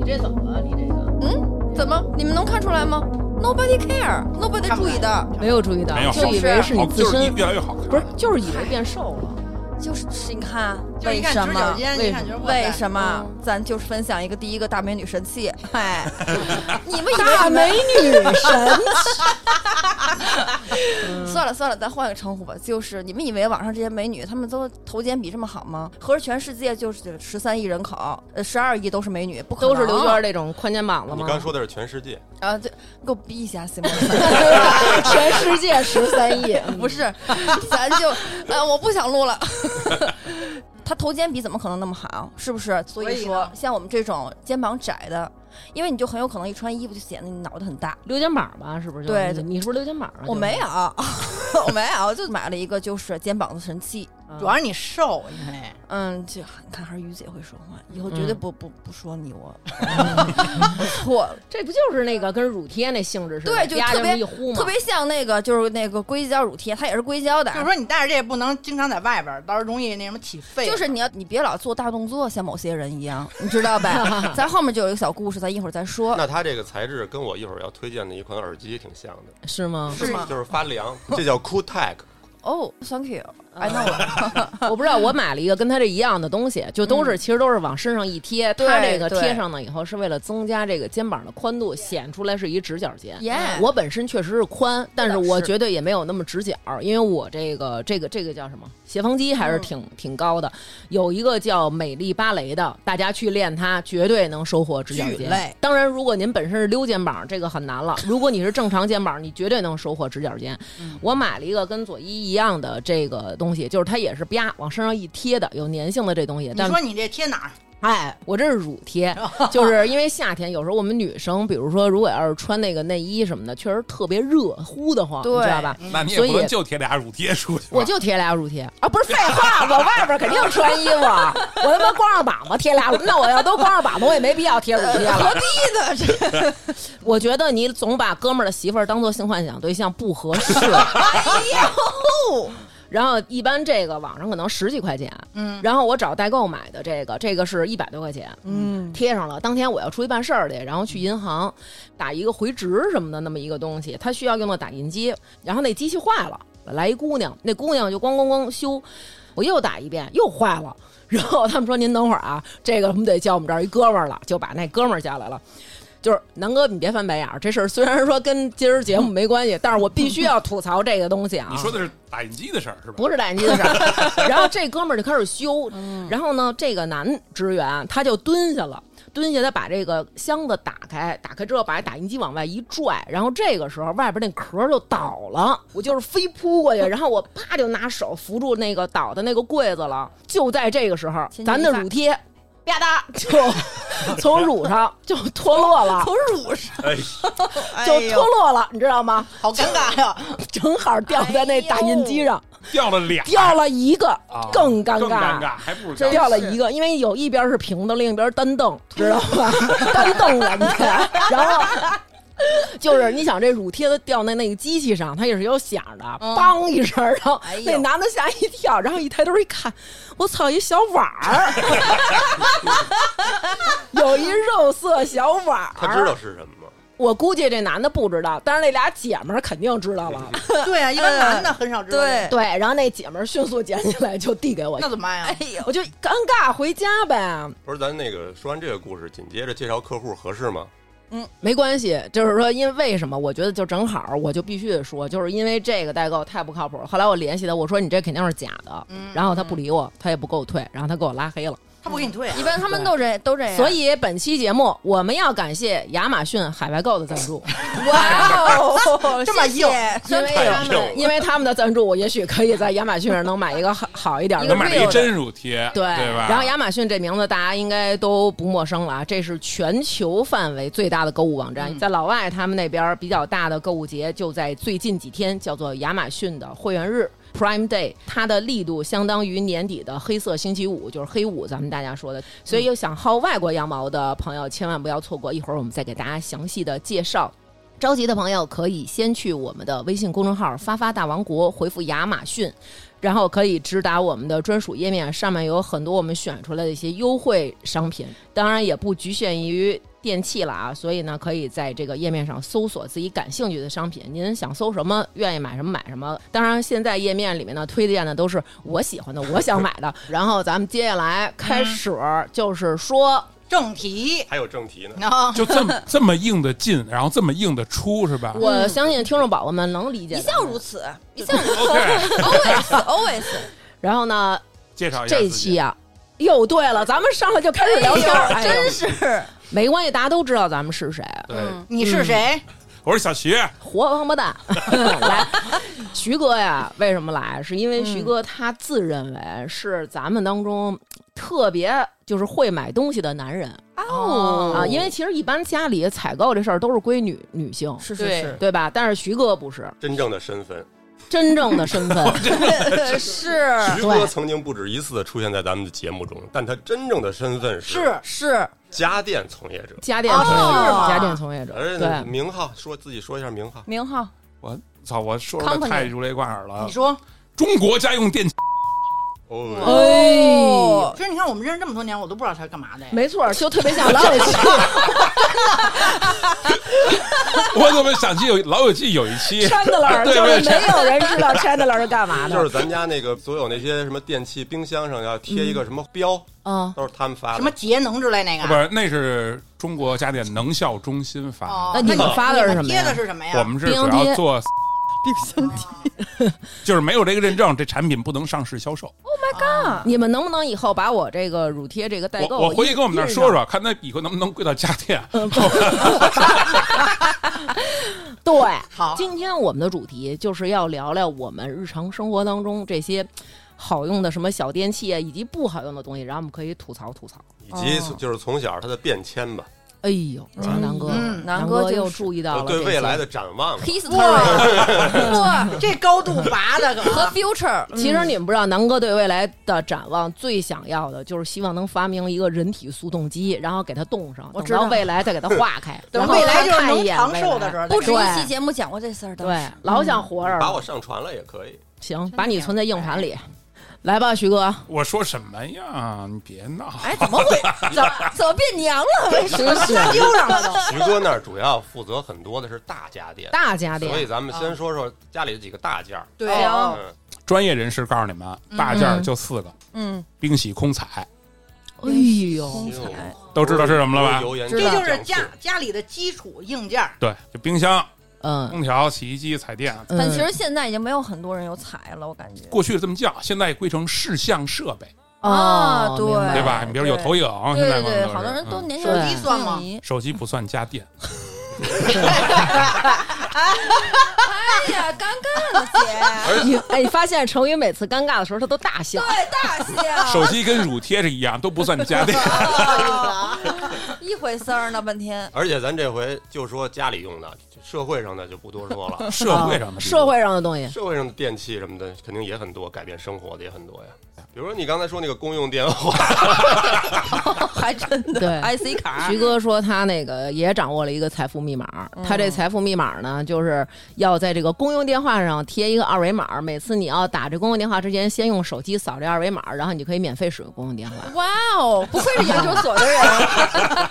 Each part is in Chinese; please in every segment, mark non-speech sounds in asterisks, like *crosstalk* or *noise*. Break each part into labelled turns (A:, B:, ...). A: 嗯
B: 嗯怎么你们能看出来吗？Nobody care，Nobody 注意的，
C: 没有注意到
D: 没有，
C: 就以
E: 啊
C: 为是你
D: 好
C: 自
D: 就是
C: 身，
D: 越来越好看。
C: 不是，就是以为变瘦了。
B: 就是是你看
A: 就是
B: 为
A: 一看
B: 什
A: 直角
B: 么？
A: 间，
C: 为
A: 一看就是嗯
B: 为什么？咱就是分享一个第一个大美女神器，
A: *laughs*
B: 哎，你们以为你们
C: 女神，
B: *laughs* 算了算了，咱换个称呼吧。就是你们以为网上这些美女，她们都头肩比这么好吗？合着全世界就是十三亿人口，呃，十二亿都是美女，不可能
C: 都是刘娟那种宽肩膀了
F: 你
C: 吗？
F: 刚说的是全世界，
B: 啊！对，你给我逼一下行 *laughs* 吗？
C: 全世界十三亿，
B: *laughs* 不是，咱就，呃，我不想录 *laughs* 了。他头肩比怎么可能那么好？是不是？所
A: 所
B: 以
A: 以
B: 说
A: 呢，
B: 像我们这种肩膀窄的，因为你就很有可能一穿衣服就显得你脑袋很大。
C: 溜肩膀吧，是不是就？
B: 对
C: 你你是不是溜肩膀啊？
B: 我
C: 就是
B: 没有， *laughs* 我没有，就买了一个就是肩膀的神器。
C: 啊
A: 主要是你瘦，你看这
B: 嗯，这你看还是于姐会说话，以后
C: 嗯
B: 绝对不、不不说你 *laughs* 我，我错了。
C: 这不就是那个跟乳贴那性质似的？
B: 对就
C: 啪
B: 特
C: 这么
B: 别
C: 一呼嘛，
B: 特别像那个，就是那个硅胶乳贴，它也是硅胶的，啊
A: 就是说你带着这也不能经常在外边儿，到时候容易那什么起痱。
B: 就是你要你别老做大动作，像某些人一样，你知 *laughs* 道呗？咱后面就有一个小故事，咱一会儿再
C: 哦
B: 说。
F: 那它这个材质跟我一会儿要推荐的一款耳机挺像的，
C: 哦是
E: *laughs*
C: 吗？
B: 是吗
F: 就是发凉，
C: *laughs*
F: 这叫 Cool Tag。
B: 哦、t h a n k you，哎，那我 *laughs*
C: 我不知道，我买了一个跟它这一样的东西，就都是、其实都是往身上一贴，
B: 对
C: 它这个
B: 对
C: 贴上呢以后是为了增加这个肩膀的宽度，显出来是一直角肩。
B: Yeah
C: 我本身确实是宽，但是
B: 是
C: 我绝对也没有那么直角，因为我这个这个这个叫什么斜方肌
A: 嗯
C: 还是挺、挺高的。有一个叫美丽芭蕾的，大家去练它，绝对能收获直角
A: 巨
C: 肩
A: 累。
C: 当然，如果您本身是溜肩膀，这个很难了；如果你是正常肩膀，你绝对能收获直角肩。
A: 嗯
C: 我买了一个跟左一一样的这个东西，就是它也是啪往身上一贴的，有粘性的这东西。
A: 你
C: 但
A: 说你这贴哪儿？
C: 哎，我这是乳贴，就是因为夏天有时候我们女生，比如说如果要是穿那个内衣什么的，确实特别热，呼的慌，你知道吧？
A: 嗯
D: 那你也
C: 嗯所
D: 不能
C: 以
D: 就贴俩乳贴出去吧。
C: 我就贴俩乳贴啊，不是废话，我外边肯定穿衣服，啊我他妈光着膀子贴俩乳，那我要都光着膀子，我也没必要贴乳
B: 呃
C: 贴
B: *laughs*
C: 了。
B: 第一的，
C: 我觉得你总把哥们儿的媳妇儿当做性幻想对象不合适。
B: 哎
C: 然后一般这个网上可能十几块钱，
A: 嗯，
C: 然后我找代购买的这个，这个是一百多块钱，
A: 嗯，
C: 贴上了。当天我要出去办事儿去，然后去银行打一个回执什么的那么一个东西，它需要用到打印机，然后那机器坏了，本来一姑娘，那姑娘就咣咣咣修，我又打一遍又坏了。 *laughs* 然后他们说：“您等会儿啊，这个我们得叫我们这儿一哥们儿了，就把那哥们儿叫来了。就是南哥，你别翻白眼儿，这事儿虽然说跟今儿节目没关系，但是我必须要吐槽这个东西啊。
D: 你说的是打印机的事儿是吧？
C: 不是打印机的事儿。 *laughs* 然后这哥们儿就开始修，
A: 嗯
C: 然后呢，这个男职员他就蹲下了。蹲下，他把这个箱子打开，打开之后把打印机往外一拽，然后这个时候外边那壳儿就倒了，我就是飞扑过去，然后我啪就拿手扶住那个倒的那个柜子了。就在这个时候
B: 轻轻，一
C: 咱的
B: 发
C: 乳贴吧嗒就从乳上就脱落了，
A: 乳上
D: 哎，
C: 就
A: 哎呦
C: 脱落了，你知道吗？
A: 好尴尬呀！
C: 正好掉在
A: 哎
C: 那打印机上，
D: 掉了俩，
C: 掉了一个
D: 啊，
C: 更尴
D: 更
C: 尬
D: 尴。尬，还不如
C: 掉了一个，因为有一边是平的，另一边单蹬，知道吧？单蹬了，你看，然后。就是你想这乳贴子掉在那个机器上，它也是有响的，
A: 嗯
C: 梆、一声，然后
B: 哎呦
C: 那男的吓一跳，然后一抬头一看，我操，一小碗儿，有一肉色小碗儿。
F: 他知道是什么吗？
C: 我估计这男的不知道，但是那俩姐们儿肯定知道了。
A: 对啊，一般男的很少知道。，
B: 对，
C: 对，然后那姐们儿迅速捡起来就递给我
A: 那，怎么办呀？
B: 哎
C: 我就尴尬回家呗。
F: 不是，咱那个说完这个故事，紧接着介绍客户合适吗？
C: 没关系，就是说，因为为什么？我觉得就正好，我就必须得说，就是因为这个代购太不靠谱了。后来我联系他，我说你这肯定是假的，然后他不理我，他也不给我退，然后他给我拉黑了。
A: 他不给你退啊，
B: 一般他们都这都这样，
C: 所以本期节目我们要感谢亚马逊海外购的赞助，
B: 哇哦， *laughs*
A: 这么
B: 谢谢
A: 硬
C: 因为
F: 太硬了
C: 因为他们的赞助，我也许可以在亚马逊上能买一个好好一点
D: 能
C: 的。
D: 买了一真乳贴，
C: 对，
D: 对吧？
C: 然后亚马逊这名字大家应该都不陌生了啊，这是全球范围最大的购物网站，
D: 嗯
C: 在老外他们那边比较大的购物节就在最近几天，叫做亚马逊的会员日。Prime Day，它的力度相当于年底的黑色星期五，就是黑五，咱们大家说的。
D: 嗯
C: 所以，有想薅外国羊毛的朋友，千万不要错过。一会儿我们再给大家详细的介绍。着急的朋友可以先去我们的微信公众号“发发大王国”回复“亚马逊”，然后可以直达我们的专属页面，上面有很多我们选出来的一些优惠商品，当然也不局限于电器了啊，所以呢，可以在这个页面上搜索自己感兴趣的商品，您想搜什么，愿意买什么买什么。当然，现在页面里面呢推荐的都是我喜欢的、我想买的。然后咱们接下来开始就是说，
A: 正题，
F: 还有正题呢。
A: 然后
D: 就这么这么硬的进，然后这么硬的出，是吧
C: 我相信听众宝宝们能理解
B: 一
C: 的。
D: 嗯
B: 向如 *laughs* 此，一向如
D: ？OK，
B: 此，always *laughs* always。
C: 然后呢，
D: 介绍一下
C: 这
D: 哎自己
C: 期啊，又对了，咱们上来就开始聊天儿，
B: 哎
C: 哎
B: 呦
C: 呦
B: 真是，
C: 没关系，大家都知道咱们是谁，
D: 对，
B: 嗯
A: 你是谁？
D: 我是小徐，
C: 活王八
B: *laughs*
C: 蛋。来，徐哥呀，为什么来？是因为
B: 嗯
C: 徐哥他自认为是咱们当中特别就是会买东西的男人
B: 哦
C: 啊，因为其实一般家里采购这事儿都是归女女性。
B: 是
A: 对
B: 是
C: 对吧？但是徐哥不是
F: 真正的身份，
C: 真正的身
B: 哦
C: 份，
B: 是是
F: 徐
C: 对
F: 哥曾经不止一次的出现在咱们的节目中，但他真正的身份是
A: 是
B: 是，
F: 家电从业者，
C: 家电从业
B: 哦是
C: 者，
B: 吗
C: 家电从业者，
D: 哎
F: 而且
C: 对哎
F: 呢，名号说自己说一下名号，
B: 名号
D: 我操，我说出来
B: Company
D: 太如雷贯耳了
C: 嗯
A: 你。说，
D: 中国家用电器，
F: 哦，
C: 哎
B: 哦，
A: 其实你看我们认识这么多年，我都不知道他是干嘛的呀。
C: 没错，就特别像老友记。
D: 我怎么想起有老友记有一期
C: *laughs* Chandler，
D: 对
C: 就是
D: 对
C: 没有人知道 Chandler 是干嘛的。
F: 就是咱家那个所有那些什么电器、冰箱上要贴一个什么标，
C: 嗯，
F: 都是他们发的。
A: 什么节能之类那
D: 不
A: 个。
D: 是，那是中国家电能效中心发的。
A: 哦，
C: 那你们发的是什么呀
A: 贴的是什么呀？
D: 我们是
C: 冰
D: 主
C: 箱
D: 要
C: 贴
D: *laughs* 做，
C: 冰箱贴。
D: *laughs* 就是没有这个认证，这产品不能上市销售。
B: 啊，
C: 你们能不能以后把我这个乳贴这个代购
D: 我我回去
C: 印
D: 跟我们那儿
C: 印
D: 说
C: 上
D: 说，看他以后能不能归到家电。 *laughs*
C: 对，
A: 好
C: 今天我们的主题就是要聊聊我们日常生活当中这些好用的什么小电器啊，以及不好用的东西，然后我们可以吐槽吐槽。
F: 以及
B: 哦
F: 就是从小他的变迁吧，
C: 哎呦，南哥，
A: 嗯
C: 南
B: 南哥
C: 哥
B: 就是
C: 又注意到了
F: 对
C: 这
F: 未
C: 些
F: 来的展望吧。
B: history *laughs* 哇
A: 这高度拔的
B: *laughs* 和
A: 可
B: future，
F: 嗯
C: 其实你们不知道，南哥对未来的展望最想要的就是希望能发明一个人体速冻机，然后给它冻上，
B: 我
C: 等
B: 知道
C: 到未来再给它化开，
A: *laughs* 等
C: 然后
A: 未来
C: 再
A: 就是
C: 看一
A: 能
C: 眼
A: 长
C: 未
A: 寿的
C: 来
A: 时候嗯再
B: 不止一
C: 对
B: 期节目讲过这事儿，当时
C: 对，老想活着
F: 把
C: 了。
F: 我上传了也可以，
C: 行，把你存在硬盘里，来吧，徐哥，
D: 我说什么呀？你别闹，
B: 哎，怎么会怎么怎么变娘了？为什么？
C: 真是
A: 丢上了
B: *laughs*
A: 都。
F: 徐哥那儿主要负责很多的是大家电，
C: 大家
F: 所以
C: 电，
F: 咱们先说说家里的几个大件儿。
A: 对哦
B: 行
F: 嗯，
D: 专业人士告诉你们，啊大件儿就四个：
B: 嗯，
D: 冰洗、空采，
C: 哎呦，
B: 风采，
D: 嗯都知道是什么了吧？
F: 油盐
C: 知道
A: 这
F: 酱
A: 就是
F: 醋
A: 家家里的基础硬件儿。
C: *laughs*
D: 对，就冰箱、
C: 嗯，
D: 空调、洗衣机、彩电。
C: 嗯
B: 但其实现在已经没有很多人有彩了，我感觉。
D: 过去这么叫，现在归成视像设备，
C: 哦
B: 啊，对
C: 明白
D: 对吧？你比如有投影，
B: 对
D: 现
B: 对
D: 在可
B: 对，
D: 能
B: 好多人都
D: 嗯
B: 年
A: 手
B: 轻
A: 机算吗？
D: 手机不算家电，
B: 哎呀，尴尬了，
D: *laughs*
B: 姐，
C: 你 *laughs* 哎，你发现成宇每次尴尬的时候，他都大笑。
B: 对大
D: 手
B: 笑，
D: 机跟乳贴是一样，都不算家电。。
B: 一回事儿呢，半 *laughs* 天。
F: 而且咱这回就说家里用的，社会上的就不多说了
D: *laughs* 社会上
C: 啊
D: 的
C: 社会上的东西，
F: 社会上的电器什么的，肯定也很多，改变生活的也很多呀。比如说你刚才说那个公用电话，
B: 哦还真的
C: 对
B: IC 卡，
C: 徐哥说他那个也掌握了一个财富密码，他这财富密码呢，就是要在这个公用电话上贴一个二维码，每次你要打这公用电话之前，先用手机扫这二维码，然后你就可以免费使用公用电话。
B: 哇哦，不愧是研究所的人，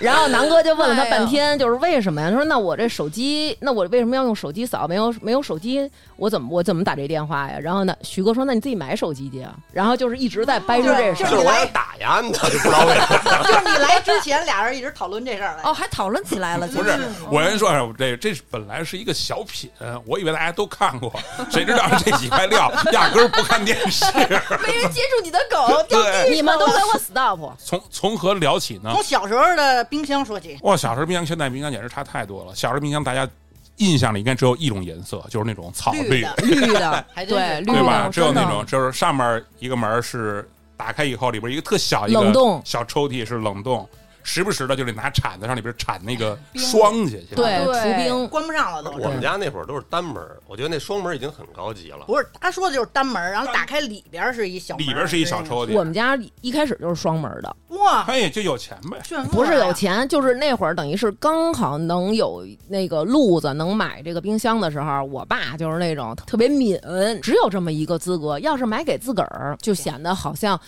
B: *laughs*
C: 然后南哥就问了他半天，就是为什么呀？他说：“那我这手机，那我为什么要用手机扫？没有没有手机，我怎么我怎么打这电话呀？”然后呢，徐哥说：“那你自己买手机去啊。”然后就是一直在掰扯这事
F: 就
C: 儿。
F: 是我想打压你，他就不知道为什么。
A: 就是你来之前，俩人一直讨论这事儿来着
B: 哦，。还讨论起来了，
D: 不是，我跟你说啊，我这这是本来是一个小品，我以为大家都看过，谁知道这几块料压根儿不看电视。
B: 没人接住你的狗，掉
C: *laughs*
D: 对，
C: 你们都给我 stop！
D: 从从何聊起呢？
A: 从小时候的冰箱说起，
D: 哇，小时候冰箱现在冰箱简直差太多了。小时候冰箱大家印象里应该只有一种颜色，就是那种草
A: 绿
D: 绿，
A: 的，
C: 绿的，
A: *laughs* 还真
C: 对
A: 是
C: 绿
D: 对吧？
C: 的，
D: 只有
C: 嗯真的
D: 那种，就是上面一个门是打开以后，里边一个特小一个
C: 冷冻
D: 小抽屉是冷冻，时不时的就得拿铲子上里边铲那个霜去。现在
C: 对，
B: 对
C: 除冰。
A: 关不上了都
F: 我
A: 是。
F: 们家那会儿都是单门儿，我觉得那双门儿已经很高级了。
A: 不是，他说的就是单门儿，然后打开里边儿是一小门儿，
D: 里边是一小抽
C: 我
D: 屉，
C: 们家一开始就是双门
A: 啊
C: 的，
A: 哇，
D: 哎，就有钱呗。
A: 炫富
C: 不是
A: 了
C: 有
A: 呀
C: 钱，就是那会儿等于是刚好能有那个路子能买这个冰箱的时候，我爸就是那种特别敏，只有这么一个资格，要是买给自个儿，就显得好像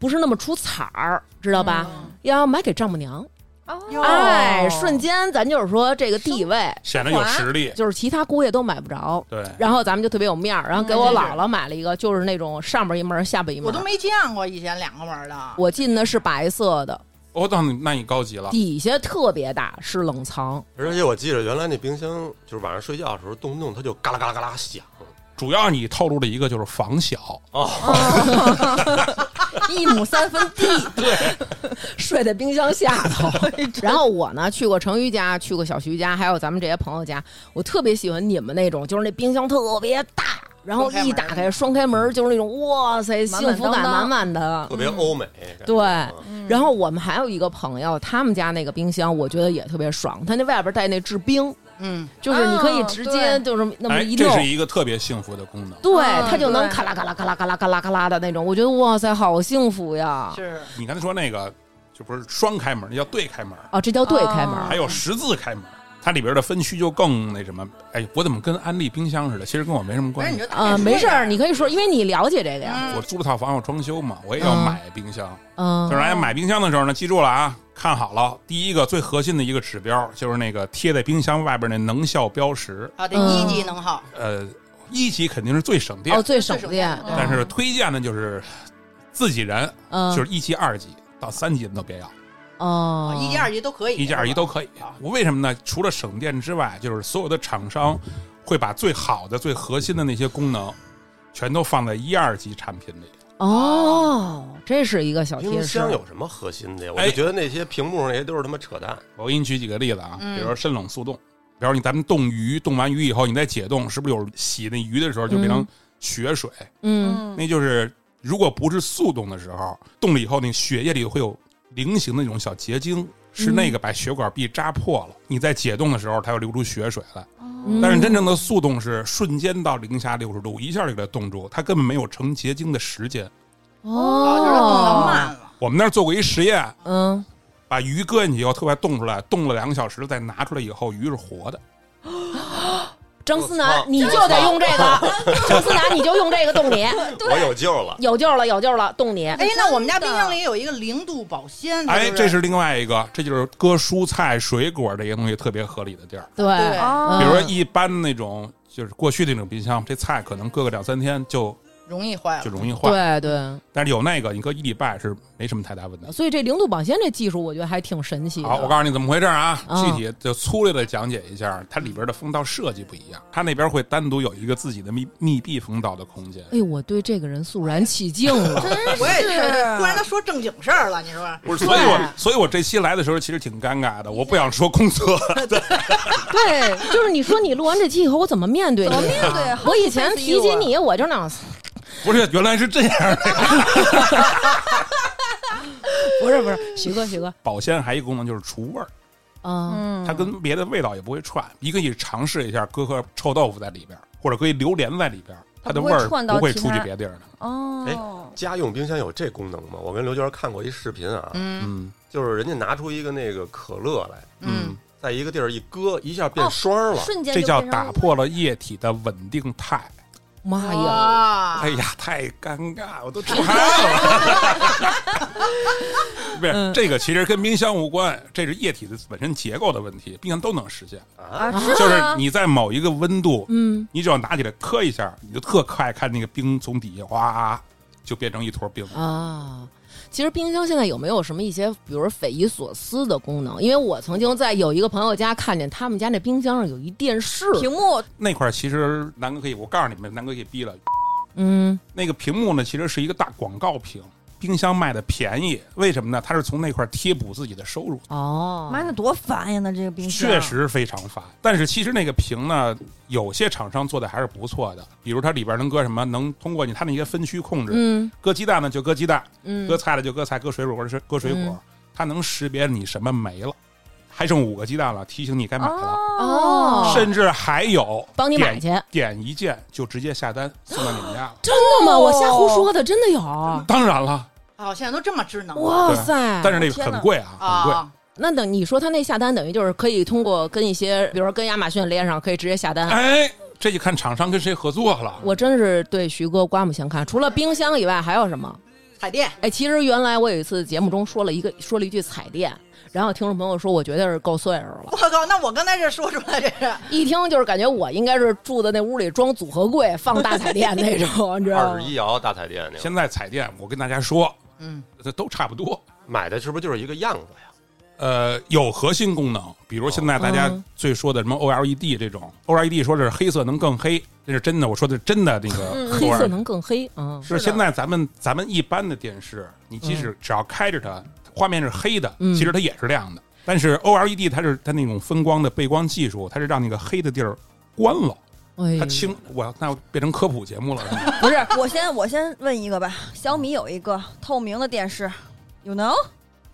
C: 不是那么出彩儿，知道吧？
A: 嗯
C: 要买给丈母娘，
A: 哟
C: 哎，瞬间咱就是说这个地位
D: 显得有实力。
C: 就是其他姑爷都买不着。
D: 对，
C: 然后咱们就特别有面儿，然后给我
A: 嗯
C: 姥姥买了一个，就是那种上边一门儿下边一
A: 我
C: 门
A: 都
C: 儿。
A: 没见过以前两个门儿的。
C: 我进的是白色的，
D: 我操，哦那你高级了。
C: 底下特别大，是冷藏。
F: 而且我记得原来那冰箱就是晚上睡觉的时候，动不动它就嘎啦嘎啦嘎啦响。
D: 主要你透露了一个就是房小，
F: 哦，
B: 一亩三分地，
C: 睡在冰箱下 *laughs* 头。然后我呢，去过成瑜家，去过小徐家，还有咱们这些朋友家，我特别喜欢你们那种，就是那冰箱特别大，然后一打开双开门就是那种，哇塞，
B: 满
C: 幸
B: 满
C: 福感
B: 当当
C: 满满的
F: 特。别欧美。感觉
C: 对
F: 嗯
C: 然后我们还有一个朋友，他们家那个冰箱，我觉得也特别爽，他那外边带那制冰，
A: 嗯，
C: 就是你可以
B: 哦
C: 直接
B: 对
C: 就是那么
D: 哎
C: 一，
D: 这
C: 弄
D: 是。一个特别幸福的功能。
C: 对，
B: 嗯
C: 它就能
B: 对
C: 咔啦咔啦咔啦咔啦咔啦咔啦的那种，我觉得哇塞，好幸福呀！
A: 是
D: 你刚才说那个就不是双开门，那叫对开门，
C: 哦，这叫对开门，
B: 哦
D: 还有十字开门，它里边的分区就更那什么。哎，我怎么跟安利冰箱似的？其实跟我没什么
A: 不是
D: 关
A: 你
D: 系。
A: 就打开
C: 啊、
A: 睡
C: 没事
A: 呀
C: 儿，你可以说，因为你了解这个呀。
A: 嗯
D: 我租了套房，我装修嘛，我也要
C: 嗯
D: 买冰箱。
C: 嗯，
D: 就是大哎家买冰箱的时候呢，记住了啊，看好了，第一个最核心的一个指标就是那个贴在冰箱外边那能效标识。
A: 啊，得
C: 嗯
A: 一级能耗，
D: 呃，一级肯定是最省电
C: 哦，，最省
A: 最省
C: 电
A: 电，
C: 对
D: 但是推荐的就是自己人，
C: 嗯，
D: 就是一级、二级到三级的都别要，
A: 啊，
C: 哦
A: 一级二级都可以，
D: 一级、二级都可以。我为什么呢？除了省电之外，就是所有的厂商会把最好的、最核心的那些功能，全都放在一二级产品里。
C: 哦，这是一个小贴
F: 冰
C: 士
F: 箱有什么核心的呀？我
D: 哎
F: 就觉得那些屏幕上那些都是他妈扯淡。
D: 我给你举几个例子啊，
A: 嗯
D: 比如说深冷速冻，比如你咱们冻鱼，冻完鱼以后，你再解冻，是不是有洗那鱼的时候就变成
C: 嗯
D: 血水？
C: 嗯，
B: 嗯，
D: 那就是如果不是速冻的时候，冻了以后，那血液里会有菱形的那种小结晶，是那个把血管壁扎破了。你在解冻的时候，它又流出血水来。
C: 嗯
D: 但是真正的速冻是瞬间到零下六十度，一下就给它冻住，它根本没有成结晶的时间。
A: 哦，就是动得
C: 哦，
A: 慢了，
D: 我们那儿做过一实验，
C: 嗯，
D: 把鱼搁进去以后，特快冻出来，冻了两个小时再拿出来以后，鱼是活的。
C: 张思南
D: 哦
F: 我，操
C: 你就得用这个，张思南，你就用这个冻你，
F: 我有救了。
C: 有救了，有救了，冻你，
A: 哎，那我们家冰箱里有一个零度保鲜，它
D: 哎，
A: 就
D: 这是另外一个，这就是搁蔬菜、水果这些东西特别合理的地儿。
C: 对，嗯
A: 对
B: 哦
D: 比如说一般那种就是过去的那种冰箱，这菜可能搁个两三天就
A: 容易坏
D: 就
A: 了，
D: 容易坏，
C: 嗯对对，
D: 但是有那个你搁一礼拜是没什么太大问题。
C: 所以这零度保鲜这技术，我觉得还挺神奇的。
D: 好，我告诉你怎么回事啊，具
C: 嗯
D: 体就粗略的讲解一下，它里边的风道设计不一样，它那边会单独有一个自己的密密闭风道的空间。
C: 哎呦，我对这个人肃然起敬了。
A: 我也是，啊突然他说正经事儿了，你说
D: 不是，所以我
C: 啊
D: 所以我这期来的时候其实挺尴尬的，我不想说工作，
C: 对，就是你说你录完这期以后，我怎么面对你？
B: 怎么面对好
C: 我以前提起
B: 好
C: 你，我就那样，
D: *laughs* 不是原来是这样的。
C: 不是不是，徐哥徐哥，
D: 保鲜还有一个功能就是除味儿，
C: 啊，
B: 嗯，
D: 它跟别的味道也不会串。你可以尝试一下搁颗臭豆腐在里边，或者搁一榴莲在里边，它的
B: 它不
D: 味
B: 会
D: 儿
B: 串到
D: 不会
B: 其
D: 出
B: 他
D: 去别地儿的。哎
B: 哦，
F: 家用冰箱有这功能吗？我跟刘娟看过一视频啊，
A: 嗯
D: 嗯
F: 就是人家拿出一个那个可乐来，
A: 嗯，
F: 在一个地儿一搁，一下变
B: 哦
F: 霜了。
B: 瞬间
D: 这
B: 就
D: 叫
B: 变成
D: 打破了液体的稳定态。
C: 妈呀！
B: 啊
A: 哇
D: 哎呀，太尴尬，我都出汗了。
B: *laughs*
D: 不
B: 嗯
D: 是，这个其实跟冰箱无关，这是液体的本身结构的问题，冰箱都能实现。
B: 啊，
D: 就
B: 就是
D: 你在某一个温度，
C: 嗯，
D: 你只要拿起来磕一下，你就特快看那个冰从底下哗就变成一坨冰。
C: 啊。其实冰箱现在有没有什么一些，比如说匪夷所思的功能？因为我曾经在有一个朋友家看见他们家那冰箱上有一电视，
B: 屏幕
D: 那块儿其实南哥可以，我告诉你们，南哥给逼了。
C: 嗯，
D: 那个屏幕呢，其实是一个大广告屏。冰箱卖的便宜，为什么呢？它是从那块儿贴补自己的收入。
C: 哦，
B: 妈，那多烦呀！那这个冰箱
D: 确，实非常烦。但是其实那个屏呢，有些厂商做的还是不错的，比如它里边能搁什么，能通过你它那些分区控制，
C: 嗯
D: 搁鸡蛋呢就搁鸡蛋，
C: 嗯
D: 搁，菜了就搁菜，搁水果搁水搁水果。它能识别你什么没了，还剩五个鸡蛋了，提醒你该买了，
C: 哦
D: 甚至还有
C: 帮你买
D: 点
C: 去，
D: 点一键就直接下单送到你们家了。
C: 真的吗？我瞎胡说的，真的有。
D: 当然了，
A: 哦，现在都这么智能了
C: 哇塞！
D: 但是那
B: 天
D: 个
B: 哪
D: 很贵啊，很
C: 哦
D: 贵。
A: 啊！
C: 那等你说他那下单，等于就是可以通过跟一些，比如说跟亚马逊连上，可以直接下单。啊
D: 哎，这就看厂商跟谁合作了。
C: 我真是对徐哥刮目相看。除了冰箱以外，还有什么？
A: 彩电
C: 哎，其实原来我有一次节目中说了一个说了一句彩电，然后听众朋友说我绝对是够岁数了，
A: 我靠，那我刚才这说出来这是
C: 一听就是感觉我应该是住的那屋里装组合柜放大彩电那种，你知道
F: 二
C: 吗
F: 十？一摇大彩电那个，
D: 现在彩电，我跟大家说，
A: 嗯，
D: 这都差不多。
F: 买的是不是就是一个样子呀？
D: 呃，有核心功能，比如现在大家
C: 嗯
D: 最说的什么 OLED 这种，OLED 说是黑色能更黑，这是真的，我说的是真的那个
C: 嗯黑色
D: OLED
C: 能更黑啊！
D: 是现在咱们咱们一般的电视，你即使只要开着它，画面是黑的，
C: 嗯
D: 其实它也是亮的。但是 OLED 它是它那种分光的背光技术，它是让那个黑的地儿关了，
C: 哎
D: 它清。我那我变成科普节目了，是
B: *laughs*
D: 吗
B: 不是，我先我先问一个吧，小米有一个透明的电视，you know。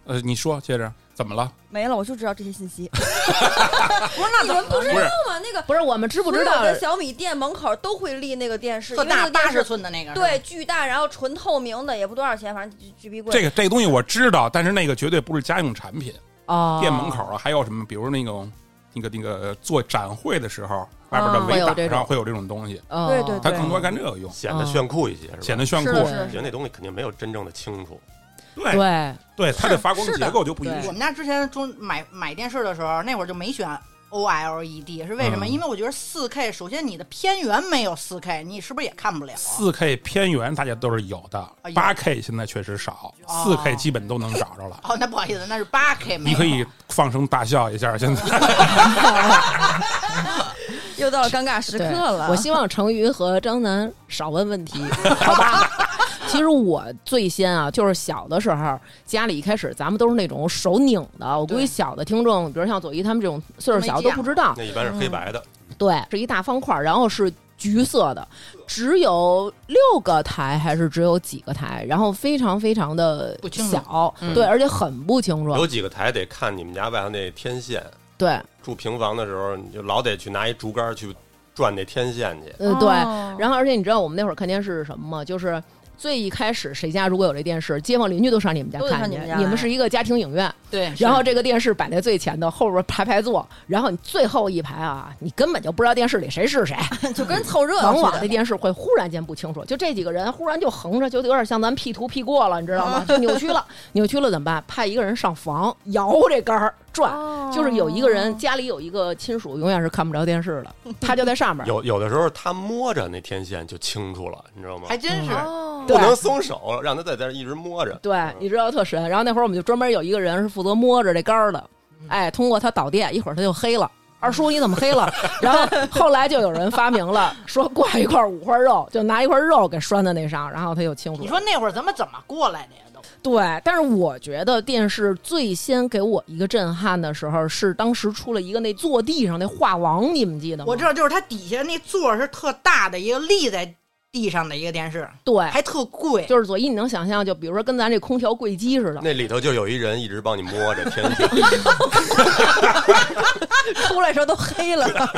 D: 呃，你说接着怎么了？
B: 没了，我就知道这些信息。
A: *laughs* 不是那
B: 你
A: 怎
B: 们
A: 么
B: 不知
D: 不
B: 道
D: 是
B: 吗？那个
C: 不是我们知不知
B: 所有
C: 道？
B: 的小米店门口都会立那个电视，
A: 特
B: 因为那
A: 大
B: 个电
A: 八
B: 视
A: 十寸的那个？
B: 对，，巨大，然后纯透明的，也不多少钱，反正巨巨逼贵。
D: 这个这个东西我知道，但是那个绝对不是家用产品。
C: 哦，
D: 店门口啊，还有什么，比如那种那个那个做展会的时候，外边的
B: 啊
C: 会
D: 围
C: 有
D: 挡
C: 这
D: 上
C: 种
D: 会有这种东西，
C: 哦，
B: 对对
D: 它
B: 对
D: 更多干这个用，
F: 显得炫酷一些，是吧？
D: 显得炫酷
B: 是。的，是的
F: 我觉
B: 是
F: 得
B: 的。
F: 那东西肯定没有真正的清楚。
D: 对
C: 对，
D: 对，它的发光
B: 是的
D: 结构就不允
C: 对
D: 许
A: 我。们家之前中买买电视的时候，那会儿就没选 OLED，是为什么？
D: 嗯
A: 因为我觉得四 K，首先你的偏源没有四 K，你是不是也看不了？啊
D: 四 K 偏远大家都是有的
A: 哎，呦
D: 八 K 现在确实少，
A: 哦
D: 四 K 基本都能找着了。
A: 哦，那不好意思，那是八 K，
D: 你可以放声大笑一下，现在
B: 又到了尴尬时刻
C: 对
B: 了。
C: 我希望程昱和张楠少问问题，好吧？ *laughs* 其实我最先啊，就是小的时候，家里一开始咱们都是那种手拧的。我估计
A: 对
C: 小的听众，比如像左一他们这种岁数小的
A: 没见
C: 都不知道，
F: 那一般是黑白的，
C: 对，是一大方块儿，然后是橘色的，只有六个台还是只有几个台，然后非常非常的
A: 不清楚
C: 小，
A: 嗯
C: 对，而且很不清楚
F: 有，几个台得看你们家外头那天线。
C: 对，
F: 住平房的时候，你就老得去拿一竹竿去转那天线去。
C: 呃，对，
B: 哦
C: 然后而且你知道我们那会儿看电视是什么吗？就是最一开始谁家如果有这电视，街坊邻居都上你们家
B: 都得
C: 看
B: 上
C: 去
B: 你们家，
C: 你们
B: 来
C: 是一个家庭影院，
A: 对，
C: 然后这个电视摆在最前头，后边排排坐，然后你最后一排啊，你根本就不知道电视里谁是谁，
B: *laughs* 就跟凑热闹
C: 往
B: 似
C: 往
B: 的
C: 这电视会忽然间不清楚，就这几个人忽然就横着，就有点像咱 P 图 P 过了，你知道
B: 啊
C: 吗？就扭曲了， *laughs* 扭曲了怎么办？派一个人上房摇这杆儿转，
B: 哦
C: 就是有一个人家里有一个亲属永远是看不着电视的，他就在上面。
F: 有有的时候他摸着那天线就清楚了，你知道吗
A: 还？真是。
D: 嗯
B: 哦
F: 不
C: 对
F: 能松手，让他在这儿一直摸着。
A: 嗯
C: 对，你知道特神。然后那会儿我们就专门有一个人是负责摸着这杆儿的，
A: 嗯
C: 哎，通过他导电，一会儿他就黑了。二叔，你怎么黑了？然后后来就有人发明了，说挂一块五花肉，就拿一块肉给拴在那上，然后他就清楚了。
A: 你说那会儿咱们怎么过来的呀？都
C: 对，但是我觉得电视最先给我一个震撼的时候，是当时出了一个那坐地上那画王，你们记得吗？
A: 我知道，就是它底下那座儿是特大的一个立在地上的一个电视，
C: 对，
A: 还特贵。
C: 哎就是左一，你能想象，就比如说跟咱这空调柜机似的，
F: 那里头就有一人一直帮你摸着天线，
B: 出来的时候都
A: *laughs*
B: 黑了。
D: 它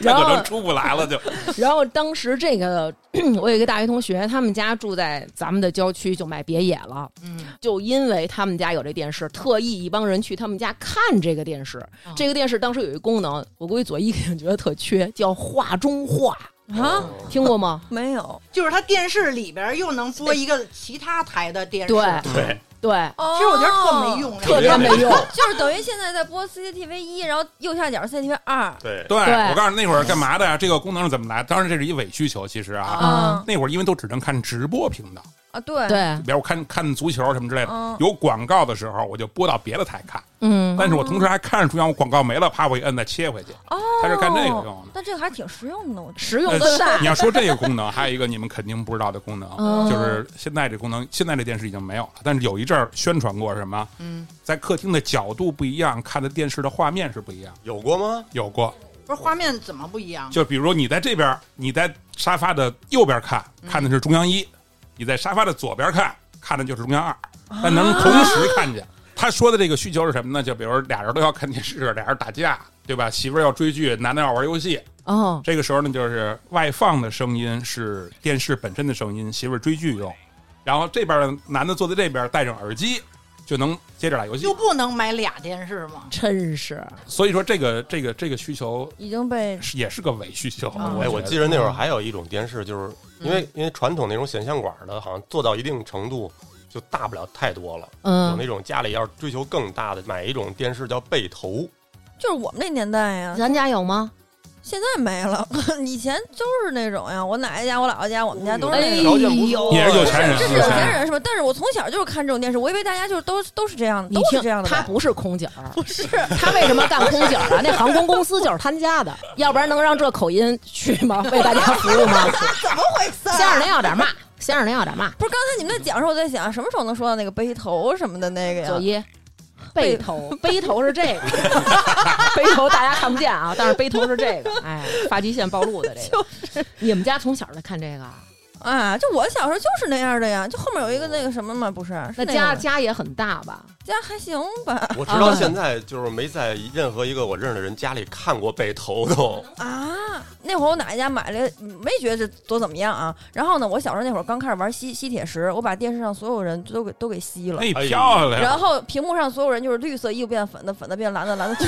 C: 然
D: *laughs* 可
C: 后
D: 能出不来了就。
C: 然后当时这个 *clears throat* 我有一个大学同学，他们家住在咱们的郊区，就买别野了。
A: 嗯，
C: 就因为他们家有这电视，特意一帮人去他们家看这个电视。
B: 嗯
C: 这个电视当时有一功能，我估计左一肯定觉得特缺，叫画
B: *laughs*
C: 中画，
D: 哦
B: 啊，
C: 听过吗？
B: 没有，
A: 就是它电视里边儿又能播一个其他台的电视。
C: 哎对
F: 对，
C: 对，
B: 其
A: 其实我觉得特没，用，
C: 特别没用。
B: 哦 *laughs* 就是等于现在在播 CCTV 一，然后右下角 CCTV 二。
F: 对，
D: 对
C: 对
D: 我告诉你那会儿干嘛的呀？这个功能是怎么来？当然这是一伪需求，其实啊，
B: 啊
D: 那会儿因为都只能看直播频道，
B: 啊，对，
C: 对，
D: 比如我看看足球什么之类的
B: 嗯，
D: 有广告的时候我就播到别的台看，
C: 嗯，
D: 但是我同时还看着中央广告没了，啪我一摁再切回去。
B: 哦，
D: 它是干这个用的
B: 但这个还挺实用的，我觉
C: 实用的
D: 你
C: 晒。
D: 要说这个功能，还有一个你们肯定不知道的功能，
C: 嗯
D: 就是现在这功能，现在这电视已经没有了，但是有一阵儿宣传过是什么，
A: 嗯，
D: 在客厅的角度不一样，看的电视的画面是不一样。
F: 有过吗？
D: 有过，
A: 不是画面怎么不一样？
D: 就比如你在这边，你在沙发的右边看，看的是中央一；你在沙发的左边看，看的就是中央二，但能同时看见。
B: 得
D: 他说的这个需求是什么呢？就比如俩人都要看电视，俩人打架，对吧？媳妇儿要追剧，男的要玩游戏。
C: 哦，
D: 这个时候呢，就是外放的声音是电视本身的声音，媳妇儿追剧用。然后这边的男的坐在这边，戴上耳机就能接着打游戏
A: 就。不能买俩电视吗？
C: 真是
D: 所以说，这个这个这个需求
B: 已经被
D: 是也是个伪需求。
A: 啊
F: 哎，
D: 觉
F: 我记得那会儿还有一种电视，就是因为因为传统那种显像管的，好像做到一定程度就大不了太多了。有
C: 嗯，
F: 那种家里要是追求更大的，买一种电视叫背投，
B: 就是我们那年代呀，
C: 咱家有吗？
B: 现在没了。 *laughs* 以前就是那种呀，我奶奶家、我姥姥家、我们家都是
C: 哎
B: 那
C: 呦
F: 条
B: 种。
F: 件不错，
D: 也是有钱人
B: 这是啊
D: 有
B: 有
D: 钱
B: 钱人是吧？但是我从小就是看这种电视，我以为大家就是都都是这样的，
C: 你
B: 都
C: 听
B: 是这样，的
C: 他
B: 吧。
C: 不是空姐儿，
B: 不
A: *laughs*
B: 是，
C: 他为什么干空姐儿啊？那航空公司就是他家的，要不然能让这口音去吗？为大家服务吗？
A: 怎么回事
C: 先让人要点骂，先让人要点骂。
B: *laughs* 不是，刚才你们在讲的时候，我在想什么时候能说到那个背头什么的那个呀
C: 左？一，啊背头，背头是 *laughs* 这个，背头大家看不见啊，但是背头是这个，哎，发际线暴露的这个。你们家从小就看这个啊，
B: 啊，就我小时候就是那样的呀，就后面有一个那个什么嘛，不是？啊是
C: 那
B: 个
C: 家
B: 吗
C: 家也很大吧？
B: 家还行吧？
F: 我直到现在就是没在任何一个我认识的人家里看过背头都。
B: 啊，那会儿我奶奶家买了，没觉得这多怎么样啊。然后呢，我小时候那会儿刚开始玩吸吸铁石，我把电视上所有人都给都给吸了。
D: 哎，漂亮！
B: 然后屏幕上所有人就是绿色衣服变粉的，粉的变蓝的，蓝的就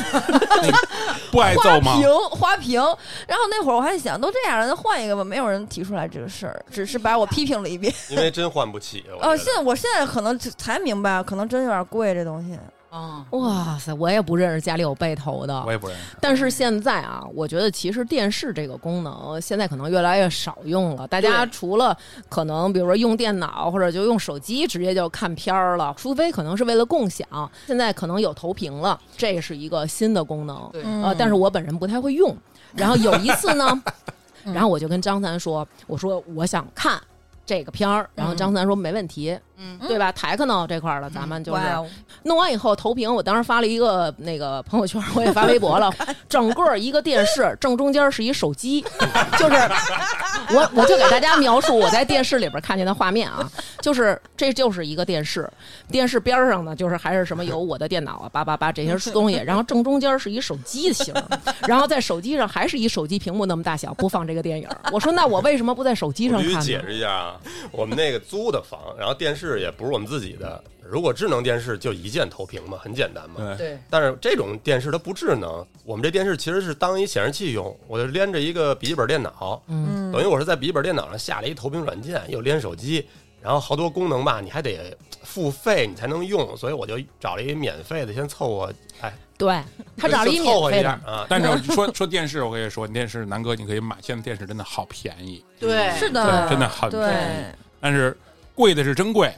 D: 不挨
B: 花
D: 揍吗？
B: 瓶花瓶。然后那会儿我还想，都这样了，那换一个吧。没有人提出来这个事儿，只是把我批评了一
D: *laughs*
B: 遍。
F: 因为真换不起。我觉得
B: 哦，现在我现在可能就才明白，可能真有点贵这东西。
A: 啊？
C: 哇塞，我也不认识家里有背头的
D: 我，也不认识。
C: 但是现在啊，我觉得其实电视这个功能现在可能越来越少用了。大家
A: 对
C: 除了可能比如说用电脑或者就用手机直接就看片儿了，除非可能是为了共享，现在可能有投屏了，这是一个新的功能。
A: 对
B: 嗯
C: 呃，但是我本人不太会用。然后有一
A: *laughs*
C: 次呢，
A: 嗯
C: 然后我就跟张三说：“我说我想看这个片儿。”然后张三说：“没问题，
A: 嗯，
C: 对吧？台可呢这块儿了，咱们就是
B: 哇哦
C: 弄完以后投屏，我当时发了一个那个朋友圈，我也发微
A: *laughs*
C: 博了。整个一个电视正中间是一手机，
A: *laughs*
C: 就是我我就给大家描述我在电视里边看见的画面啊，就是这就是一个电视，电视边上呢就是还是什么有我的电脑啊八八八这些东西，然后正中间是一手机型，然后在手机上还是一手机屏幕那么大小播放这个电影。我说那我为什么不在手机
F: 我
C: 上
F: 必须
C: 看呢
F: 解？释一下啊，我们那个租的房， *laughs* 然后电视也不是我们自己的。如果智能电视就一键投屏嘛，很简单嘛。
D: 对，
A: 对，
F: 但是这种电视它不智能，我们这电视其实是当一显示器用，我就连着一个笔记本电脑，
B: 嗯
F: 等于我是在笔记本电脑上下了一投屏软件，又连手机，然后好多功能吧，你还得付费你才能用，所以我就找了一免费的先凑合，哎，
C: 对他找了
F: 就
C: 一
F: 凑
C: 免
F: 合
C: 费
F: 一
C: 的哦
F: 下，啊。
D: 但是说 *laughs* 说电视，我跟你说，电视南哥，你可以买，现在电视真的好便宜，
A: 对，
B: 是
D: 对，
B: 的，
D: 真的很
B: 对
D: 便宜。但是贵的是真贵，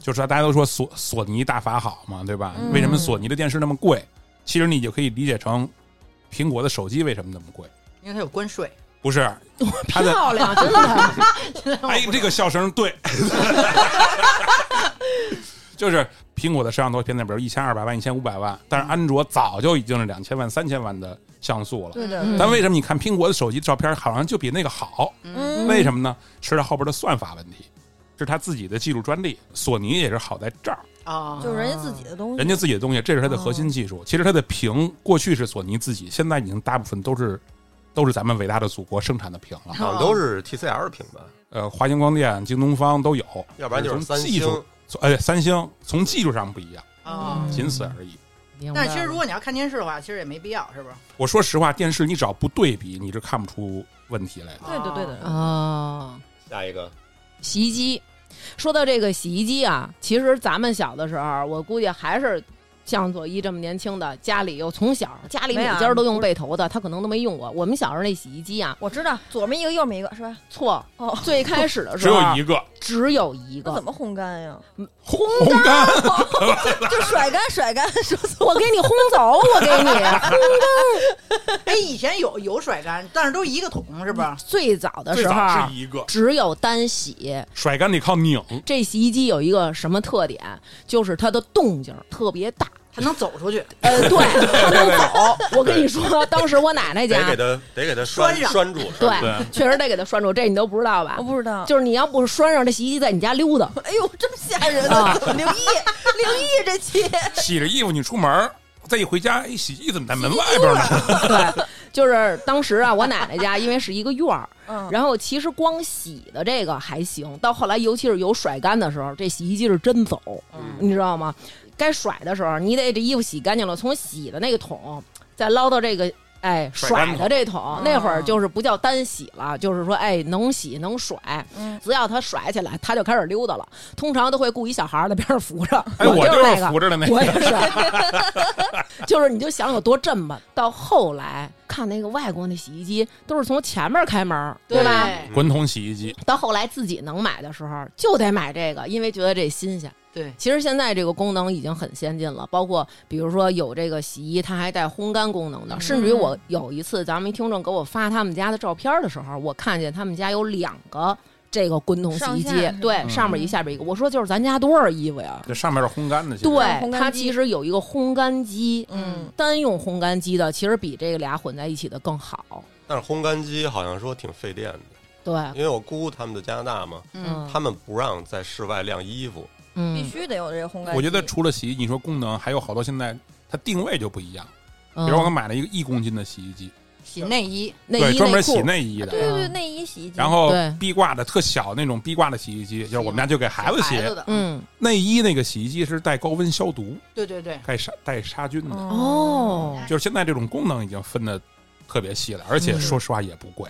D: 就是大家都说索索尼大法好嘛，对吧？
B: 嗯
D: 为什么索尼的电视那么贵？其实你就可以理解成苹果的手机为什么那么贵，
A: 因为它有关税。
D: 不是？它的
C: 漂
A: *laughs*
C: 亮，真的。
D: 哎，这个笑声对， *laughs* 就是苹果的摄像头现在比如一千二百万、一千五百万，但是安卓早就已经是两千万、三千万的像素了。
B: 对的，
C: 嗯
D: 但为什么你看苹果的手机照片好像就比那个好？
B: 嗯
D: 为什么呢？是它后边的算法问题，是它自己的技术专利。索尼也是好在这儿，
A: 啊，
B: 就是人家自己的东西，
D: 人家自己的东西，这是它的核心技术。其实它的屏过去是索尼自己，现在已经大部分都是都是咱们伟大的祖国生产的屏了。
E: 嗯
F: 好像都是 TCL 屏吧，
D: 呃，华星光电、京东方都有，
F: 要不然就是
D: 从
F: 三
D: 技
F: 星。
D: 术，从哎，三星从技术上不一样，
C: 嗯
A: 啊。
D: 仅此而已。
C: 明白
A: 但
C: 了
A: 其实如果你要看电视的话，其实也没必要，是不是？
D: 我说实话，电视你只要不对比，你是看不出问题来的。
B: 对
A: 哦
B: 的，对的，
C: 啊，
F: 下一
C: *laughs*
F: 个，
C: 洗衣机。说到这个洗衣机啊，其实咱们小的时候，我估计还是像左一这么年轻的，家里又从小家里每
B: 没有
C: 家都用背头的，他可能都没用过。我们小时候那洗衣机啊，
B: 我知道，左面一个，右面一个，是吧？
C: 错，
B: 哦，
C: 最开始的
D: 只
C: 时候啊
D: 有一个
C: *laughs* 只有一
B: 那
C: 个
B: 怎。么烘干呀？
D: 烘烘干，
B: 就甩干，甩干，说错
C: 我给你轰走，我给你。
A: 哎，以前有有甩干，但是都一个桶，是不是？
C: *laughs* 最早的
D: 最
C: 时候
D: 早
C: 啊
D: 是一个
C: 只有单洗，
D: 甩干得靠拧，
C: 这洗衣机有一个什么特点？就是它的动静儿特别大，
A: 他能走出去，
C: 呃，对，他能哦走。我跟你说，当时我奶奶 *laughs*
E: 得
C: 家
E: 给，他得给他
A: 拴
E: 拴
A: 上
E: 拴住，
C: 对
D: 对，
C: 确实得给他拴住，这你都不知道吧
B: 我？不知道，
C: 就是你要不拴上，这洗衣机在你家
B: *laughs*
C: 溜达。
B: 哎呦，这么吓人
C: 啊
B: 啊！灵异，灵异这期，
D: 洗着衣服你出门儿，再一回家，哎，洗衣服怎么在门外边呢？
C: 对，就是当时啊，我奶奶家因为是一个院儿，
B: 嗯，
C: 然后其实光洗的这个还行，到后来尤其是有甩干的时候，这洗衣机是真走，
B: 嗯
C: 你知道吗？该甩的时候，你得这衣服洗干净了，从洗的那个桶再捞到这个。哎，
D: 甩干
C: 甩
D: 桶
C: 的这
B: 嗯
C: 桶，那会儿就是不叫单洗了，就是说，哎，能洗能甩，
B: 嗯
C: 只要他甩起来，他就开始溜达了。通常都会雇一小孩儿在边上扶着，
D: 哎，我
C: 就是那
D: 是
C: 个，
D: 扶着的那
C: 我
D: 个，
C: 也是，就是你就想有多震吧。到后来看那个外国那洗衣机，都是从前面开门儿，对吧？
E: 嗯
D: 滚筒洗衣机，
C: 到后来自己能买的时候，就得买这个，因为觉得这新鲜。
A: 对，
C: 其实现在这个功能已经很先进了，包括比如说有这个洗衣，它还带烘干功能的。甚至于我有一次，咱们一听众给我发他们家的照片的时候，我看见他们家有两个这个滚筒洗衣
B: 上
C: 机
B: 下，
C: 对，上面一下边一个。我说就是咱家多少衣服呀？
D: 这上面是烘干的，其实
C: 对，
B: 烘干
C: 它
B: 机
C: 其实有一个烘干机，
B: 嗯，
C: 单用烘干机的其实比这个俩混在一起的更好。
E: 但是烘干机好像说挺费电的，
C: 对，
E: 因为我姑他们在加拿大嘛，
C: 嗯
E: 他们不让在室外晾衣服，
B: 必
C: 嗯，
B: 须得有这个烘干机。
D: 我觉得除了洗衣，你说功能还有好多，现在它定位就不一样。
C: 比
D: 比如我买了一个一公斤的洗衣机，
A: 洗内衣，
C: 嗯内
D: 对，
C: 衣
D: 专门
C: 裤
D: 洗内衣的。
B: 对对对，
C: 嗯
B: 内衣洗衣机。
D: 然后
C: 对
D: 壁挂的特小那种壁挂的洗衣机，就是我们家就给孩子洗
A: 孩子的，
C: 嗯
D: 内衣那个洗衣机是带高温消毒、
A: 对对对，
D: 带杀带杀菌
B: 嗯
D: 的，
C: 哦，
D: 就是现在这种功能已经分的特别细了，而且
C: 嗯
D: 说实话也不贵。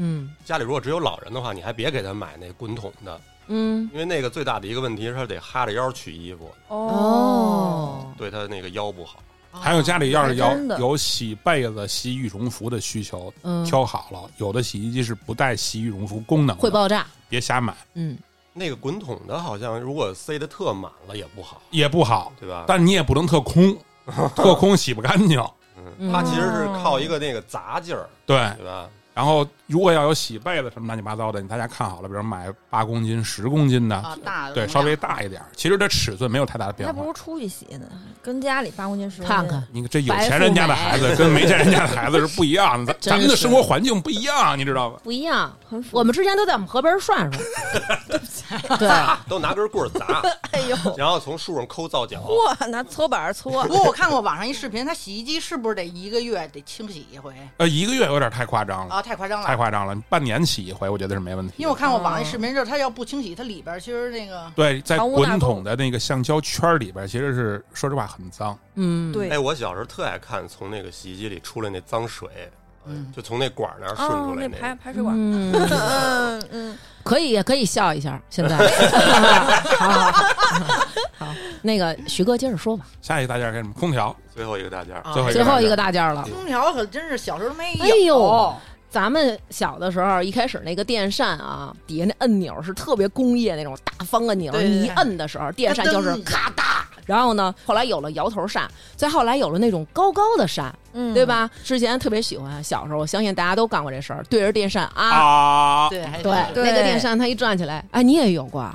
C: 嗯
E: 家里如果只有老人的话，你还别给他买那滚筒的，
C: 嗯
E: 因为那个最大的一个问题是他得哈着腰取衣服，
B: 哦，
E: 对他那个腰不好。
A: 哦啊
D: 还有家里要是有
B: 还真的
D: 有洗被子、洗羽绒服的需求，
C: 嗯，
D: 挑好了，有的洗衣机是不带洗羽绒服功能的，
C: 会爆炸，
D: 别瞎买，
C: 嗯
E: 那个滚筒的好像如果塞的特满了也不好，
D: 也不好，
E: 对吧？
D: 但你也不能特空，特空洗不干净。
E: 嗯，它其实是靠一个那个砸劲儿，
D: 对，
E: 对吧？
D: 然后如果要有洗被子什么乱七八糟的，你大家看好了，比如买八公斤、十公斤的，
A: 啊大的
D: 对，
A: 容量
D: 稍微大一点儿。其实这尺寸没有太大的
B: 还
D: 变
B: 不
D: 化
B: 如。出去洗呢，跟家里八公斤十公斤
C: 看看，
D: 你这有钱人家的孩子跟没钱人家的孩子是不一样的，
C: 真
D: 咱
C: 是
D: 咱们的生活环境不一样，你知道吗？
C: 不一样。
B: 很符合
C: 我们之前都在我们河边涮涮，
B: *laughs*
C: 对，
E: 都拿根棍儿砸，
B: 哎呦，
E: 然后从树上抠皂角，
B: 哇，拿搓板儿搓
A: 不，过我看过网上一视频，它洗衣机是不是得一个月得清洗一回
D: 呃，一个月有点太夸张了，
A: 啊？太夸张
D: 太
A: 了，
D: 夸张了，半年洗一回，我觉得是没问题的。
A: 因为我看过网上一
C: 哦
A: 视频，就是它要不清洗，它里边其实那个
D: 对，在
B: 藏污纳
D: 滚
B: 垢
D: 筒的那个橡胶圈儿里边，其实是说实话很脏。
C: 嗯，
B: 对
E: 哎，我小时候特爱看从那个洗衣机里出来那脏水，呃
A: 嗯
E: 就从那管儿那儿顺
B: 哦
E: 出，来
B: 那
E: 那
B: 排
E: 个。
B: 排水管，
C: *laughs* 嗯，
B: 嗯嗯，
C: 可以可以笑一下，
B: *laughs*
C: 现在，好好好好，那个徐哥接着
D: *laughs*
C: 说吧，
D: 下一个大件是什么？空调，
E: 最后一个大件儿，
A: 啊
D: 最后
C: 最后一个
D: 大
C: 大
D: 件
C: 件儿了。
A: 空调可真是小时候没有。
C: 哎呦咱们小的时候，一开始那个电扇啊，底下那按钮是特别工业那种大方按钮，
A: 对对对
C: 你一摁的时候，电扇就是咔嗒。然后呢，后来有了摇头扇，再后来有了那种高高的扇，
B: 嗯
C: 对？吧？之前特别喜欢，小时候我相信大家都干过这事儿，对着电扇啊。
D: 啊，
A: 对，还
C: 对，
B: 对
C: 那个电扇它一转起来，哎，你也有过啊？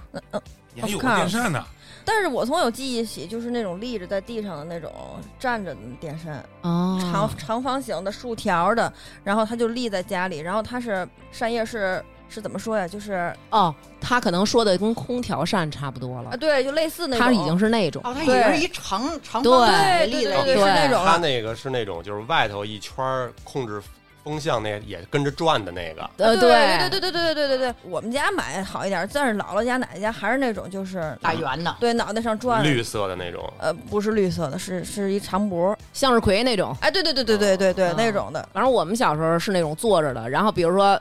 D: 你还有个电扇呢，
B: 但是我从小有记忆起，就是那种立着在地上的那种站着的电扇，
C: 哦
B: 长长方形的竖条的，然后它就立在家里，然后它是扇叶是是怎么说呀？就是啊，
C: 哦，他可能说的跟空调扇差不多了，
B: 对，就类似呃那种，
C: 它已经是那种，
A: 哦，它已经是一长长方
C: 对
A: 的
B: 对
A: 立
B: 对
A: 了
B: 对
A: 一
B: 对
A: 个
B: 是那种
E: 它
B: 了，
E: 那个是那种就是外头一圈儿控制风向那个也跟着转的那个，
C: 呃，
B: 对对对对对对对对对，我们家买好一点，但是姥姥家、奶奶家还是那种就是
A: 大圆的，
B: 对脑袋上转的，
E: 绿色的那种。
B: 呃，不是绿色的，是是一长脖，
C: 向日葵那种。
B: 哎，对对对对对对对
C: 哦，
B: 那种的，
C: 反正我们小时候是那种坐着的，然后比如说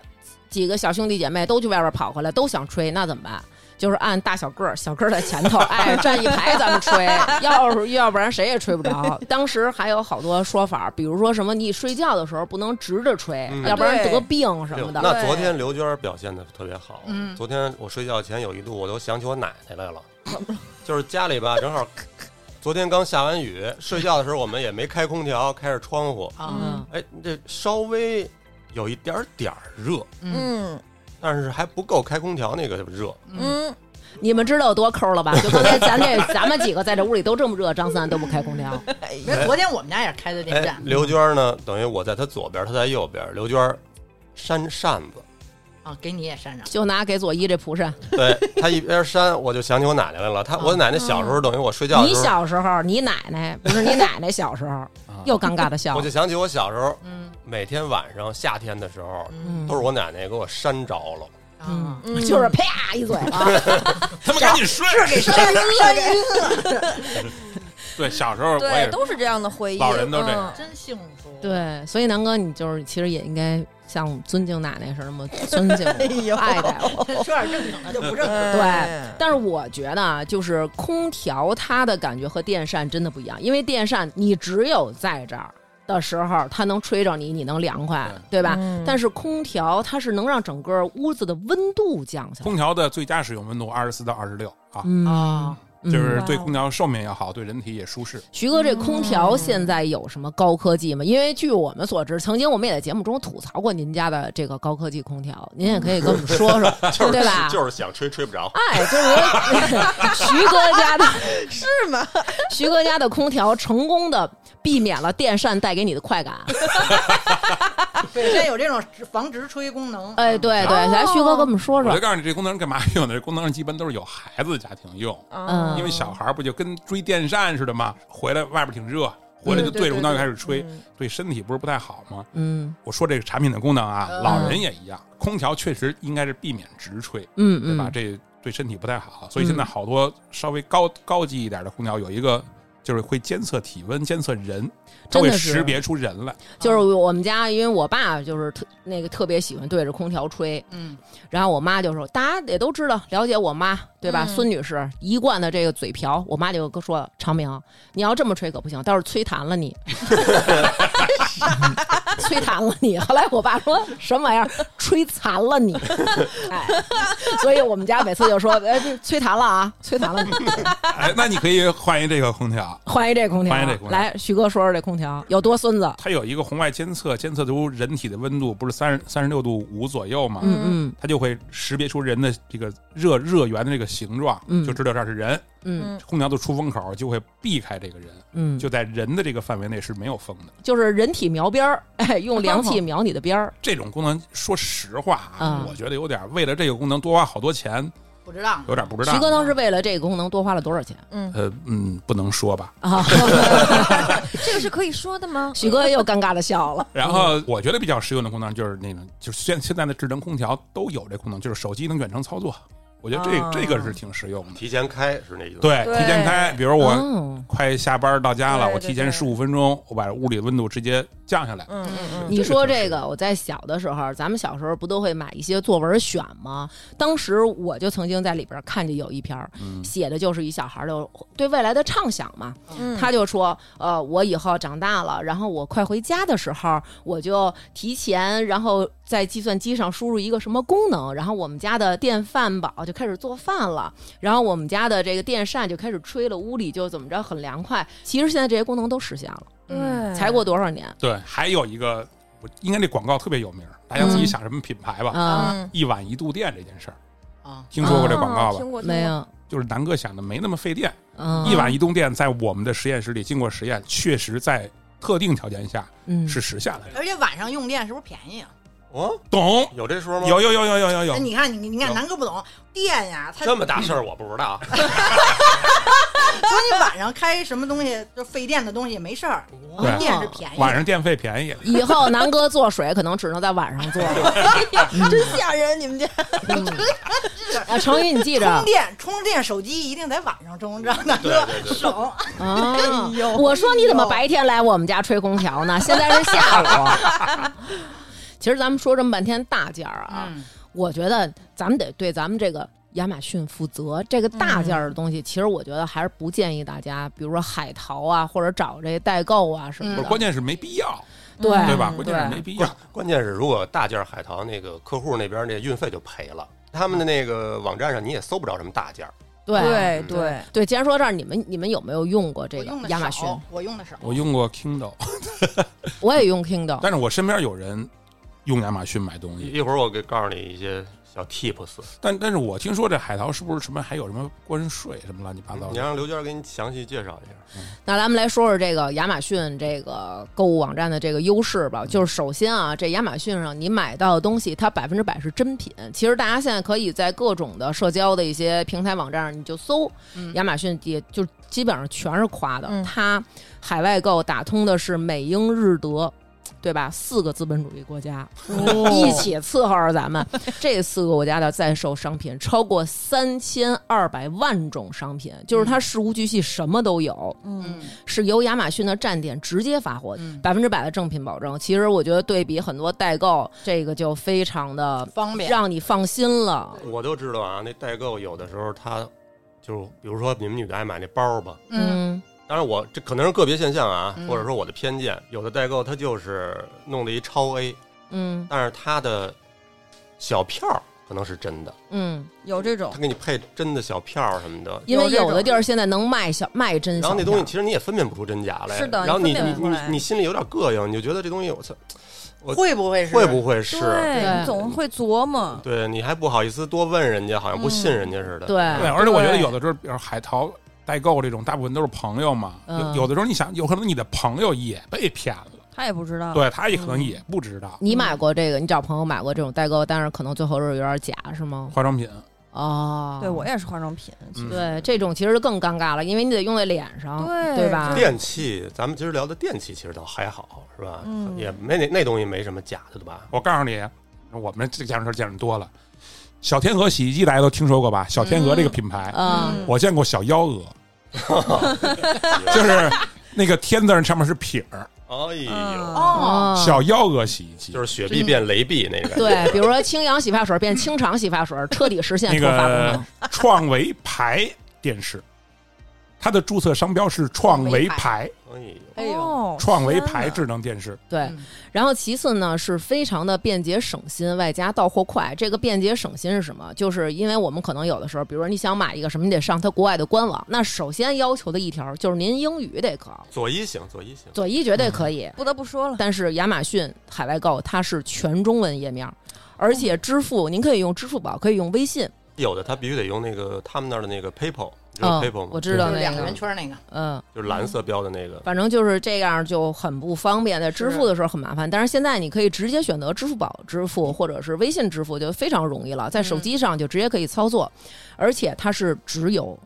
C: 几个小兄弟姐妹都去外边跑回来，都想吹，那怎么办？就是按大小个儿，小个儿在前头，哎，站一排咱们吹，要是要不然谁也吹不着。当时还有好多说法，比如说什么你睡觉的时候不能直着吹，
E: 嗯
C: 要不然
B: 对
C: 得病什么的。
E: 那昨天刘娟儿表现的特别好，
A: 嗯
E: 昨天我睡觉前有一度我都想起我奶奶来了，就是家里吧，正好昨天刚下完雨，睡觉的时候我们也没开空调，开着窗户，
A: 啊，
C: 嗯，
E: 哎，这稍微有一点儿点儿热，
A: 嗯
B: 嗯
E: 但是还不够开空调那个热，
B: 嗯，
C: 你们知道有多抠了吧？就刚才咱这咱们几个在这屋里都这么热，张三都不开空调，
A: 哎因为昨天我们家也开的电
E: 哎
A: 扇，
E: 刘娟呢？等于我在她左边，她在右边。刘娟扇扇子，
D: 哎
A: 啊，给你也扇上。
C: 就拿给左一这蒲扇。
E: 对她一边扇，我就想起我奶奶来了。她我奶奶小时候，等于我睡觉的
C: 哦你
E: 时候，
C: 小时候，你奶奶不是你奶奶小时候
D: 啊
C: 又尴尬的笑
E: 我就
C: 了，
E: 想起我小时候
A: 嗯
E: 每天晚上夏天的时候，
A: 嗯
C: 嗯
E: 都是我奶奶给我扇着了。
A: 啊，
B: 嗯
C: *laughs* 就是啪一嘴啊巴。
D: 他们赶紧睡。
A: 这给扇扇晕了，
D: *laughs* 对，小时候我也
B: 对，都是这样的回忆，
D: 老人都这样
B: 嗯
A: 真幸福。，
C: 对，所以南哥，你就是其实也应该像尊敬奶奶似的那么尊敬我、爱戴我。
A: 说点正经的就
D: *laughs*
A: 不正经。
B: 哎
C: *laughs* 但是我觉得啊，就是空调它的感觉和电扇真的不一样，因为电扇你只有在这儿的时候，它能吹着你，你能凉快，对吧？
B: 嗯
C: 但是空调它是能让整个屋子的温度降下来。
D: 空调的最佳使用温度二十四到二十六啊，
C: 嗯
A: 啊，
D: 就是
B: 哇
D: 对
B: 哦
D: 空调寿命也好，对人体也舒适。
C: 徐哥，这空调现在有什么高科技吗？因为据我们所知，曾经我们也在节目中吐槽过您家的这个高科技空调，您也可以跟我们说说，对吧？
E: 就是想吹吹不着。
C: 哎，就是我徐哥家的，是
B: 吗？
C: 徐哥家的空调成功的避免了电扇带给你的快感。
A: 对，现在有这种防直吹功能。啊
C: 哎，对对，来，徐哥跟我们说
D: 我
C: 说
D: 就，告诉你，这功能是干嘛用的？这功能基本都是有孩子的家庭用，
B: 啊
C: 哦
D: 因为小孩儿不就跟追电扇似的吗？回来外边挺热，回来就对着空调就开始吹，对身体不是不太好吗？
C: 嗯
D: 我说这个产品的功能啊，老人也一样。空调确实应该是避免直吹，
C: 嗯
D: 对吧？
C: 嗯，
D: 这对身体不太好，所以现在好多稍微高高级一点的空调有一个。就是会监测体温，监测人，它
C: 真
D: 会
C: 的是
D: 识别出人来。
C: 就是我们家，因为我爸就是特那个特别喜欢对着空调吹，
A: 嗯，
C: 然后我妈就说，大家也都知道，了解我妈对吧？孙女士一贯的这个嘴瓢，我妈就跟说了，长明，你要这么吹可不行，到时候吹弹了你， *laughs* 吹弹了你。后来我爸说什么玩意儿，吹残了你，哎，所以我们家每次就说，哎，这吹弹了啊，吹弹了你，
D: 哎，那你可以换一这个空调，
C: 欢迎这空调，啊
D: 欢迎这空调
C: 来，徐哥说说这空调有多孙子，
D: 它有一个红外监测，监测出人体的温度不是三十三十六度五左右嘛，
C: 嗯
D: 它就会识别出人的这个热热源的这个形状，
C: 嗯
D: 就知道这儿是人。
C: 嗯
D: 空调的出风口就会避开这个人，
C: 嗯嗯，
D: 就在人的这个范围内是没有风的。
C: 就是人体描边儿，哎，用凉气描你的边儿，
D: 这种功能，说实话啊
C: 嗯，
D: 我觉得有点为了这个功能多花好多钱，
A: 不知道。
D: 有点不值
C: 徐
D: 当。
C: 哥当时为了这个功能多花了多少钱？
D: 呃，嗯，不能说吧。
C: *laughs* 啊，
B: 这个是可以说的吗？
C: 许哥又尴尬的笑了。
D: 然后我觉得比较实用的功能就是那种，就是现现在的智能空调都有这功能，就是手机能远程操作。我觉得这、
B: 哦
D: 这个是挺实用的。
E: 提前开是那意思。，
D: 对，
B: 对
D: 提前开，比如我
C: 哦
D: 快下班到家了，
B: 对
D: 我
B: 对
D: 提前
B: 对
D: 十五分钟，我把屋里温度直接降下来。
B: 嗯嗯嗯，
C: 你说这个，我在小的时候，咱们小时候不都会买一些作文选吗？当时我就曾经在里边看见有一篇儿，
D: 嗯
C: 写的就是一小孩儿的对未来的畅想嘛。
B: 嗯
C: 他就说，呃，我以后长大了，然后我快回家的时候，我就提前，然后在计算机上输入一个什么功能，然后我们家的电饭煲就开始做饭了，然后我们家的这个电啊扇就开始吹了，屋里就怎么着很凉快。其实现在这些功能都实现了，
D: 嗯
B: 对，
C: 才过多少年
D: 对，还有一个，我应该这广告特别有名儿，大家自己想什么品牌吧。
C: 啊？
B: 嗯
D: 一碗一度电这件事儿，
A: 啊，
D: 听说过这广告
B: 哦
D: 吧？
B: 听过
C: 没？有，
D: 就是南哥想的没那么费电，
C: 嗯，
D: 一碗一度电在我们的实验室里经过实验，确实在特定条件下
C: 嗯
D: 是实现的。
A: 而且晚上用电是不是便宜啊？
E: 哦，
D: 懂？
E: 有这说吗？
D: 有有有有有有
A: 哎
D: 有，
A: 你看你你看
E: 有
A: 南哥不懂电呀，他
E: 这么大事儿，我不知道。啊
C: 哎
A: 所以晚上开什么东西就费电的东西也没事儿，
E: 哦
D: 对
A: 电是便宜的。
D: 晚上电费便宜，
C: 以后南哥做水可能只能在晚上做。 *laughs*
B: 真吓人！你们家
C: 啊，成宇你记着
A: 充，电充电手机一定得晚上充，让南
E: 对
A: 哥
E: 对对，
A: 爽。 *laughs*
C: 啊！
A: 哎
C: 我说你怎么白天来我们家吹空
A: *laughs*
C: 调呢？现在是下午。其实咱们说这么半天大件儿啊，
A: 嗯
C: 我觉得咱们得对咱们这个亚马逊负责。这个大件儿的东西，
A: 嗯
C: 其实我觉得还是不建议大家，比如说海淘啊，或者找这代购啊什么
A: 嗯
D: 不是
C: 的。
D: 关键是没必要，
C: 对
D: 对吧？
B: 嗯
D: 关键是
C: 对
D: 没必要。
E: 关键是如果大件儿海淘那个客户那边那运费就赔了，他们的那个网站上你也搜不着什么大件儿。
C: 对
B: 对对，
C: 对，既然说到这儿，你们你们有没有用过这
A: 我
C: 个
A: 用的
C: 亚马逊？
A: 少，我用的少。
D: 我用过 Kindle，
C: 我也用 Kindle，
D: 但是我身边有人用亚马逊买东西，
E: 一一会儿我给告诉你一些小 tips。
D: 但但是我听说这海淘是不是什么还有什么关税什么乱七八糟
E: 你
D: 的？
E: 让刘娟给你详细介绍一下。
C: 那咱们来说说这个亚马逊这个购物网站的这个优势吧。就是首先啊，这亚马逊上你买到的东西，它百分之百是真品。其实大家现在可以在各种的社交的一些平台网站上，你就搜
A: 嗯
C: 亚马逊，也就基本上全是夸的。
B: 嗯
C: 它海外购打通的是美英日德。对吧？四个资本主义国家、一起伺候着咱们，这四个国家的在售商品超过三千二百万种商品，就是它事无巨细，什么都有。
B: 嗯，
A: 嗯
C: 是由亚马逊的站点直接发货，
A: 嗯，
C: 百分之百的正品保证。其实我觉得对比很多代购，这个就非常的
A: 方便。
C: 让你放心了。
E: 我都知道啊，那代购有的时候他就是，比如说你们女的爱买那包吧，
A: 嗯，
E: 当然我这可能是个别现象啊，
A: 嗯
E: 或者说我的偏见，有的代购他就是弄了一超 A，
C: 嗯
E: 但是他的小票儿可能是真的，
C: 嗯，
B: 有这种
E: 他给你配真的小票儿什么的。
C: 因为
B: 有这种
C: 有的地儿现在能卖小卖真
E: 然后
C: 小
E: 那东西
C: 票，
E: 其实你也分辨不出真假来，
B: 是的
E: 然后你
B: 你分辨不出
E: 你你
B: 来
E: 你心里有点膈应，你就觉得这东西我操，我
A: 会不会是
E: 会不会是？
B: 对
C: 对
B: 你总会琢磨，
E: 对你还不好意思多问人家，好像不信人家似的。
C: 嗯对，
D: 对，而且我觉得有的时候，比如海淘代购这种，大部分都是朋友嘛。
C: 嗯
D: 有有的时候你想，有可能你的朋友也被骗了，
B: 他也不知道。
D: 对他也可能也不知道
C: 你买过这个，你找朋友买过这种代购，但是可能最后是有点假，是吗？
D: 化妆品。
C: 哦，
B: 对我也是化妆品，
D: 嗯
B: 其实
C: 对这种其实更尴尬了，因为你得用在脸上，
B: 对
C: 对吧？
E: 电器，咱们今儿聊的电器其实倒还好，是吧？
B: 嗯
E: 也没那那东西没什么假的吧？
D: 我告诉你，我们这家人事儿见的多了。小天鹅洗衣机大家都听说过吧？小天鹅这个品牌，
C: 啊，
B: 嗯
D: 我见过小幺蛾，就是那个天字儿上面是撇儿，
E: 哎呦，
B: 嗯
A: 哦，
C: 哦
D: 小幺蛾洗衣机
E: 就是雪碧变雷碧那个。
C: 对，比如说清扬洗发水变清肠洗发水，彻底实现
D: 那
C: 脱发功能
D: 个。创维牌电视，它的注册商标是创维牌，
E: 哎
A: 哎
E: 呦，
A: 呦，
B: 哦，
D: 创维
B: 天
D: 牌
B: 哪
D: 智能电视。
C: 对，
A: 嗯
C: 然后其次呢是非常的便捷省心，外加到货快。这个便捷省心是什么？就是因为我们可能有的时候，比如说你想买一个什么，你得上它国外的官网。那首先要求的一条就是您英语得好，
E: 左一行，左一行，
C: 左一绝对可以。
A: 嗯
B: 不得不说了，
C: 但是亚马逊海外购它是全中文页面，而且支付您可以用支付宝，可以用微信。
E: 有的他必须得用那个他们那儿的那个 PayPal，你知道
C: 嗯
E: PayPal，吗？
C: 我知道
A: 就是
C: 那
A: 两个圆圈那个，
C: 嗯。
E: 就是蓝色标的那个。
C: 反正就是这样就很不方便，在支付的时候很麻烦。但是现在你可以直接选择支付宝支付或者是微信支付，就非常容易了，在手机上就直接可以操作，而且它是直邮。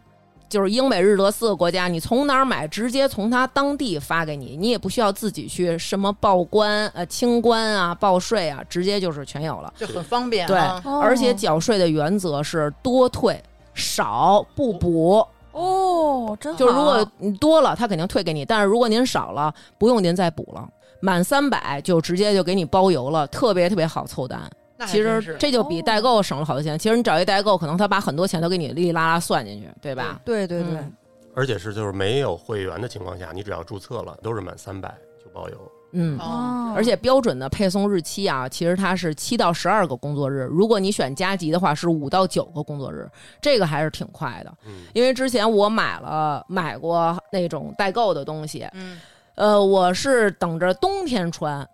C: 就是英美日德四个国家，你从哪儿买，直接从它当地发给你，你也不需要自己去什么报关、呃清关啊、报税啊，直接就是全有了。
A: 就很方便
C: 对
A: 啊。
B: 哦
C: 而且缴税的原则是多退少不补。
B: 哦，真好
C: 就是如果你多了，他肯定退给你；但是如果您少了，不用您再补了，满三百就直接就给你包邮了，特别特别好凑单。
A: 那还
C: 其
A: 真
C: 实
A: 是哦
C: 这就比代购省了好多钱。其实你找一代购，可能他把很多钱都给你哩哩啦啦算进去，对吧？
B: 对对对，
C: 嗯
E: 而且是就是没有会员的情况下，你只要注册了，都是满三百就包邮。
C: 嗯。
A: 哦，
C: 而且标准的配送日期啊，其实它是七到十二个工作日。如果你选加急的话，是五到九个工作日，这个还是挺快的。
E: 嗯，
C: 因为之前我买了买过那种代购的东西，
A: 嗯，
C: 呃，我是等着冬天穿，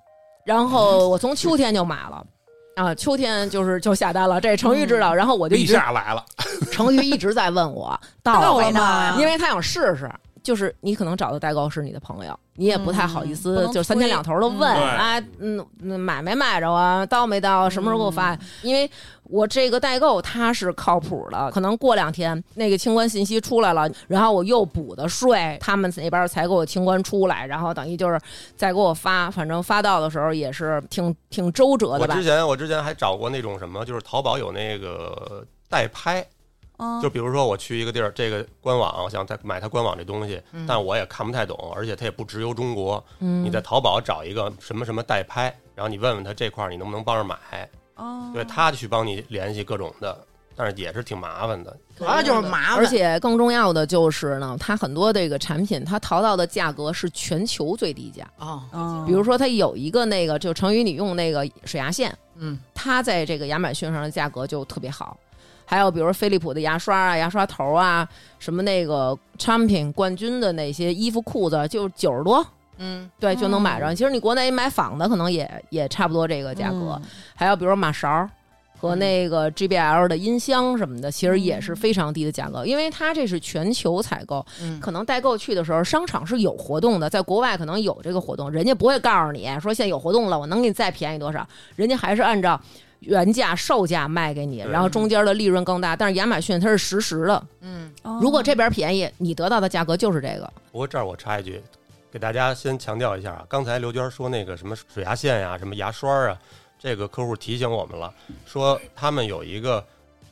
C: 然后我从秋天就买了。啊，秋天就是就下单了，这成语知道。然后我就一
D: 立
C: 直，
D: 夏来了，
C: 成语一直在问我
A: 到
C: 到
A: 了
C: 了
A: 吗
B: 啊
C: 吗？因为他想试试，就是你可能找的代购是你的朋友，你也不太好
B: 嗯
C: 意
B: 不
C: 思，
B: 能
C: 就三天两头的问，
D: 嗯
C: 啊，嗯，嗯买没买着啊？到没到？什么时候给我发？因为我这个代购它是靠谱的，可能过两天那个清关信息出来了，然后我又补的税，他们那边才给我清关出来，然后等于就是再给我发，反正发到的时候也是挺挺周折
E: 我
C: 的吧
E: 之。前我之前还找过那种什么，就是淘宝有那个代拍，
B: 嗯
E: 就比如说我去一个地儿，这个官网我想再买它官网这东西，
A: 嗯
E: 但我也看不太懂，而且它也不直邮中国。
C: 嗯
E: 你在淘宝找一个什么什么代拍，然后你问问他这块儿你能不能帮着买，
B: 哦
E: 对他去帮你联系各种的，但是也是挺麻烦的。
A: 主要啊就是麻烦，
C: 而且更重要的就是呢，它很多这个产品，它淘到的价格是全球最低价。
A: 哦，
B: 嗯
C: 比如说，它有一个那个，就成宇你用那个水牙线，
A: 嗯，
C: 它在这个亚马逊上的价格就特别好。还有比如说飞利浦的牙刷啊、牙刷头啊，什么那个 Champion 冠军的那些衣服、裤子，就九十多，
A: 嗯，
C: 对，就能
B: 嗯
C: 买着。其实你国内买仿的可能也也差不多这个价格。还有比如马勺，和那个 JBL 的音箱什么的，其实也是非常低的价格，因为它这是全球采购，
A: 嗯
C: 可能代购去的时候商场是有活动的，在国外可能有这个活动，人家不会告诉你说现在有活动了，我能给你再便宜多少，人家还是按照。原价售价卖给你，然后中间的利润更大。但是亚马逊它是实时的，
A: 嗯，
B: 哦
C: 如果这边便宜，你得到的价格就是这个。
E: 不过这儿我插一句，给大家先强调一下啊，刚才刘娟说那个什么水牙线呀、什么牙刷啊，这个客户提醒我们了，说他们有一个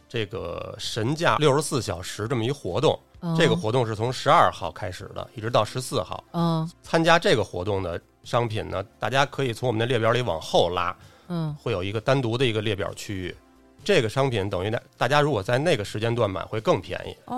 E: 这个神价六十四小时这么一活动，
C: 哦
E: 这个活动是从十二号开始的，一直到十四号。
C: 嗯
E: 参加这个活动的商品呢，大家可以从我们的列表里往后拉，
C: 嗯
E: 会有一个单独的一个列表区域。这个商品等于大大家如果在那个时间段买会更便宜，
C: 哦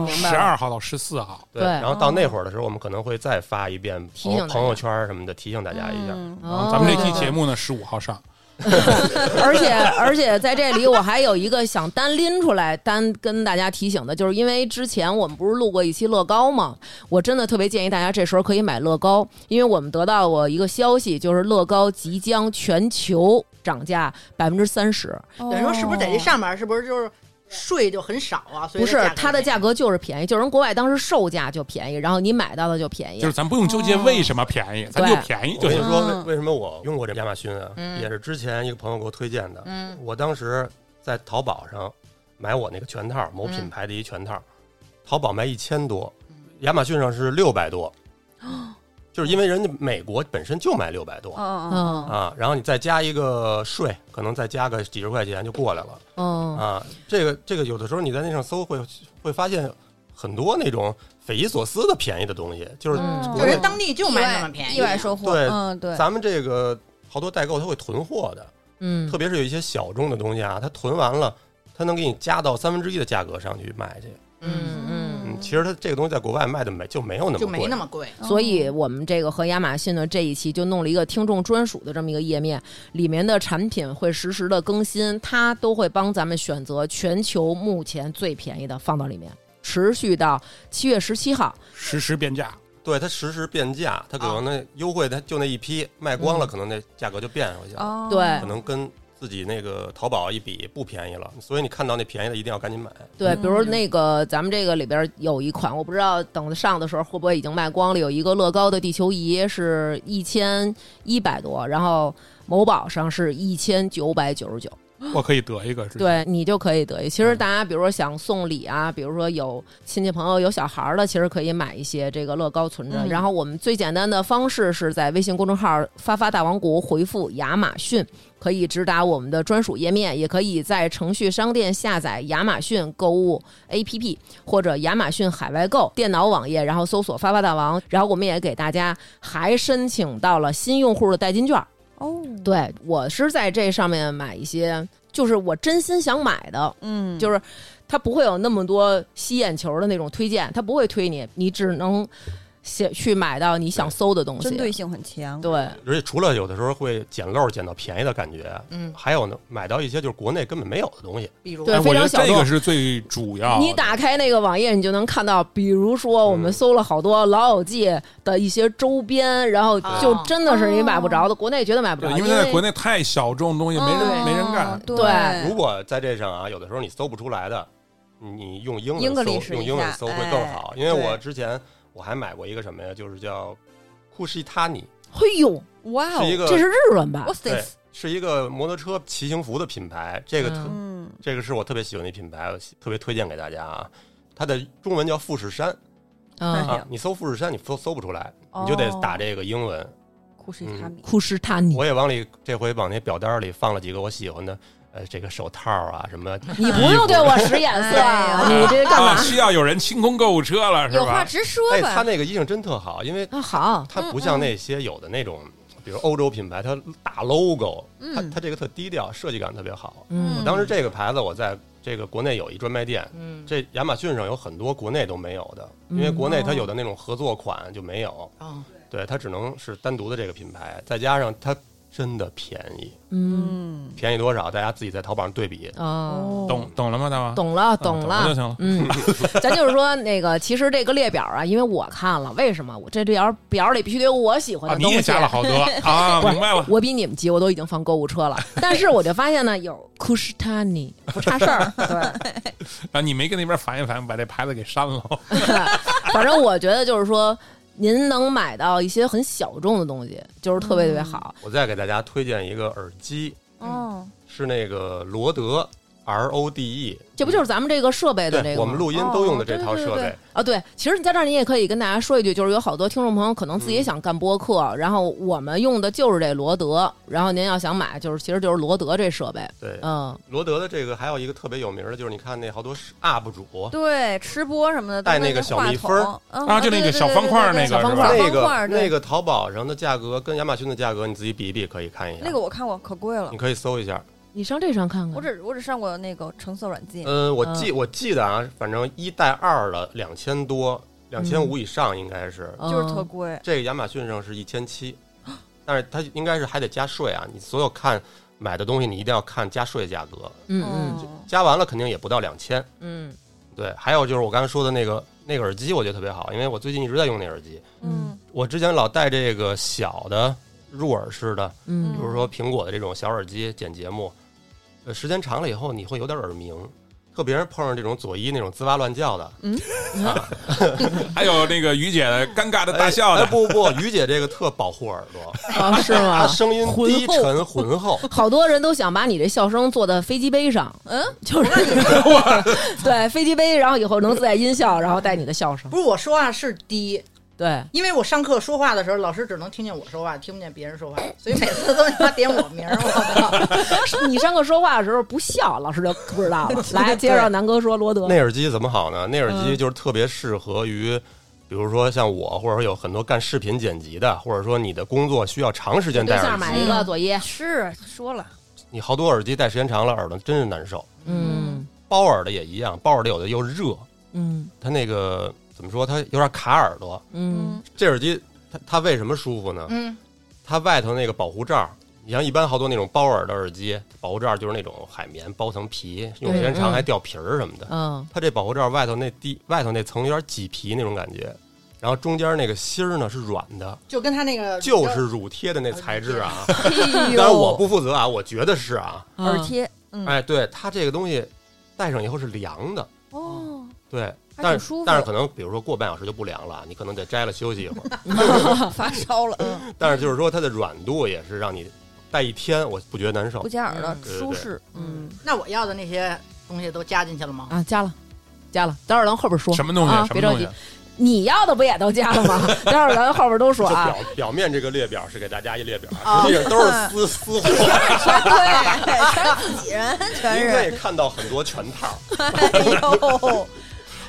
B: 哦，
C: 明
D: 十二号到十四号，
C: 对哦
E: 然后到那会儿的时候，我们可能会再发一遍
C: 提醒
E: 朋
C: 大
E: 友
C: 家
E: 朋友圈儿什么的，提醒大家一下。
B: 嗯
C: 然后
D: 啊咱们这期节目呢十五号上，
C: *laughs* 而且而且在这里，我还有一个想单拎出来单跟大家提醒的，就是因为之前我们不是录过一期乐高吗？我真的特别建议大家这时候可以买乐高，因为我们得到过一个消息，就是乐高即将全球涨价百分之三十，
B: 等
A: 等于说是不是在这？上面是不是就是税就很少啊？所以
C: 哦不是
A: 它
C: 它的价格就是便宜，就是人国外当时售价就便宜，然后你买到的就便宜
D: 就是。咱不用纠结为什么便宜，
C: 哦
D: 咱就便宜
E: 我
D: 就
E: 跟你
D: 行。
E: 说，
B: 嗯
E: 为为什么我用过这亚马逊啊？
A: 嗯
E: 也是之前一个朋友给我推荐的。
A: 嗯
E: 我当时在淘宝上买我那个全套，
A: 嗯
E: 某品牌的一全套，淘宝卖一千多，亚马逊上是六百多，
A: 哦
E: 就是因为人家美国本身就卖六百多、
B: 嗯
A: 哦
C: 嗯
E: 啊，然后你再加一个税，可能再加个几十块钱就过来了、
A: 哦
C: 嗯，
E: 啊。这个这个有的时候你在那上搜会会发现很多那种匪夷所思的便宜的东西，就是
C: 嗯
A: 就
E: 国内
A: 是当地就卖那么便宜，
B: 意外收获，
E: 对
B: 嗯对，
E: 咱们这个好多代购他会囤货的，
C: 嗯
E: 特别是有一些小众的东西啊，它囤完了，它能给你加到三分之一的价格上去卖去。
A: 嗯，
C: 嗯
E: 嗯，其实它这个东西在国外卖的没就没有那么
A: 就没
E: 贵
A: 那么贵。
B: 嗯
C: 所
B: 哦
C: 以我们这个和亚马逊的这一期就弄了一个听众专属的这么一个页面，里面的产品会实时的更新，它都会帮咱们选择全球目前最便宜的放到里面，持续到七月十七号。
D: 实时变价，
E: 对，它实时变价，它可能那
A: 哦
E: 优惠它就那一批卖光
A: 嗯
E: 了，可能那价格就变回去了，
B: 哦
C: 对
E: 可能跟自己那个淘宝一比不便宜了，所以你看到那便宜的一定要赶紧买。
C: 对，
B: 嗯
C: 比如那个咱们这个里边有一款，我不知道等上的时候会不会已经卖光了，有一个乐高的地球仪是一千一百多，然后某宝上是一千九百九十九。
D: 我可以得一个。，哎
C: 对你就可以得益。其实大家比如说想送礼啊，比如说有亲戚朋友有小孩儿的，其实可以买一些这个乐高存着。
A: 嗯
C: 然后我们最简单的方式是在微信公众号“发发大王国”回复“亚马逊”，可以直达我们的专属页面，也可以在程序商店下载亚马逊购物 APP 或者亚马逊海外购电脑网页，然后搜索“发发大王”。然后我们也给大家还申请到了新用户的代金券。
B: 哦，
C: 对我是在这上面买一些，就是我真心想买的，
B: 嗯，
C: 就是它不会有那么多吸眼球的那种推荐，它不会推你，你只能写去买到你想搜的东西。
B: 针对性很强，
C: 对
E: 而且除了有的时候会捡漏捡到便宜的感觉，
A: 嗯，
E: 还有呢，买到一些就是国内根本没有的东西。
A: 比如
C: 对
D: 哎，我觉
C: 非常
D: 得
C: 小众
D: 这个是最主要的。
C: 你打开那个网页，你就能看到，比如说我们搜了好多《老友记》的一些周边，然后
B: 啊
C: 就真的是你买不着的，国内绝对买不
D: 对
C: 着，，
D: 因为
C: 为嗯
D: 它在国内太小众，东西没人没人干。
B: 哦对
C: 对
E: 如果在这上啊，有的时候你搜不出来的，你用英文搜，
B: English
E: 用
B: 一
E: 英文
B: 下哎
E: 搜会更好。因为
B: 对
E: 我之前我还买过一个什么呀，就是叫库西塔尼，
C: 嘿呦，
B: 哇
E: 是一
B: 哦
E: 个
C: 这是日文吧？
B: ，What's
E: 对
B: this？，
E: 是一个摩托车骑行服的品牌。这个特、
C: 嗯
B: 嗯，
E: 这个是我特别喜欢的一品牌，我特别推荐给大家啊。它的中文叫富士山
B: 哎
C: 嗯，
B: 呀
E: 啊，你搜富士山你搜搜不出来，你就得
B: 哦
E: 打这个英文。
B: 库什塔米，
C: 库什塔尼，
E: *laughs* 我也往里这回往那表单里放了几个我喜欢的，呃，这个手套啊什么。
C: 你不用对我使眼色，
B: 哎
C: 你这干
D: 啊，
C: 嘛？
D: 需要有人清空购物车了，是
B: 有话
D: 吧？
B: 直说
E: 哎，它
B: 吧，
E: 那个衣裳真特好，因为
C: 啊，好，
E: 它不像那些有的那种，比如欧洲品牌，它大 logo，它
B: 嗯
E: 它这个特低调，设计感特别好。
C: 嗯
B: 嗯
E: 当时这个牌子我在这个国内有一专卖店，
A: 嗯
E: 这亚马逊上有很多国内都没有的，
C: 嗯
E: 因为国内它有的那种合作款就没有，
A: 哦
E: 对，它只能是单独的这个品牌，再加上它真的便宜，
C: 嗯
B: 嗯，
E: 便宜多少？大家自己在淘宝上对比。
C: 哦，
D: 懂懂了吗，大王？
C: 懂了，懂
D: 懂
C: 了，
D: 了就行了
C: 嗯，咱就是说，那个其实这个列表啊，因为我看了，为什么我这表表里必须得有我喜欢
D: 啊，
C: 的
D: 你
C: 东
D: 也
C: 西？
D: 加了
C: *laughs*
D: 好多啊，
C: 不是
D: 明白了。
C: 我比你们急，我都已经放购物车了。但是我就发现呢，有库什塔尼不差事儿，对，
D: 啊，你没跟那边反映反映，把这牌子给删了。
C: *laughs* 反正我觉得就是说，您能买到一些很小众的东西，就是特别特别好。
E: 我再给大家推荐一个耳机，
B: 哦，
E: 是那个罗德 R O D E，
C: 这不就是咱们这个设备的这
E: 对
C: 个
E: 我们录音都用的这套
C: 哦对对对
E: 设备
C: 对。啊？对，其实你在这儿你也可以跟大家说一句，就是有好多听众朋友可能自己也想干播客，然后我们用的就是这罗德，然后您要想买，就是其实就是罗德这设备，
E: 对，
C: 嗯，
E: 罗德的这个还有一个特别有名的，就是你看那好多是 UP 主，
B: 对，吃播什么的，
E: 带那个
B: 个
E: 小蜜蜂儿
B: 啊
D: 啊就那个小方块儿那个
C: 小方
D: 是
C: 块
B: 吧
C: 儿
E: 那
B: 方块
E: 个
B: 儿对
E: 那个淘宝上的价格跟亚马逊的价格，你自己比一比，可以看一下。
B: 那个我看过，可贵了
E: 你。可以搜一下。
C: 你上这上看看，
B: 我只我只上过那个橙色软件，
E: 嗯，我记我记得啊，反正一带二的两千多，两千
B: 嗯
E: 五以上应该是。
C: 嗯
B: 就是特贵。
E: 这个亚马逊上是一千七，
B: 啊
E: 但是它应该是还得加税啊。你所有看买的东西，你一定要看加税价格，
C: 嗯嗯
B: 嗯，
E: 加完了肯定也不到两千。
C: 嗯
E: 对，还有就是我刚才说的那个那个耳机，我觉得特别好，因为我最近一直在用那耳机。
B: 嗯
E: 我之前老戴这个小的入耳式的，比
C: 嗯
E: 如说苹果的这种小耳机剪节目，呃，时间长了以后你会有点耳鸣，特别是碰上这种左一那种滋哇乱叫的，
C: 嗯 *laughs*
D: 还有那个于姐的尴尬的大笑
E: 哎
D: 的
C: 呃
E: 哎，不不，于姐这个特保护耳
C: *laughs*
E: 朵，
C: 啊是
E: 她
C: 吗？
E: 声音低沉浑厚，
C: *laughs* 好多人都想把你这笑声做到飞机杯上，嗯，就是 *laughs* 对飞机杯，然后以后能自带音效，然后带你的笑声，
A: 不是我说话是低，
C: 对，
A: 因为我上课说话的时候，老师只能听见我说话，听不见别人说话，所以每次都他妈点我名儿。
C: *laughs*
A: 我操！
C: 你上课说话的时候不笑，老师就不知 *laughs* 道了。来，接着南哥说罗德
E: 那，耳机怎么好呢？那耳
C: 嗯
E: 机就是特别适合于，比如说像我，或者说有很多干视频剪辑的，或者说你的工作需要长时间
C: 对
E: 戴耳
C: 象
E: 机，
C: 买一个左一，
B: 嗯是说了，
E: 你好多耳机戴时间长了，耳朵真是难受。
C: 嗯
E: 包耳的也一样，包耳的有的又热，
C: 嗯
E: 它那个怎么说？它有点卡耳朵。
C: 嗯，
E: 这耳机它它为什么舒服呢？
A: 嗯，
E: 它外头那个保护罩，你像一般好多那种包耳的耳机，保护罩就是那种海绵包层皮，用时间长还掉皮儿什么的。
C: 嗯
E: 它这保护罩外头那地外头那层有点麂皮那种感觉，然后中间那个芯儿呢是软的，
A: 就跟他那个
E: 就是乳贴的那材质啊。
B: 哎
E: 当然我不负责啊，我觉得是啊。
B: 耳
C: 哦
B: 贴，嗯，
E: 哎，对它这个东西戴上以后是凉的，
B: 哦，
E: 对，
B: 还
E: 但
B: 挺
E: 是
B: 舒服
E: 但是可能比如说过半小时就不凉了，你可能得摘了休息一会儿。
B: 哦发烧了，嗯，
E: 但是就是说它的软度也是让你戴一天，我不觉得难受
B: 不。加耳
C: 嗯
B: 朵
E: 对对
B: 舒适，嗯， *laughs*
A: 那我要的那些东西都加进去了吗？
C: 啊，加了。加了，待会儿咱后边说
D: 什么东西？
C: 啊
D: 什
C: 别
D: 么
C: 着
D: 东
C: 急
D: 西？，
C: 你要的不也都加了吗？
D: *laughs*
C: 待会儿咱后边都说
E: 就
C: 啊
E: 表。表面这个列表是给大家一列表，
A: 哦
E: 实际上都是私私货。
B: 对，全是自己人，全
E: 您可以
B: 是，
E: 看到很多全套，
B: 哎呦，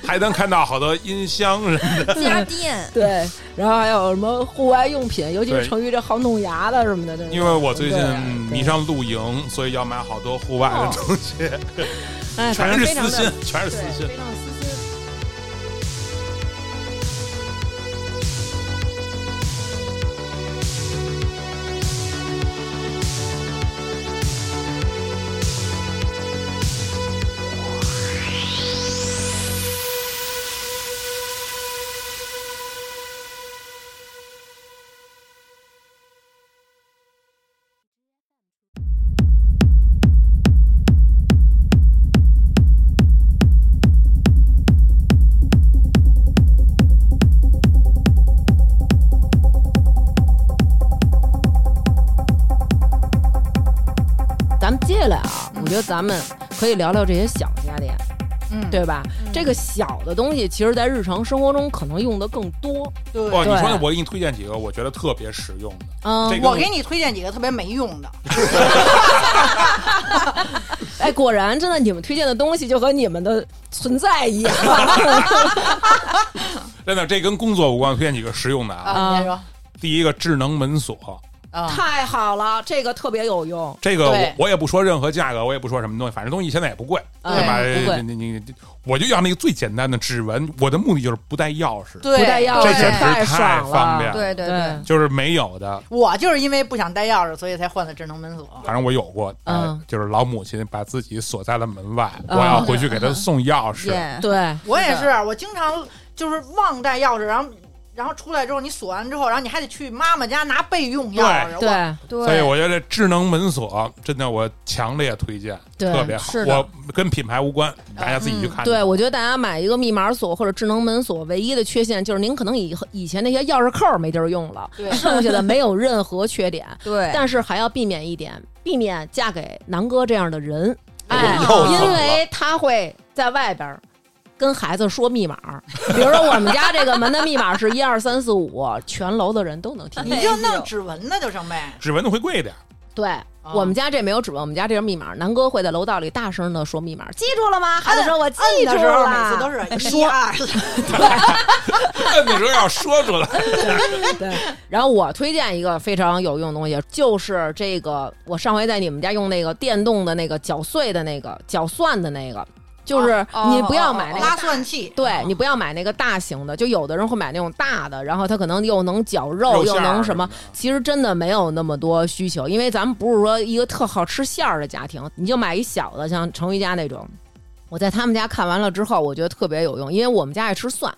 D: 还能看到好多音箱什么的。
B: 家电，
C: 对，然后还有什么户外用品，尤其是
D: 对
C: 成昱这好弄牙的什么的。这种
D: 因为我最近
C: 对啊
D: 迷上露营，所以要买好多户外的东西，
C: 哎，反正
D: *laughs* 全是
C: 非常
D: 私
C: 的
D: 心，全是私
C: *laughs* 对，
D: 心。
C: 非常私心。咱们接下来啊，我觉得咱们可以聊聊这些小家电，
A: 嗯，
C: 对吧？这个小的东西，其实在日常生活中可能用的更多。
A: 对
D: 哇，你说
C: 对
D: 那我给你推荐几个，我觉得特别实用的。
C: 嗯，
D: 这个
A: 我给你推荐几个特别没用的，
C: 哎，果然真的，你们推荐的东西就和你们的存在一样。
D: 真的，这跟工作无关，推荐几个实用的啊。
C: 啊
A: 你先说。
D: 第一个智能门锁，
A: 啊，
C: 太好了，这个特别有用，
D: 这个我
A: 对
D: 我也不说任何价格，我也不说什么东西，反正东西现在也不贵，对吧？
C: 哎不贵
D: 你你你，我就要那个最简单的指纹，我的目的就是不带钥匙，
A: 对
C: 不带钥匙
D: 这简直
C: 太
D: 太
C: 爽
D: 方
C: 了，
D: 便了
B: 对对对，
D: 就是没有的。
A: 我就是因为不想带钥匙，所以才换的智能门锁。
D: 反正我有过，
C: 嗯
D: 哎就是老母亲把自己锁在了门外，
C: 嗯
D: 我要回去给她送钥匙。
B: 耶，
C: 对，
A: 我也
B: 是
A: 是，我经常就是忘带钥匙，然后然后出来之后你锁完之后，然后你还得去妈妈家拿备用钥匙。我，
C: 对，
B: 对，
D: 所以我觉得智能门锁真的我强烈推荐，
C: 对嗯
D: 特别好
B: 是。的
D: 我跟品牌无关，大家自己去看。
C: 对，我觉得大家买一个密码锁或者智能门锁，唯一的缺陷就是您可能以后以前那些钥匙扣儿没地儿用了，
A: 对
C: 剩下的没有任何缺点，
B: 对，
C: 但是还要避免一点，避免嫁给南哥这样的人，哎，
F: 又
B: 怎么了
C: 因为他会在外边儿跟孩子说密码，比如说我们家这个门的密码是一二三四五，全楼的人都能听见。
A: 你就弄指纹的就成呗。
D: 指纹的会贵一点， *laughs*
C: 对、
A: 啊
C: 我们家这没有指纹，我们家这是密码，南哥会在楼道里大声的说密码，记住了吗？孩子说我记
A: 摁
C: 住
A: 的时
C: 了，
A: 候每次都
B: 哎
A: 是一二三，
D: 摁的时候要说出
C: *laughs*
D: 来。
C: 对，然后我推荐一个非常有用的东西，就是这个我上回在你们家用那个电动的那个搅碎的那个搅蒜的那个，就是
B: 哦
C: 你不要买那个。
A: 拉蒜器。
C: 对你不要买那个大型的，就有的人会买那种大的，然后它可能又能绞肉，
D: 肉馅
C: 又
D: 儿
C: 能
D: 什
C: 什
D: 么
C: 么
D: 的，
C: 其实真的没有那么多需求，因为咱们不是说一个特好吃馅儿的家庭，你就买一小的，像程昱家那种。我在他们家看完了之后，我觉得特别有用，因为我们家爱吃蒜，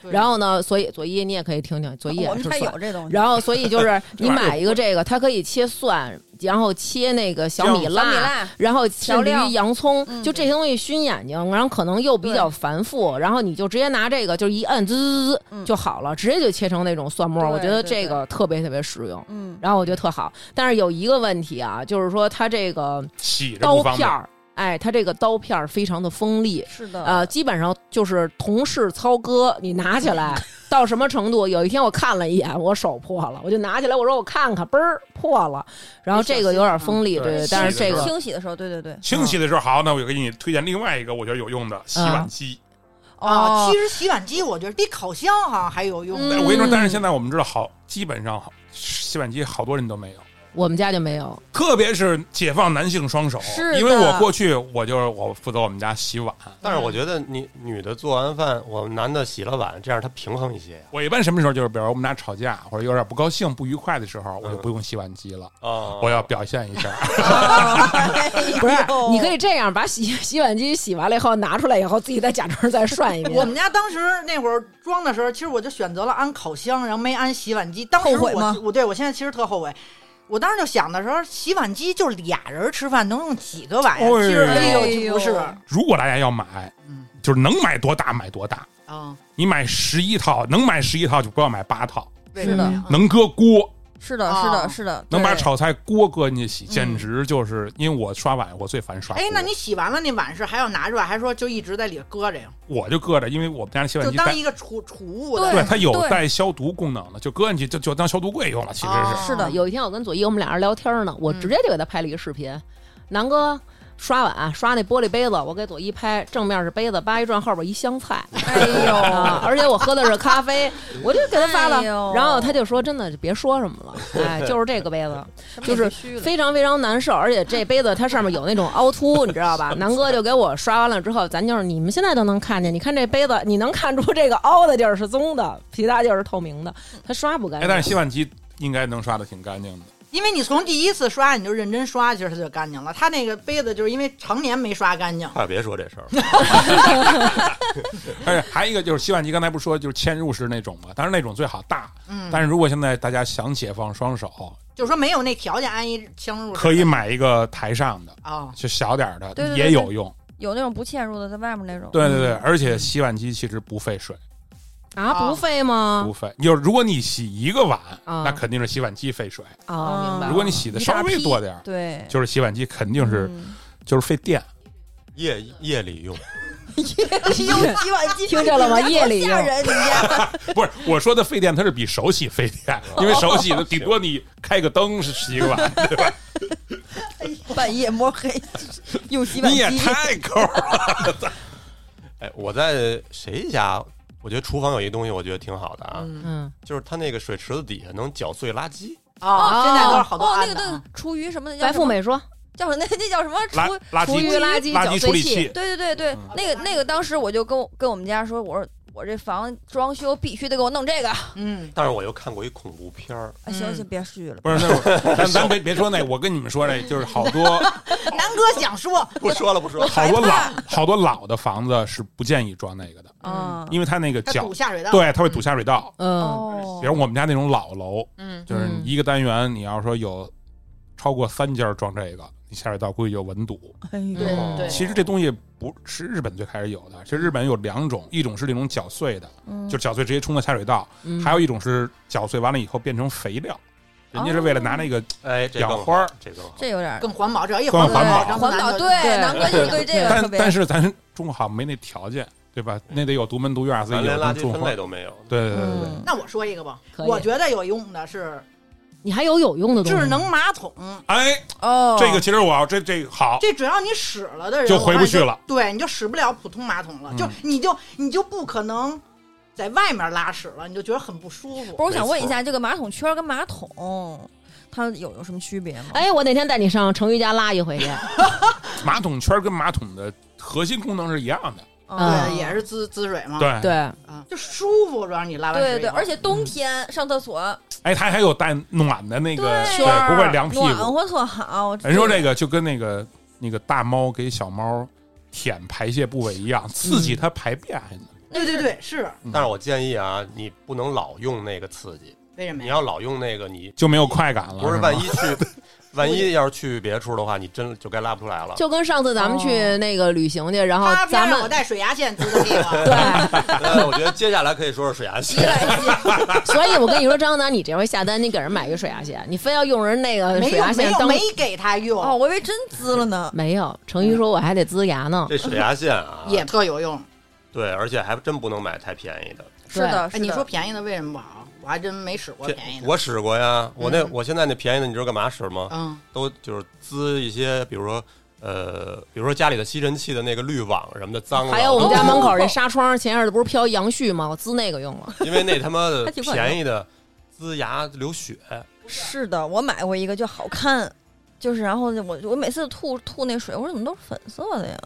A: 对
C: 然后呢，所以佐伊你也可以听听，佐伊也
B: 我
C: 爱
B: 们
C: 吃
B: 家
C: 蒜。
B: 有这 *laughs* 东西，
C: 然后，所以就是你
D: 玩意儿
C: 买一个这个，它可以切蒜，然后切那个小米
D: 姜
B: 小米
C: 辣，
B: 辣，
C: 然后甚
B: 调
C: 至
B: 料
C: 于洋葱，
B: 嗯
C: 就这些东西熏眼睛，然后可能又比较繁复，然后你就直接拿这个，就是一摁，滋滋滋滋
B: 嗯
C: 就好了，直接就切成那种蒜末儿。
B: 对
C: 我觉得
B: 对
C: 这个特别特别实用，
B: 嗯，
C: 然后我觉得特好。但是有一个问题啊，就是说它这个
D: 洗着
C: 刀
D: 不方
C: 片
D: 便，
C: 儿，哎，它这个刀片儿非常的锋利，
B: 是的，
C: 呃，基本上就是同事操戈，你拿起
B: *laughs*
C: 来到什么程度？有一天我看了一眼，我手破了，我就拿起来，我说我看看，嘣儿破了。然后这个有点锋利，
D: 小心
C: 对
D: 啊，
C: 但是
D: 对
C: 这个
B: 清洗的时候，对对对，
D: 清洗的时候好，那我给你推荐另外一个我觉得有用
C: 嗯
D: 的洗碗机。
A: 啊，
B: 哦
A: 其实洗碗机我觉得比烤箱好像还有用
D: 但
A: 的
C: 嗯
D: 我跟你说，但是现在我们知道好，基本上好洗碗机好多人都没有。
C: 我们家就没有。
D: 特别是解放男性双手，
B: 是的
D: 因为我过去我就是我负责我们家洗碗，
E: 但是我觉得你女的做完饭，我们男的洗了碗，这样他平衡一些呀。
D: 我一般什么时候就是，比如我们俩吵架或者有点不高兴、不愉快的时候，我就不用洗碗机了，
E: 啊
D: 我要表现一下。 *laughs*
B: 哎
C: 不是，你可以这样，把洗 *laughs* 洗碗机洗完了以后拿出来以后，自己再假装再涮一
B: *laughs*
C: 遍。
A: 我们家当时那会儿装的时候，其实我就选择了安烤箱，然后没安洗碗机。当时
B: 后悔吗
A: 我我对我现在其实特后悔。我当时就想的时候，洗碗机就俩人吃饭能用几个碗呀？
D: 哎
A: 其实哎
B: 呦
A: 呦，不是
D: 如果大家要买，
A: 嗯
D: 就是能买多大买多大，
B: 哦
A: 啊，
D: 你买十一套，能买十一套就不要买八套，
A: 为什么
C: 嗯
A: 呀？
D: 能搁锅，
B: 是的，
A: 哦
B: 是的，是的，
D: 能把
B: 对
D: 炒菜锅搁进去洗，简直就是因为我刷碗我最烦刷
A: 嗯
D: 锅。
A: 哎，那你洗完了那碗是还要拿出来，还说就一直在里头搁着呀？
D: 我就搁着，因为我们家洗碗
A: 就
D: 机
A: 当
D: 带
A: 一个储储物
B: 对
D: 对
A: 的。
D: 它有
B: 对
D: 带消毒功能的，就搁进去就就当消毒柜用了，其实是。
A: 哦
B: 是的嗯
C: 有一天我跟左一我们俩人聊天呢，我直接就给他拍了一个视频，南哥。刷碗刷那玻璃杯子，我给左一拍，正面是杯子，叭一转，后边一香菜，
B: 哎
C: *laughs* 啊！
B: 呦，
C: 而且我喝的是
B: *laughs*
C: 咖啡，我就给他发了
B: 哎，呦
C: 然后他就说：“真的，就别说什么了，
B: *laughs*
C: 哎，就是这个杯子，就是
B: 是
C: 非常非常难受，而且这杯子它上面有那种凹
A: *laughs*
C: 凸，你知道吧？南哥就给我刷完了之后，咱就是你们现在都能看见，你看这杯子，你能看出这个凹的地儿是棕的，其他地儿是透明的，它刷不干
D: 哎，
C: 净。
D: 但是洗碗机应该能刷的挺干净的。
A: 因为你从第一次刷你就认真刷，其实它就干净了。它那个杯子就是因为常年没刷干净，
E: 快别说这事儿了，
D: 而且还有一个就是洗碗机，刚才不是说就是嵌入式那种嘛，当然那种最好大。
A: 嗯，
D: 但是如果现在大家想解放双手，
A: 就是说没有那条件安一相入
D: 可以买一个台上的，
A: 啊。
D: 就小点儿的
B: 对对对嗯
D: 也有用。
B: 有那种不嵌入的，在外面那种，
D: 对对对，而且洗碗机其实不费水，
C: 啊，不费吗
B: 嗯
D: 不？费。就是如果你洗一个碗，
C: 啊
D: 那肯定是洗碗机费水；
A: 啊
C: 哦，
B: 嗯
C: 明白了。
D: 如果你洗的稍微多点儿，
B: 对，
D: 就是洗碗机肯定是
B: 嗯
D: 就是费电。
E: 夜夜里用，
C: *laughs*
B: 用洗碗机，
C: 听
B: *laughs*
C: 见了吗夜里
B: 你家多吓人，你家
D: 不是我说的费电，它是比手洗费
B: *laughs*
D: 电，因为手洗的顶多你开个灯是洗个碗，
B: 半夜摸黑用 *laughs* 洗碗
D: 你
B: 机
D: 也，太抠了。
E: 哎，我在谁家？我觉得厨房有一东西，我觉得挺好的啊，
A: 嗯
C: 嗯，
E: 就是它那个水池子底下能搅碎垃圾。
A: 啊，现在都是好多
B: 哦
A: 案子
B: 那个那
A: 啊
B: 个。厨余什么的，
C: 白富
B: 美
C: 美说
B: 叫什么？那那叫什
D: *laughs*
B: 么
D: 垃
B: 厨？
D: 垃
C: 厨余
D: 圾
C: 垃圾
D: 垃
C: 搅
D: 圾处
C: 碎
D: 理
C: 器，
D: 器，
B: 对对对对，
D: 嗯
B: 那个那个，当时我就跟我跟我们家说，我说我这房装修必须得给我弄这个。嗯啊
A: 嗯，
E: *laughs* 但是我又看过一恐怖片儿，
B: 哎行行，别絮了。
D: 不是，那会儿咱咱别别说那，我跟你们说这，就是好多。
A: 南哥想说，
E: 不说了不说了
A: 害怕
D: 好多老好多老的房子是不建议装那个的，
B: 啊，
D: 因为它那个
A: 他
D: 脚
A: 堵下水道，，
D: 对它会堵下水道。
C: 嗯，
B: 哦
D: 比，如我们家那种老楼，
A: 嗯，
D: 就是
C: 嗯
D: 你一个单元，你要说有超过三家装这个，你下水道估计就文堵。
B: 哎呦
A: 对
E: 哦
A: 对
D: 其实这东西不是日本最开始有的，其实日本有两种，一种是那种搅碎的，
B: 嗯
D: 就搅碎直接冲到下水道；
C: 嗯
D: 还有一种是搅碎完了以后变成肥料，人家是为了拿那个
E: 哎，这
D: 养
E: 更好
D: 花儿。
E: 这更好。
B: 这有点儿
A: 更环保，只要一
D: 更
A: 保，
D: 环保
A: 然后
B: 环保，
A: 南哥
B: 对，南哥就是对这个特
D: 但
B: 别。
D: 但是咱 *laughs* 中国好像没那条件，对吧？那得有独门独院，所
E: 咱
D: 以
E: 连
D: 有
E: 垃
D: 种
E: 圾
D: 种
E: 分
D: 花
E: 类。都没有，
D: 对对对对对，
B: 嗯
A: *laughs* 那我说一个吧，
C: 可以
A: 我觉得有用的是
C: 你还有有用的东西吗
A: 智能马桶，
D: 哎，
B: 哦，
D: 这个其实我要这这好，
A: 这只要你使了的人
D: 就回不去，
A: 我
D: 了
A: 发现就对，你就使不了普通马桶了，
D: 嗯
A: 就你就你就不可能在外面拉屎了，你就觉得很不舒服。
B: 不是，我想问一下，这个马桶圈跟马桶它有有什么区别吗？
C: 哎，我那天带你上程昱家拉一
A: *laughs*
C: 回去，
A: 哎
D: 马桶圈跟马桶的核心功能是一样的，
C: 啊
A: 对，也是滋滋水嘛，
D: 对。
C: 对，
A: 啊，就舒服，主要你拉完
B: 对
A: 屎以
B: 对，
A: 后
B: 而且冬天上厕所
D: 哎，它还有带暖的那个，
B: 对
D: 对，不会凉屁
B: 暖
D: 股。
B: 和特好。
D: 人说这
B: 个
D: 个就跟那个那个大猫给小猫舔排泄部位一样，刺激它排便还能。
A: 对对对，是
D: 嗯
E: 但是我建议啊，你不能老用那个刺激，
A: 为什么
E: 你
A: 呀？
E: 要老用那个，你
D: 就没有快感了。
E: 不是
D: 吗
E: 万一去，
D: *laughs*
E: 万一要是去别处的话，你真就该拉不出来了。
C: 就 *laughs* 跟上次咱们去那个旅行去，然后
A: 哦他
C: 咱
A: 偏让我
C: 们
A: 带水牙线滋的地方，
B: *laughs*
C: 对，
E: 呃那我觉得接下来可以说说水牙线，
C: 所以我跟你说，张楠，你这回下单，你给人买一个水牙线，你非要用人那个
A: 没
C: 水
A: 有
C: 牙
A: 没
C: 线
A: 有
C: 当
A: 没给他
B: 哦，
A: 用，
B: 我以为真滋了呢。
C: 没有。程
A: 嗯
C: 昱说我还得呲牙呢，
E: 这水牙线啊，
A: 也特有用。
E: 对，而且还真不能买太便宜的。
B: 是的，
A: 哎，
B: 是
A: 你
B: 的
A: 说便宜的为什么不好？我还真没使过
E: 这
A: 便宜的。
E: 我使过呀，我那
A: 嗯
E: 我现在那便宜的，你知道干嘛使吗？
A: 嗯，
E: 都就是滋一些，比如说呃，比如说家里的吸尘器的那个滤网什么的脏了，
C: 还有我们
E: 都
C: 家门
E: *laughs*
C: 口这纱窗，前阵子不是飘杨絮吗？我滋那个用了，
E: 因为那他
C: *laughs*
E: 妈的
C: 还挺管用
E: 便宜的滋牙流血，
B: 是的，我买过一个就好看，就是然后我我每次吐吐那水，我说怎么都是粉色的呀？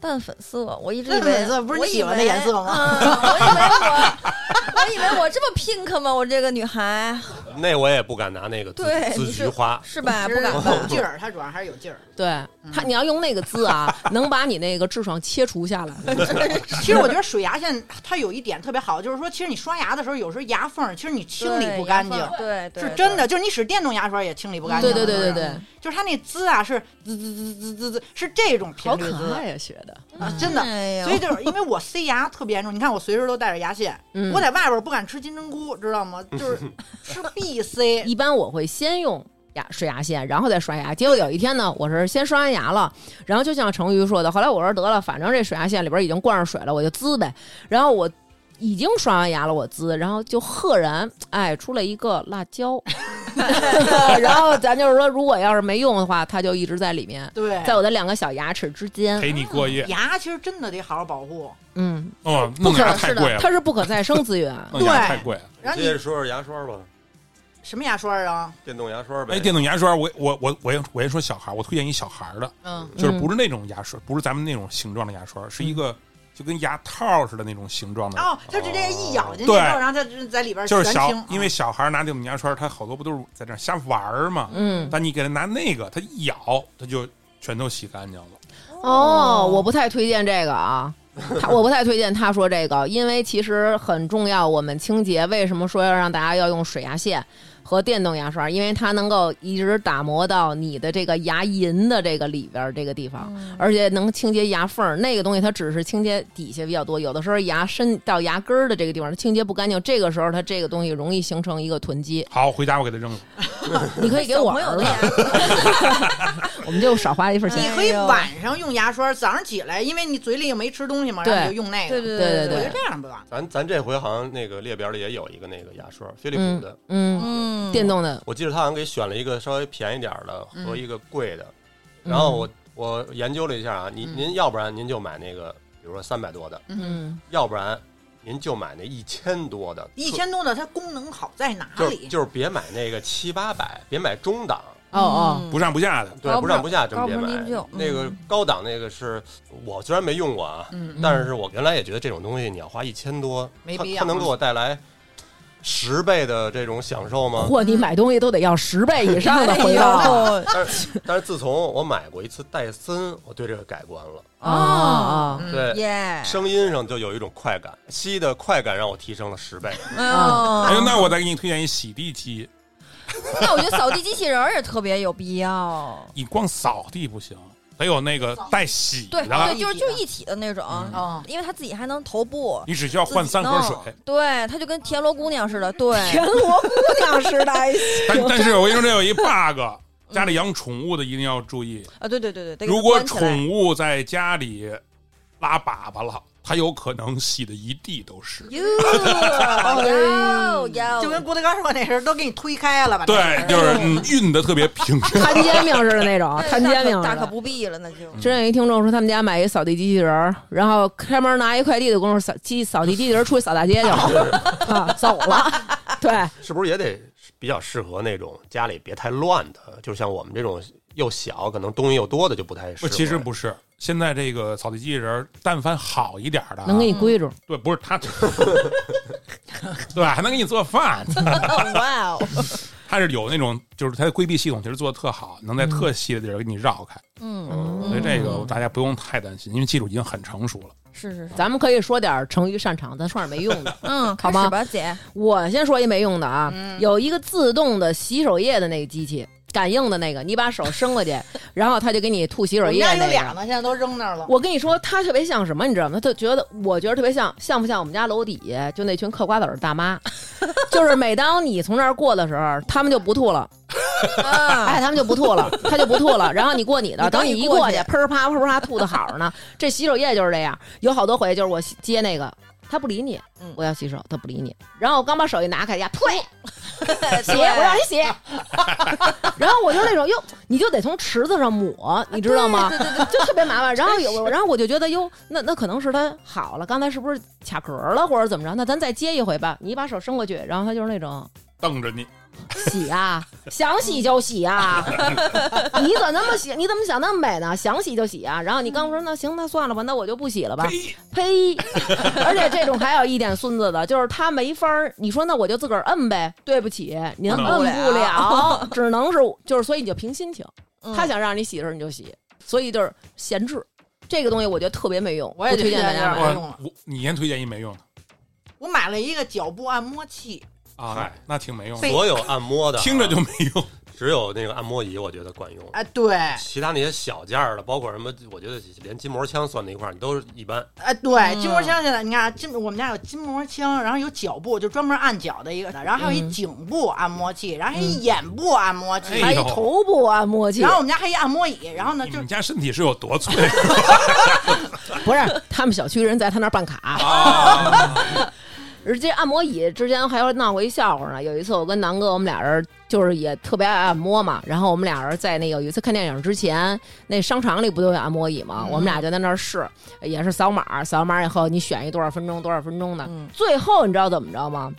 B: 淡粉色，我一直以
A: 淡粉
B: 为
A: 色不是
B: 我
A: 你
B: 以
A: 喜欢的
B: 为
A: 颜色吗
B: 啊我以为我，我以为我这么 pink 吗？我这个女孩
E: 那我也不敢拿那个滋
B: 对
E: 滋
B: 你
E: 菊
B: 是
E: 花。
B: 是吧？
A: 其
B: 哎不
A: 实
B: 敢啊
A: 有
B: 吧？
A: 劲儿，它主要还是有劲儿。
C: 对
A: 嗯
C: 他，你要用那个
A: *laughs*
C: 滋啊，能把你那个痔疮切除下来。
D: *laughs*
A: 其实我觉得水牙线它有一点特别好，就是说，其实你刷牙的时候，有时候牙缝儿其实你清理不干净，
B: 对，对
A: 是真。的。就是你使电动牙刷也清理 *laughs* 不干净。
C: 对对
A: 是
C: 对对
A: 不是
C: 对，
A: 就是它那滋啊是滋滋滋滋滋滋，是这种频
C: 好
A: 率
C: 可
A: 滋
C: 爱呀，学的。
A: 啊，真的。
B: 哎呀
A: 所以就是因为我塞牙特别严重，你看我随时都带着牙线，
C: 嗯
A: 我在外边儿不敢吃金针菇，知道吗？就是吃必
C: *laughs*
A: 塞。
C: 一般我会先用牙水牙线，然后再刷牙。结果有一天呢，我是先刷完牙了，然后就像成瑜说的，后来我说得了，反正这水牙线里边已经灌上水了，我就滋呗。然后我已经刷完牙了，我滋，然后就赫然哎出了一个辣椒。然后咱就是说，如果要是没用的话，它就一直在里面，
A: 对，
C: 在我的两个小牙齿之间。
D: 陪你过夜，
A: 牙其实真的得好好保护。
C: 嗯，
D: 嗯，
C: 不
D: 弄
C: 可
D: 牙太贵了，
C: 它是不可再生资
D: *laughs*
C: 源。
D: 弄牙
A: 对
D: 太贵了。
A: 然后
E: 接
A: 你
E: 着说说牙刷吧，
A: 什么牙刷啊？
E: 电动牙刷呗。
D: 哎，电动牙刷，我我我我也我也说小孩儿，我推荐一小孩儿的，
A: 嗯，
D: 就是不是那种牙刷，不是咱们那种形状的牙刷，是一个就跟牙套似的那种形状的，
A: 哦，它直接一咬进去之后，
D: 对
A: 然后它就在里边儿
D: 就是
A: 全
D: 小
A: 清，
B: 嗯
D: 因为小孩儿拿电动牙刷，他好多不都是在那儿瞎玩儿嘛，
C: 嗯，
D: 但你给他拿那个，他一咬，他就全都洗干净了。
C: 哦，我不太推荐这个啊。他我不太推荐他说这个，因为其实很重要。我们清洁为什么说要让大家要用水牙线和电动牙刷？因为它能够一直打磨到你的这个牙龈的这个里边儿这个地方，而且能清洁牙缝儿。那个东西它只是清洁底下比较多，有的时候牙深到牙根儿的这个地方它清洁不干净，这个时候它这个东西容易形成一个囤积。
D: 好，回家我给他扔了。
C: 你可以给
B: 小
C: 我
B: 朋友
C: 儿
B: 的
C: 子，
B: 牙
C: *laughs* 我们就少花一份钱。
A: 你可以晚上用牙刷，早上起来，因为你嘴里又没吃东西嘛，然后
C: 对
A: 你就用那个。
B: 对对对
C: 对
A: 我觉
C: 对
A: 得这样不完。
E: 咱咱这回好像那个列表里也有一个那个牙刷，飞利浦的，
C: 嗯，
B: 嗯，
C: 电动的，
E: 我记得他好像给选了一个稍微便宜点儿的和一个贵的，
C: 嗯
E: 然后我我研究了一下啊，您
A: 嗯
E: 您要不然您就买那个，比如说三百多的，
C: 嗯。
E: 要不然您就买那一千多的，
A: 一千多的它功能好在哪
E: 就
A: 里？
E: 就是别买那个七八百，别买中档，
C: 哦
B: 嗯
C: 哦，
D: 不上不下的，
E: 对
B: 高，
E: 不上
B: 不
E: 不下真
B: 高
E: 别
B: 不
E: 买
B: 低不就。
E: 那个高档那个是我虽然没用过啊，
A: 嗯，
E: 但是我原来也觉得这种东西你要花一千多，
A: 没
E: 它
A: 必
E: 它
A: 要嗯
E: 能给我带来十倍的这种享受吗？
C: 嚯，你买东西都得要十倍以上的回
B: 哎
C: 报啊
B: *laughs* 呦
E: 但是但是自从我买过一次戴森，我对这个改观了。
B: 哦
C: 啊！
A: 嗯
E: 对，
B: 耶！
E: 声音上就有一种快感，吸的快感让我提升了十倍。
B: 哎
E: *laughs*
C: 嗯
B: 呦
D: 哎呦，那我再给你推荐一洗地机，
B: 那我觉得扫地机器人儿也特别有必要。
D: 你光扫地不行，得有那个带洗
B: 对
D: 的，
B: 对，就是就是一体的那种，
A: 哦，
B: 因为它自己还能头部。
D: 你只需嗯要换三
B: 自
D: 盒
B: 己弄
D: 水。，
B: 对，它就跟田螺姑娘似的，对，
C: 田螺姑娘哎时代，
D: 但但
B: *laughs*
D: 是我跟你说，这有一 bug，家里养宠物的一定要注意，
B: 啊，对对对对，嗯得给它
D: 如果
B: 关起来
D: 宠物在家里拉粑粑了，它有可能洗的一地
B: *laughs*
D: 都是。
B: 哟
C: *laughs* 哎
B: 哟哟，
A: 就跟郭德纲说那事儿都给你推开了吧？那事儿
B: *laughs*
D: 对，就是嗯，熨的特别平整。
C: 摊煎饼似的那种
B: 那，
C: 摊煎饼
B: 那可哎大
C: 似
B: 可
C: 的。
B: 不必了，那
C: *laughs*
B: 就
C: 之前有一听众说，他们家买一扫地机器人儿，然后开门拿一快递的功夫，扫机扫地机器人儿出去扫大街
B: *laughs*
C: 去了，啊，走了。对，
E: 是不是也得比较适合那种家里别太乱的？就像我们这种又小，可能东西又多的就不太适
D: 不，
E: 合。
D: 其实不是，现在这个扫地机器人儿，但凡好一点儿的啊，
C: 能给你归住。
D: 对，不是它， *laughs* 对，还能给你做
C: *laughs*
D: 饭。
B: 哇哦，
D: 它是有那种，就是它的规避系统其实做的特好，能
C: 嗯
D: 在特细的地儿给你绕开。
B: 嗯，
D: 所以这个大家不用太担心，因为技术已经很成熟了。
B: 是是是，
C: 咱们可以说点儿成语擅长，咱说点儿没用的。
B: 嗯，
C: 好
B: 开
C: 吧
B: 始吧，
C: *laughs*
B: 姐，
C: 我先说一没用的啊，
B: 嗯
C: 有一个自动的洗手液的那个机器，感应的那个，你把手伸过去，然后它就给你吐洗
A: 我
C: 手
A: 们
C: 液
A: 家
C: 那
A: 有俩呢，
C: 个。
A: 现在都扔那儿了。
C: 我跟你说，它特别像什么，你知道吗？它就觉得，我觉得特别像，像不像我们家楼底下就那群嗑瓜子儿的大妈？ *laughs* 就是每当你从那儿过的时候，他们就不吐了，哎，
B: 啊，
C: 他们就不吐了，他就不吐了。然后你过你的，
B: 你
C: 等
B: 等
C: 你
B: 你
C: 一
B: 过
C: 过去
B: 去，
C: 喷儿啪喷儿啪吐的好
B: *laughs*
C: 着呢。这洗手液就是这样，有好多回就是我洗接那个，他不理你
B: 嗯，
C: 我要洗手，他不理你。然后我刚把手一拿开，呀，呸，洗，
B: 对
C: 我让你洗。 *laughs* 然后我就那种哟，你就得从池子上抹，你知道吗？就特别麻烦。然后有，然后我就觉得哟，那那可能是他好了，刚才是不是卡壳了或者怎么着？那咱再接一回吧。你把手伸过去，然后他就是那种。
D: 瞪着你，
C: 洗啊，想洗就
A: *laughs*
C: 洗啊！你怎么那么洗？你怎么想那么美呢？想洗就洗啊！然后你刚说那行，那算了吧，那我就不洗了吧。呸！ *laughs* 而且这种还有一点孙子的，就是他没法儿。你说那我就自个儿摁呗，对不起，您
D: 不
C: 摁
D: 能
C: 不
A: *laughs*
C: 了，只能是就是，所以你就凭心情。
A: 嗯
C: 他想让你洗的时候你就洗，所以就是闲置。这个东西我觉得特别没用，
A: 我也
C: 不推
A: 觉
C: 荐
A: 得
C: 大家
A: 这
C: 买
A: 样。
D: 我
A: 用了
D: 我你先推荐一没用的
A: 我买了一个脚部按摩器，
D: 啊
E: 嗨，
D: 那挺没用的，
E: 所有按摩的啊
D: 听着就没用。
E: 只有那个按摩仪，我觉得管用。
A: 哎，对，
E: 其他那些小件儿的，包括什么，我觉得连筋膜枪算在一块儿，你都是一般。
A: 哎，对，筋膜枪现在你看啊筋，我们家有筋膜枪，然后有脚部，就专门按脚的一个，然后还有一颈部按摩器，然后还有一眼部按摩器，
D: 哎
C: 还有
D: 呦
C: 一头部啊按摩器
A: 然，后我们家还有一按摩椅，然后呢
D: 你
A: 就
D: 们家身体是有多脆
C: *laughs* 不是他们小区人在他那儿办卡。
D: 啊？
C: 而这按摩椅之前还要闹过一笑话呢。有一次我跟南哥，我们俩人就是也特别爱按摩嘛。然后我们俩人在那个有一次看电影之前，那商场里不都有按摩椅吗？我们俩就在那儿试，也是扫码，扫完码以后你选一多少分钟多少分钟的。
B: 嗯
C: 最后你知道怎么着吗？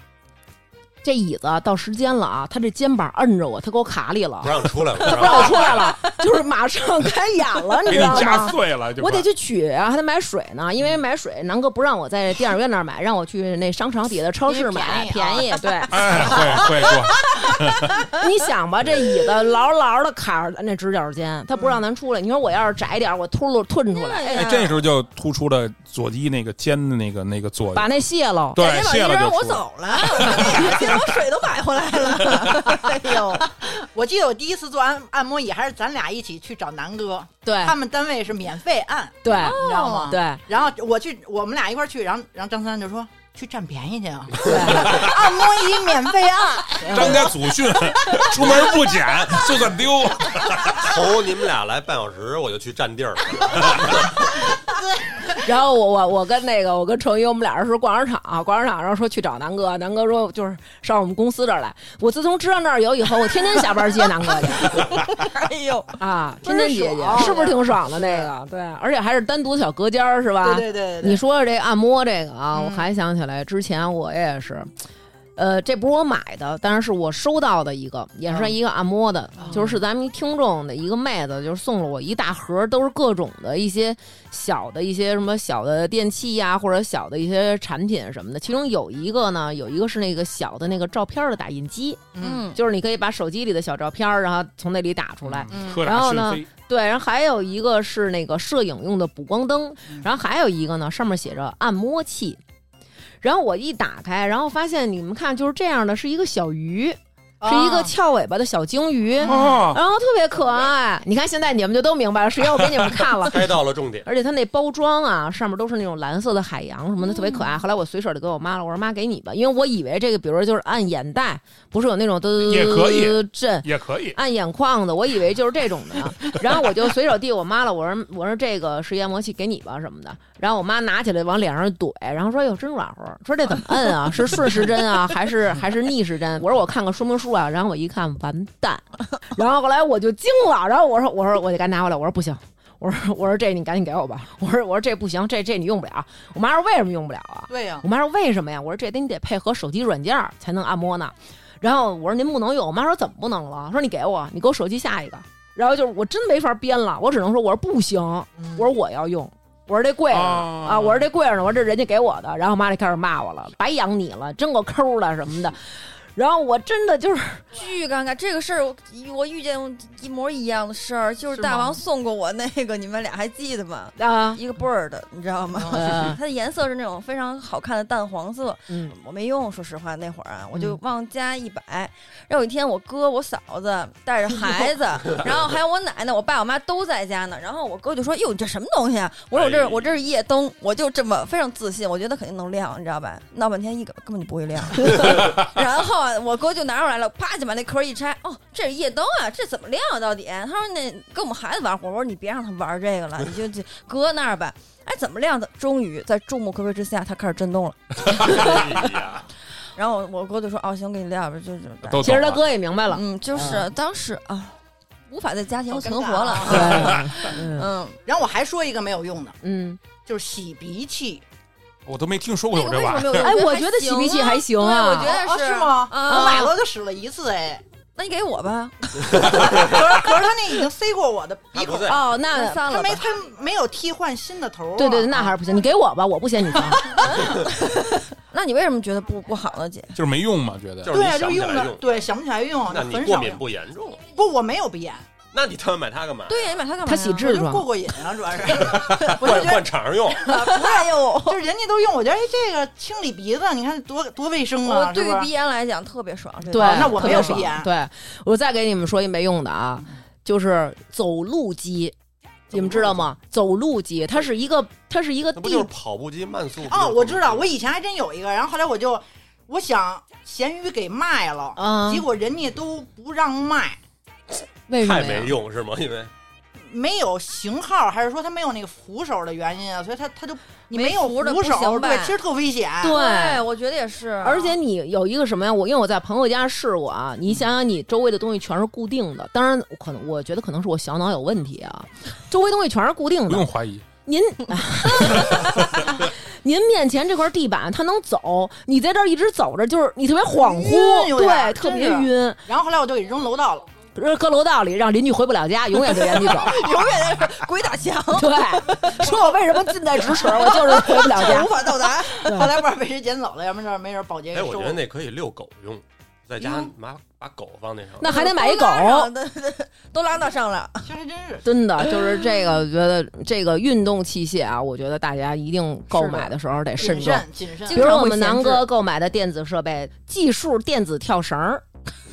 C: 这椅子到时间了啊，他这肩膀摁着我，他给我卡里了
A: 啊
E: 不，让出来了，
A: *laughs*
E: 不
C: 不
E: 让
C: 让我出来了，就是马上开演了，你
D: 给
C: 知
D: 你
C: 道吗
D: 夹？碎了就快。
C: 我得去取啊，还得买水呢，因为买水南哥不让我在电影院那儿买，让我去那商场底下的超市
A: 因
C: 买，
A: 为
C: 便
A: 便啊
C: 宜。对，
D: 哎，会会过，
C: 你想吧，这椅子牢牢的卡着那直角尖，他不让咱出来。你说我要是窄点儿，我秃噜吞出来，
B: 哎
D: 哎，这时候就突出了左肌那个肩的那个那个作
C: 把
D: 用。
C: 那卸了。
D: 对，
B: 往一
D: 卸了
B: 扔
D: 就
B: 我
D: 出
A: 哎
D: 了。
B: 走了，
C: *laughs*
B: 我这眼睛我水都买回来
A: *laughs*
B: 了，哎呦，
A: 我记得我第一次做按按摩椅还是咱俩一起去找南哥，
C: 对
A: 他们单位是免费按，
C: 对
A: 你知道吗？
C: 对
A: 然后我去，我们俩一块儿去，然后然后张三就说去占便宜去啊，
C: *laughs* 对，
A: 按摩椅免费
C: *laughs*
A: 按，
D: 张家祖训，出门不捡就算丢。
A: *laughs*
E: 头你们俩来半小时，我就去占地儿了。？
C: *laughs* 然后我我我跟那个我跟程一，我们俩人说逛商场、逛商场，然后说去找南哥，南哥说就是上我们公司这儿来。我自从知道那儿有以后，我天天下班接南哥
A: *laughs*
C: 去
B: 哎呦，
C: 啊，天天接
A: 真
C: 去
A: 爽，
C: 是不是挺爽的那个？对，而且还是单独小隔间儿是吧？
A: 对对对对，
C: 你说这按摩这个啊，
B: 嗯
C: 我还想起来之前我也是，呃，这不是我买的，但是是我收到的一个，也是一个按摩的，就是咱们一听众的一个妹子，就是送了我一大盒，都是各种的一些小的一些什么小的电器呀、或者小的一些产品什么的。其中有一个呢，有一个是那个小的那个照片的打印机，
B: 嗯，
C: 就是你可以把手机里的小照片儿，然后从那里打出来。
B: 嗯
D: 科
C: 然
D: 大
C: 后
D: 是
C: 呢
D: 非，
C: 对，然后还有一个是那个摄影用的补光灯，
D: 嗯
C: 然后还有一个呢，上面写着按摩器。然后我一打开，然后发现你们看就是这样的，是一个小鱼，是
A: 哦
C: 一个翘尾巴的小鲸鱼，
D: 啊哦，
C: 然后特别可爱。你看现在你们就都明白了，谁让我给你们看
D: *laughs*
C: 了
E: 猜到了重点。
C: 而且它那包装啊，上面都是那种蓝色的海洋什么的，特别可
D: 嗯
C: 爱。后来我随手就给我妈了，我说妈给你吧，因为我以为这个，比如说就是按眼袋，不是有那种都
D: 也可以
C: 震，
D: 也可以，
C: 按眼眶的，我以为就是这种的，然后我就随手递我妈了，我说我说这个实验模器给你吧什么的，然后我妈拿起来往脸上怼，然后说哟真软和，说这怎么摁啊？是顺时针啊，还是还是逆时针？我说我看看说明书啊，然后我一看完蛋，然后后来我就惊了，然后我说我说我得赶紧拿回来，我说不行。我说我说这你赶紧给我吧，我说我说这不行，这这你用不了。我妈说为什么用不了啊？
A: 对呀
C: 我，妈说为什么呀？我说这得你得配合手机软件儿才能按摩呢。然后我说您不能用，我妈说怎么不能了？说你给我，你给我手机下一个。然后就是我真没法编了，我只能说我说不行，
A: 嗯
C: 我说我要用，我说这贵着呢
D: 哦
C: 啊，我说这贵着呢，我说这人家给我的。然后我妈就开始骂我了，白养你了，真够抠的什么的。然后我真的就是
B: 巨尴尬，这个事儿我我遇见一模一样的事儿，就是
A: 是
B: 大
A: 吗
B: 王送过我那个，你们俩还记得吗？
C: 啊，
B: 一个 bird，你知道吗？*laughs*
C: 呃
B: 它的颜色是那种非常好看的淡黄色，
C: 嗯
B: 我没用，说实话，那会儿啊，我就往加一百。然后有一天，我哥、我嫂子带着孩子，然后还有我奶奶、我爸、我妈都在家呢。然后我哥就说：“哟，你这什么东西啊？”我说：“我这是我这是夜灯。”我就这么非常自信，我觉得肯定能亮，你知道吧？闹半天一个根本就不会亮。然后啊我哥就拿出来了，啪就把那壳一拆，哦，这是夜灯啊，这怎么亮啊？到底？他说：“那跟我们孩子玩会儿。”我说：“你别让他玩这个了，你就就搁那儿吧。”哎，怎么亮的？终于在众目睽睽之下，它开始震动了。
A: 哎
E: *laughs*
B: 然后我我哥就说：“哦，行，给你撂吧，就是
D: 都
C: 其
D: 懂
C: 实他
D: 了。
C: 哥也明白了，
B: 嗯，就是当时啊，无法在家庭
A: 好
B: 存
A: 尴
B: 活
A: 尬
B: 了。
A: 啊
C: 对，嗯
B: 嗯，
A: 然后我还说一个没有用的，
D: *laughs*
C: 嗯，
A: 就是洗鼻器，
D: 我都没听说过
B: 那
D: 有
B: 个
D: 这
B: 为什么
D: 玩
B: 没
E: *laughs*
D: 意儿。
B: 有用？
C: 哎我觉得洗鼻器还行啊
B: 对我觉
A: 哦
B: 得
A: 是吗？
C: 嗯
B: 啊
A: 我买了，就使了一次，哎， *laughs*
B: 那你给我吧。
A: 可是可是他那已经塞过我的鼻孔
E: 不，在
C: 哦，那
B: 那算
A: 他
B: 了吧，
A: 没他没有替换新的头儿啊，
C: 对对对，那还是不行，你给我吧，我不嫌你脏。
B: 那你为什么觉得不不好呢，姐？
D: 就是没用嘛，觉得
E: 就是
A: 对，
E: 你
A: 啊就
E: 想不起
A: 用
E: 来
A: 的，
E: 用，
A: 对，想不起来用，
E: 那你
A: 很
E: 过
A: 少
E: 敏
A: 用。
E: 不严重？
A: 不，我没有鼻炎，
E: 那你他妈买它干嘛？
B: 对呀，你买它干嘛呀？
C: 他洗
E: *laughs*
A: 我
C: 痔
A: 就是过
C: 疮，
A: 过瘾啊，主要是。我就觉
E: 换
A: 得
E: 换场上用，
B: 哎呦，
A: 就是人家都用，我觉得哎，这个清理鼻子，你看多多卫生
B: 我
A: 啊，
B: 哦对
A: 是
B: 于
A: 不
B: 鼻
A: 是？
B: 炎来讲特别爽。这
C: 对，
B: 个
A: 那我
C: 特
A: 没
C: 别
A: 有
C: 爽
A: 鼻炎。
C: 对，我再给你们说一没用的啊，就是走路机，你们知道吗？走路机，它是一个，它是一个
E: 那不就是
C: 地，
E: 跑步机慢速？
A: 哦，我知道，我以前还真有一个，然后后来我就我想闲鱼给卖了，
C: 嗯
A: 结果人家都不让卖，
C: 为什
E: 太
C: 么呀
E: 没？用是吗？因为
A: 没有型号，还是说他没有那个扶手的原因啊？所以他他就你
B: 没
A: 有
B: 扶的
A: 扶
B: 不行
A: 手，
B: 呗
A: 对，其实特危险。
B: 对，我觉得也是。啊
C: 而且你有一个什么呀？我因为我在朋友家试过啊，你想想，你周围的东西全是固定的，当然可能我觉得可能是我小脑有问题啊，周围东西全是固定
D: 不用
C: 的，
D: 怀疑，
C: 您。 *laughs* 您面前这块地板它能走，你在这儿一直走着，就是你特别恍
A: 晕
C: 惚，
A: 有点儿
C: 对，特别
A: 真是
C: 晕。
A: 然后后来我就给扔楼道了，
C: 搁搁楼道里，让邻居回不了家，永远在原地走。
B: *laughs* 永远在这鬼打墙，
C: *laughs* 对，说我为什么近在咫尺，我就是回不了
B: 就
A: *laughs*
C: 家
B: 无。法到达。
A: 后来不知道被谁捡走了，要么就是没准保洁
E: 哎，
A: 给
E: 我
A: 收
E: 觉
A: 了
E: 得。那可以遛狗用，在家拿把狗放那上。
C: 那还得买一
B: *laughs*
C: 狗
B: 都，拉上的，都拉到上了。
A: 其实还真是
C: 真的就是这个，我觉得这个运动器械啊，我觉得大家一定购买的时候得慎
A: 谨
C: 重。
A: 慎谨慎
C: 比。如我们南哥购买的电子设备，技术电子跳绳儿，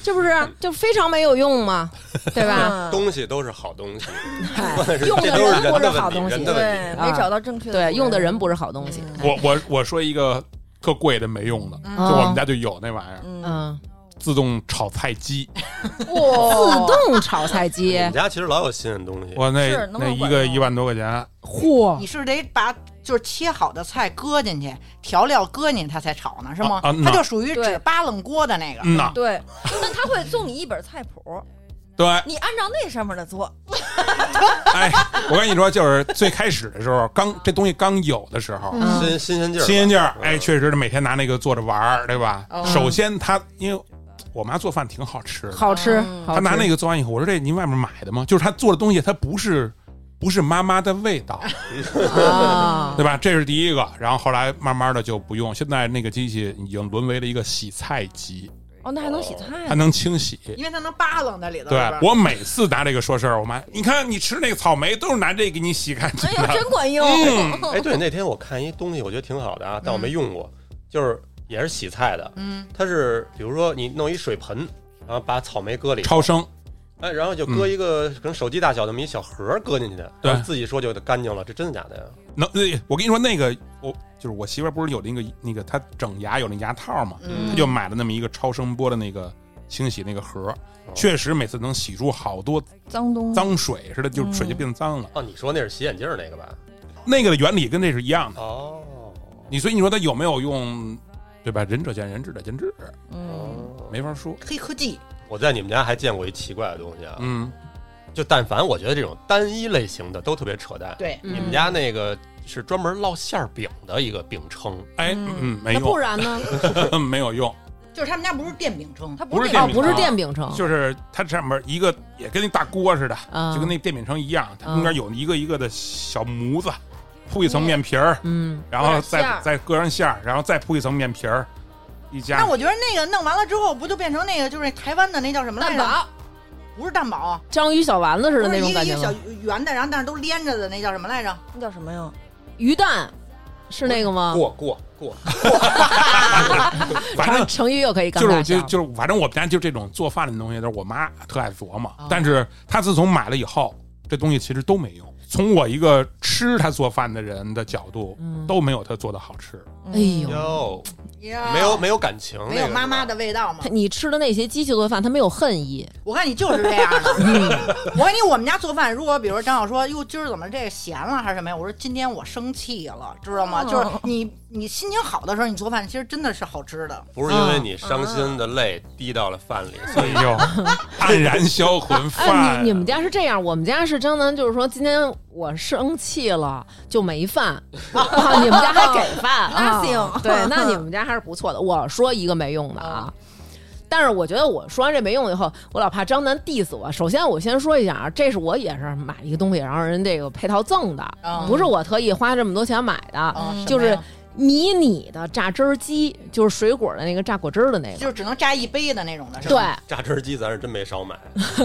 C: 是
B: *laughs*
C: 不是就非常没有用嘛？对吧？
B: 嗯
E: 东西都是好东西， *laughs*
C: 哎
E: 这
C: 用的
E: 都是
C: 人不是
E: 人的
C: 好
E: 问题，
C: 东西
E: 人，的问
B: 对
E: 题。，
C: 啊
B: 没找到正确的
C: 对，
B: 途嗯
C: 用的人不是好东西。
D: 我我我说一个特贵的没用的，
C: 嗯
D: 就我们家就有那玩意儿，
B: 嗯，
C: 嗯，
D: 自动炒菜机。
C: *laughs* 自
B: 哇，
C: 动炒菜
E: 我
C: 机
D: 哦
E: 们，家其实老有新鲜东西，
D: 我那
B: 是能不
D: 那
B: 能
D: 一
B: 管
D: 个
B: 用
D: 一万多块钱，
C: 嚯
A: 你是得把就是切好的菜搁进去，调料搁进去，它才炒呢，是吗？
D: 啊啊
A: 它就属于
B: 对
A: 只扒楞锅的那个。
D: 嗯呐，
B: 对，但他会送你一本菜谱，
D: 对，
B: 你按照那上面的做。
D: 哎，我跟你说，就是最开始的时候，刚这东西刚有的时候，
C: 嗯
E: 新新鲜劲儿吧，
D: 新鲜劲儿，
E: 嗯
D: 哎，确实每天拿那个做着玩儿，对吧？
A: 哦
D: 首先他，因为我妈做饭挺好吃的，
C: 好吃
B: 嗯，
C: 好
D: 她
C: 吃
D: 拿那个做完以后，我说这您外面买的吗？就是她做的东西，它不是不是妈妈的味道，
C: 啊
D: 对吧？这是第一个。然后后来慢慢的就不用，现在那个机器已经沦为了一个洗菜机，
B: 哦，那还能洗菜
D: 它能清洗。
E: 嗯
A: 因为它能扒楞在里头。
D: 对
A: 是吧
D: 我每次拿这个说事儿，我妈，你看你吃那个草莓都是拿这给你洗干净
B: 哎呦，
D: 的。
B: *laughs* 真管用！
E: 哎，对，那天我看一东西，我觉得挺好的啊，但我
C: 嗯
E: 没用过，就是也是洗菜的，
A: 嗯，
E: 它是比如说你弄一水盆，然后把草莓搁里，
D: 超声，
E: 哎，然后就搁一个可能手机大小那么一小盒儿搁进去的，
D: 嗯对
E: 然后自己说就干净了，这真的假的呀？
D: 能，呃我跟你说那个，我就是我媳妇儿不是有那个那个她整牙有那牙套嘛，她
A: 嗯，
D: 就买了那么一个超声波的那个清洗那个盒，
E: 哦
D: 确实每次能洗出好多
B: *laughs* 脏东西，
D: 脏水似的，就是水就变脏了。
E: 哦，你说那是洗眼镜儿那个吧？
D: 那个的原理跟这是一样的，
C: 嗯
E: 哦，
D: 你所以你说它有没有用，对吧？仁者见仁，智者见智，
B: 嗯，
D: 没法说。
A: 黑科技。
E: 我在你们家还见过一奇怪的东西啊，
D: 嗯，
E: 就但凡我觉得这种单一类型的都特别扯淡。
A: 对，
C: 嗯
E: 你们家那个是专门烙馅儿饼的一个饼铛，
D: 哎，
B: 嗯
D: 嗯，没
C: 那不
D: 用，
C: 然呢？
D: *laughs* 没有用，
A: 就是他们家不是电饼铛，
B: 它
D: 不是
B: 那
C: 哦
D: 电，饼铛啊
C: 不是电饼铛，
D: 就是它上面一个也跟那大锅似的，
C: 啊
D: 就跟那电饼铛一样，它中间有一个一个的小模子，铺一层面皮儿，
C: 嗯，
D: 然后
B: 搁点馅
D: 再
B: 儿
D: 再搁上馅儿，然后再铺一层面皮儿，一
A: 那
D: 加
A: 我觉得那个弄完了之后，不就变成那个就是台湾的那叫什么来
B: 蛋
A: 着？
B: 堡，
A: 不是蛋堡，啊
C: 章鱼小丸子似
A: 不
C: 的
A: 是
C: 那种
A: 一个
C: 感
A: 一
C: 觉
A: 个
C: 吗
A: 小？圆的，然后但是都连着的那叫什么来着？
B: 那叫什么呀？
C: 鱼蛋是那个吗？
E: 过过过，
D: *laughs* 反正
C: 成成语又可以干
D: 就是
C: 大
D: 我就
C: 小
D: 就是反正我们家就这种做饭的东西，都是我妈特爱琢磨
C: 哦。
D: 但是她自从买了以后，这东西其实都没用。从我一个吃她做饭的人的角度，
C: 嗯
D: 都没有她做的好
C: *laughs*
D: 吃。
B: 嗯
C: 哎呦
E: 哟，
A: 没
E: 没有没有感情，
A: 啊没有妈妈的味道嘛 *laughs*
C: 他？你吃的那些机器做饭，他没有恨意，
A: 我看你就是这样的。
C: *laughs* 嗯
A: *laughs* 我跟你我们家做饭，如果比如说张小说，哟，今儿怎么这个咸了还是什么呀？我说今天我生气了，知道吗？
B: 哦
A: 就是你你心情好的时候，你做饭其实真的是好吃的。
E: 不是因为你伤心的泪滴到了饭里，所
D: 哎
E: 以
D: 呦，黯然销
C: *laughs*
D: 魂
C: 哎，
D: 饭
C: 你你们家是这样，我们家是张楠，就是说今天我生气了就没饭，
A: *laughs*
C: 啊、你们家还给饭啊
B: Nothing
C: 对，那你们家还是不错的。我说一个没用的
A: 哦
C: 啊。但是我觉得我说完这没用以后，我老怕张楠 diss 我。首先我先说一下啊，这是我也是买一个东西，然后人这个配套赠的，
A: 嗯
C: 不是我特意花这么多钱买的，
A: 啊，什么呀
C: 嗯就是迷你的榨汁儿机，就是水果的那个榨果汁儿的那
A: 就
C: 个。
A: 是只能榨一杯的那种的，是吧
C: 对，
E: 榨汁机咱是真没少买，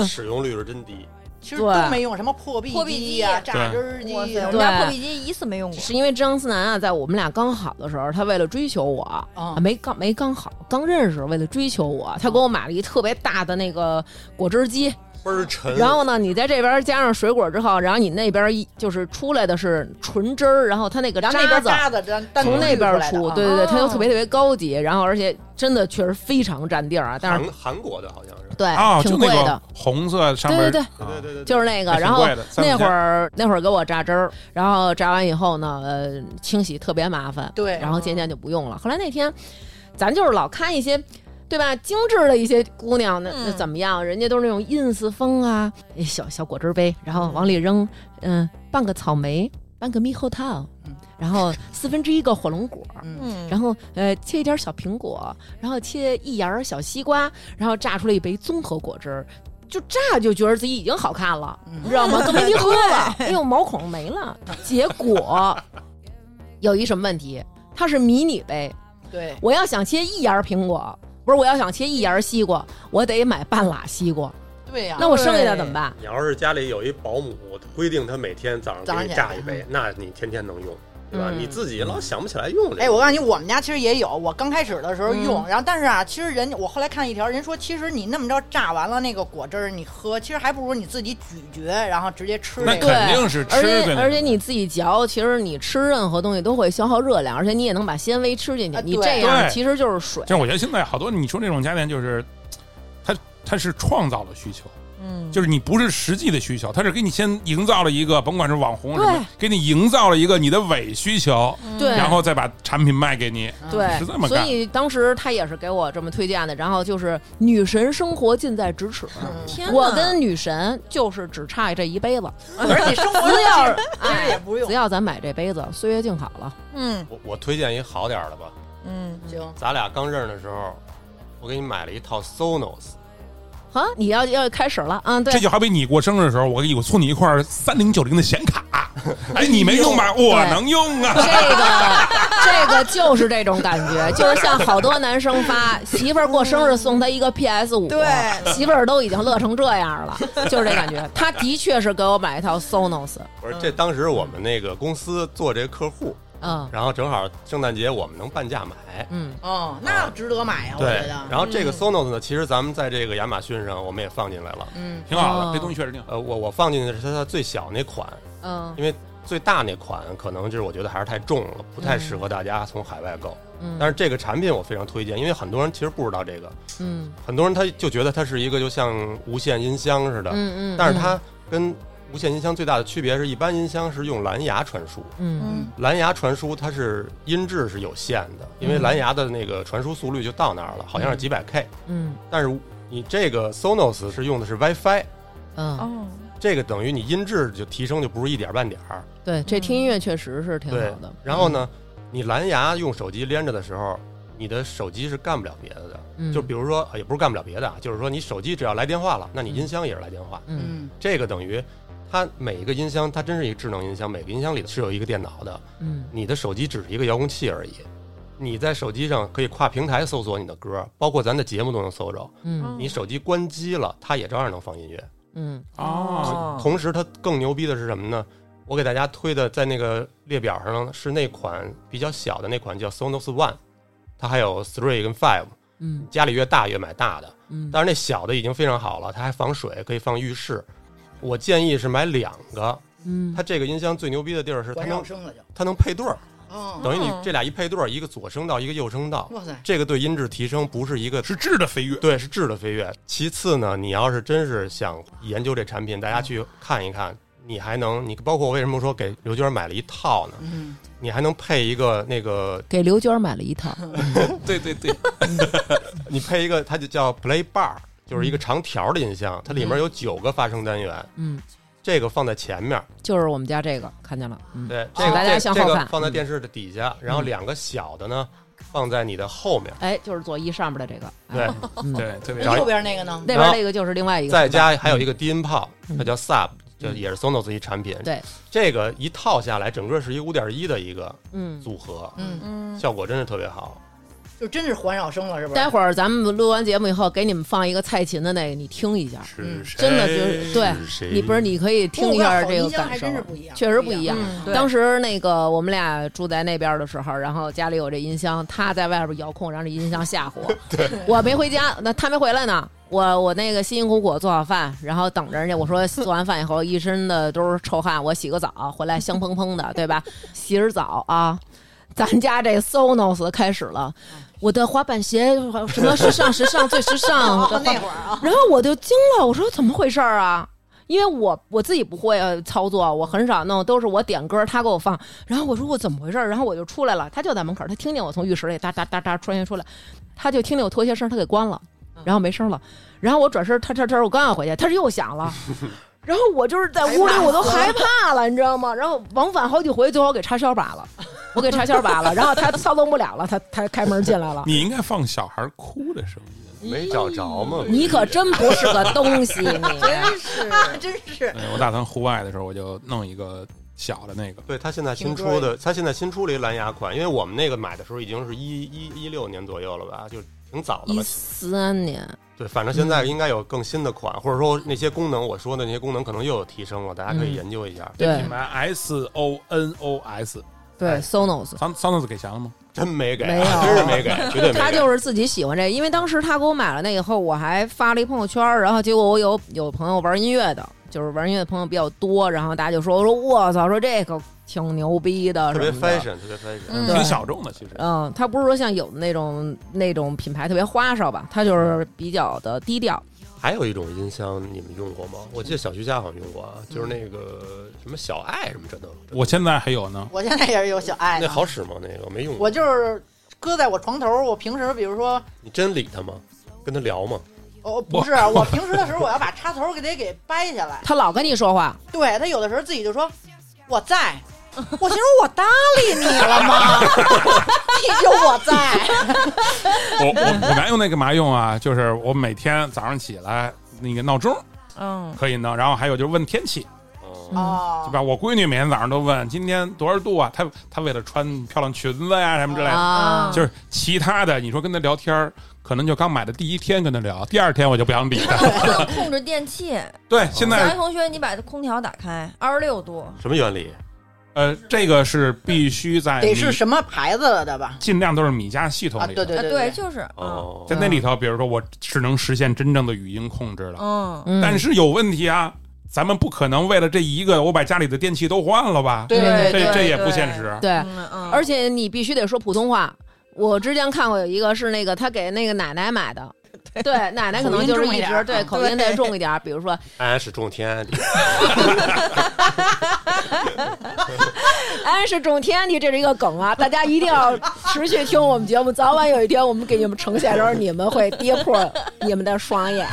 E: 使用率是真低。
A: 其实
C: 对
A: 都没用，什么破壁
B: 破壁
A: 机啊
B: 机
A: 呀、
B: 呀
A: 榨汁儿机
B: 哇塞，
A: 呀
B: 我们
C: 对
B: 家破壁机一次没用过。
C: 是因为张思楠啊，在我们俩刚好的时候，他为了追求我，
A: 嗯
C: 啊没刚没刚好，刚认识，为了追求我，他给我买了一特别大的那个果汁机。
E: 倍儿
D: 哎
E: 沉，
C: 然后呢，你在这边加上水果之后，然后你那边一就是出来的是纯汁儿，然后它那个
A: 然后
C: 渣
A: 那边
C: 子
A: 渣子单单独
C: 从那边
A: 滤
C: 出，
A: 来的啊
C: 对对对，它就
B: 哦
C: 特别特别高级，然后而且真的确实非常占地儿啊，但
E: 韩
C: 是
E: 韩国的好像是，
C: 对，
D: 啊！嗯就
C: 挺
D: 那
C: 贵
D: 个
C: 的，
D: 红色上
C: 对
D: 面，
C: 对对。
D: 啊
E: 对对对，
C: 就是那个，
D: 还挺
C: 然后
D: 贵的三
C: 那
D: 五
C: 会
D: 天
C: 儿那会儿给我榨汁儿，然后榨完以后呢，呃，清洗特别麻烦，
A: 对
C: 然后渐渐就不用了。后来那天，咱就是老看一些。对吧？精致的一些姑娘，那那
B: 嗯
C: 怎么样？人家都是那种 ins 风啊，哎小小果汁杯，然后往里扔，嗯、半个草莓，半个猕猴桃
A: 嗯，
C: 然后四分之一个火龙果，
A: 嗯，
B: 嗯，
C: 然后呃切一点小苹果，然后切一芽儿小西瓜，然后榨出了一杯综合果汁儿，就榨就觉得自己已经好看了，
A: 嗯
C: 你知道吗？都没地儿喝 *laughs* 了，哎呦毛孔没了。结果 *laughs* 有一什么问题？它是迷你杯，
A: 对，
C: 我要想切一芽儿苹果，不是我要想切一芽儿西瓜，我得买半拉西瓜，
A: 对呀、
C: 那我剩下的怎么办？
E: 你要是家里有一保姆，规定他每天早
A: 早上
E: 上给你
A: 起
E: 榨
A: 来
E: 一杯，那你天天能用，对吧？
C: 嗯
E: 你自己老想不起来用这个。
A: 哎，我告诉你，我们家其实也有，我刚开始的时候用，然后但是啊，其实人我后来看一条，人说其实你那么着榨完了那个果汁儿，你喝，其实还不如你自己咀嚼，然后直接吃
D: 那
A: 这
C: 对
A: 个。
D: 肯定是吃
C: 而且
D: 的
C: 而且你自己嚼，其实你吃任何东西都会消耗热量，而且你也能把纤维吃进去
A: 啊。
C: 你
A: 对
C: 这样
D: 对
C: 其实就是水。
D: 就是我觉得现在好多你说那种家电，就是它它是创造了需求，
A: 嗯，
D: 就是你不是实际的需求，它是给你先营造了一个，甭管是网红什
C: 对
D: 么，给你营造了一个你的伪需求，
B: 嗯
C: 对，
D: 然后再把产品卖给你。
A: 嗯
C: 对
D: 是这么，
C: 所
D: 干
C: 以当时他也是给我这么推荐的。然后就是女神生活近在咫尺，
A: 嗯
C: *laughs*
B: 天哪，
C: 我跟女神就是只差这一杯子，
A: 而且你生活
C: 只要
A: 其实其实也
C: 哎，
A: 不用
C: *laughs* 只，要咱买这杯子，岁月静好了。
A: 嗯
E: 我我推荐一好点儿的吧，
A: 嗯，行，
E: 咱俩刚认识的时候，我给你买了一套 Sonos，
C: 啊，你要要开始了啊？
D: 这
C: 对，
D: 就好比你过生日的时候，我给你我送你一块三零九零的显卡，哎，你没用吧？我
C: 对哦
D: 能用啊。
C: 这个 *laughs* 这个就是这种感
E: *laughs*
C: 觉，就是像好多男生发媳妇儿过生日送他一个 PS 五，啊
A: 对
C: 媳妇儿都已经乐成这样了，就是这感
E: *laughs*
C: 觉。他的确是给我买一套 Sonos，
E: 我说这
A: 嗯
E: 当时我们那个公司做这客户，
C: 嗯
E: 然后正好圣诞节我们能半价买。
C: 嗯，
A: 哦，那值得买呀，我觉
E: 对，
A: 得。
E: 然后这个 Sonos 呢，其实咱们在这个亚马逊上我们也放进来了。
A: 嗯，
D: 挺好的，
C: 哦
D: 这东西确实挺好。
E: 呃，我我放进的是它它最小那款，
C: 嗯
E: 因为最大那款可能就是我觉得还是太重了，不太适
A: 嗯
E: 合大家从海外购。
C: 嗯
E: 但是这个产品我非常推荐，因为很多人其实不知道这个，
C: 嗯
E: 很多人他就觉得它是一个就像无线音箱似的，
C: 嗯嗯，
E: 但是它跟无线音箱最大的区别是，一般音箱是用蓝牙传输，
C: 嗯
E: 蓝牙传输它是音质是有限的，因为蓝牙的那个传输速率就到那儿了，好像是几百 K，
C: 嗯
E: 但是你这个 Sonos 是用的是 WiFi，
C: 嗯嗯，
B: 哦，
E: 这个等于你音质就提升就不是一点半点儿，
C: 对，这听音乐确实是挺好
E: 对
C: 的。。嗯
E: 然后呢，你蓝牙用手机连着的时候，你的手机是干不了别的的，
C: 嗯，
E: 就比如说呃也不是干不了别的啊，就是说你手机只要来电话了，那你音箱也是来电话，
C: 嗯
A: 嗯
E: 这个等于。它每一个音箱，它真是一个智能音箱，每个音箱里是有一个电脑的，
C: 嗯
E: 你的手机只是一个遥控器而已。你在手机上可以跨平台搜索你的歌，包括咱的节目都能搜着。
C: 嗯
E: 你手机关机了，它也照样能放音乐。
C: 嗯
D: 哦，
E: 同时，它更牛逼的是什么呢？我给大家推的在那个列表上呢，是那款比较小的那款叫 Sonos One，它还有 Three 跟 Five，
C: 嗯
E: 家里越大越买大的。
C: 嗯，
E: 但是那小的已经非常好了，它还防水，可以放浴室。我建议是买两个。
C: 嗯
E: 它这个音箱最牛逼的地儿是它
A: 管上
E: 能
A: 升了就，
E: 它能配对儿，
A: 哦，
E: 等于你这俩一配对儿，一个左声道，一个右声道，
A: 哇塞，
E: 这个对音质提升不是一个
D: 是质的飞跃。
E: 对，是质的飞跃。其次呢，你要是真是想研究这产品，大家去看一看，你还能，你包括我为什么说给刘娟买了一套呢？
A: 嗯，
E: 你还能配一个那个，
C: 给刘娟买了一 *laughs* 套，
D: 对对对，
E: 你配一个，它就叫 Play Bar，就是一个长条的音箱，它里面有九个发声单元，
C: 嗯，
E: 这个放在前面，
C: 就是我们家这个看见了，嗯，
E: 对，这
C: 请
E: 个
C: 大家
E: 这
C: 向
E: 这
C: 后
E: 个
C: 看
E: 放在
C: 嗯
E: 电视的底下，然后两个小的呢放在你的后面，
C: 哎，就是左一上边的这个，哎
E: 对，
C: 嗯，
D: 对，特别
E: 找
A: 那右边那个呢？
C: 那边那个就是另外一个，
E: 再加还有一个低音炮，
C: 嗯
E: 它叫 Sub，这也是 Sonos 一产品。
C: 对，
E: 这个一套下来，整个是一五点一的一个
C: 嗯。
E: 组合，
A: 嗯，
B: 嗯，
E: 效果真是特别好。
A: 就真是环绕声了，是不是
C: 待？会儿咱们录完节目以后，给你们放一个蔡琴的那个，你听一下。
E: 哎
A: 嗯
C: 真的就是对
E: 谁
C: 你不是你可以听一下这个
A: 音箱
C: 感
A: 还
C: 受
A: 真。是不一样，
C: 确实不一样
A: 嗯
B: 对
C: 当时那个我们俩住在那边的时候，然后家里有这音箱，他在外边遥控，让这音箱吓唬我。我没回家，那他没回来呢。我我那个辛辛苦苦做好饭，然后等着人家。我说做完饭以后一身的都是臭汗，我洗个澡回来香喷喷的，对吧？洗着澡啊，咱家这 Sonos 开始了，我的滑板鞋什么时尚时尚最时尚，
A: 哦
C: 我的滑
A: 那会儿
C: *laughs*
A: 啊，
C: 然后我就惊了，我说怎么回事儿啊？因为我我自己不会呃操作，我很少弄，都是我点歌，他给我放。然后我说我怎么回事儿？然后我就出来了，他就在门口，他听见我从浴室里哒哒哒哒穿越出来，他就听见我拖鞋声，他给关了，然后没声了。然后我转身，他他他，我刚要回去，他又响 *laughs* 了。然后我就是在屋里，我都害怕了，你知道吗？然后往返好几回，最后给插销拔了，我给插销拔了。然后他操作不了了，他他开门进来了。
D: 你应该放小孩哭的声音。
E: 没找着吗？
C: *laughs* 你可真不是个东西， *laughs* 你
A: 是， *laughs* 真是，
D: 哎我打算户外的时候，我就弄一个小的那个。
E: 对他现在新出的，他现在新出了一蓝牙款，因为我们那个买的时候已经是一一一六年左右了吧，就挺早的
C: 一嗯
E: 了。
C: 三年，
E: 对，反正现在应该有更新的款，或者说那些功能，我说的那些功能可能又有提升了，大家可以
C: 嗯
E: 研究一下。
C: 对
D: 品牌 S O N O S，
C: 对，Sonos。
D: 桑桑德斯给钱了吗？
E: 真没给，
C: 没有
E: 真是没给，绝
C: *laughs*
E: 对没给。
C: 他就是自己喜欢这，因为当时他给我买了那以后，我还发了一朋友圈，然后结果我有有朋友玩音乐的，就是玩音乐的朋友比较多，然后大家就说，我说我操，说这个挺牛逼的，
E: 特别
C: 什么的
E: fashion，特别 fashion。
A: 嗯
D: 挺小众的，其实。
C: 嗯，他不是说像有的那种那种品牌特别花哨吧，他就是比较的低调。
E: 还有一种音箱，你们用过吗？我记得小徐家好像用过啊，
C: 嗯
E: 就是那个什么小爱什么这都，
D: 我现在还有呢，
A: 我现在也是有小爱啊
E: 那
A: 呢，
E: 好使吗？那个我没用过
A: 我。就是搁在我床头儿。我平时比如说，
E: 你真理他吗？跟他聊吗？
A: 哦，不是，
D: *laughs*
A: 我平时的时候我要把插头儿给得给掰下来。
C: 他老跟你说话，
A: 对他有的时候自己就说我在，我寻思我搭理你了
C: *laughs*
A: 吗？ *laughs*
C: 嗯
A: 你就我在，
D: 我
A: *laughs*
D: 我我拿用那干嘛用啊？就是我每天早上起来那个闹钟
B: 嗯，
D: 可以弄，然后还有就是问天气，嗯
E: 哦，
A: 哦
D: 对，吧？我闺女每天早上都问今天多少度啊？她她为了穿漂亮裙子呀、什么之类的，
C: 啊，
D: 就是其他的，你说跟她聊天儿，可能就刚买的第一天跟她聊，第二天我就不想理她。
B: 不能控制电器。
D: 对，现
B: 小爱
A: 哎
D: 在
B: 同学，你把空调打开，二十六度，
E: 什么原理？
D: 呃，这个是必须在
A: 得
D: 你
A: 是什么牌子了的吧？
D: 尽量都是米家系统
A: 啊，
D: 里
A: 对
D: 的，
A: 对
B: 啊，
A: 对，
B: 就是，嗯
E: 哦
D: 在，那里头，比如说我是能实现真正的语音控制的，
B: 嗯，
C: 嗯
D: 但是有问题啊，咱们不可能为了这一个我把家里的电器都换了吧？
A: 对
C: 啊对
D: 这
B: 对
D: 这也
B: 对
D: 不现实。
C: 对，
B: 嗯嗯，
C: 而且你必须得说普通话。我之前看过有一个是那个他给那个奶奶买的，对，奶奶可能就是
A: 口音重一
C: 一
A: 点
C: 直
A: 儿啊
C: 对口音再重一点儿，比如说，
E: 安是种田，你
C: 安哎是种天地，这是一个梗啊，大家一定要持续听我们节目，早晚有一天我们给你们呈现的时候，你们会跌破你们的双眼。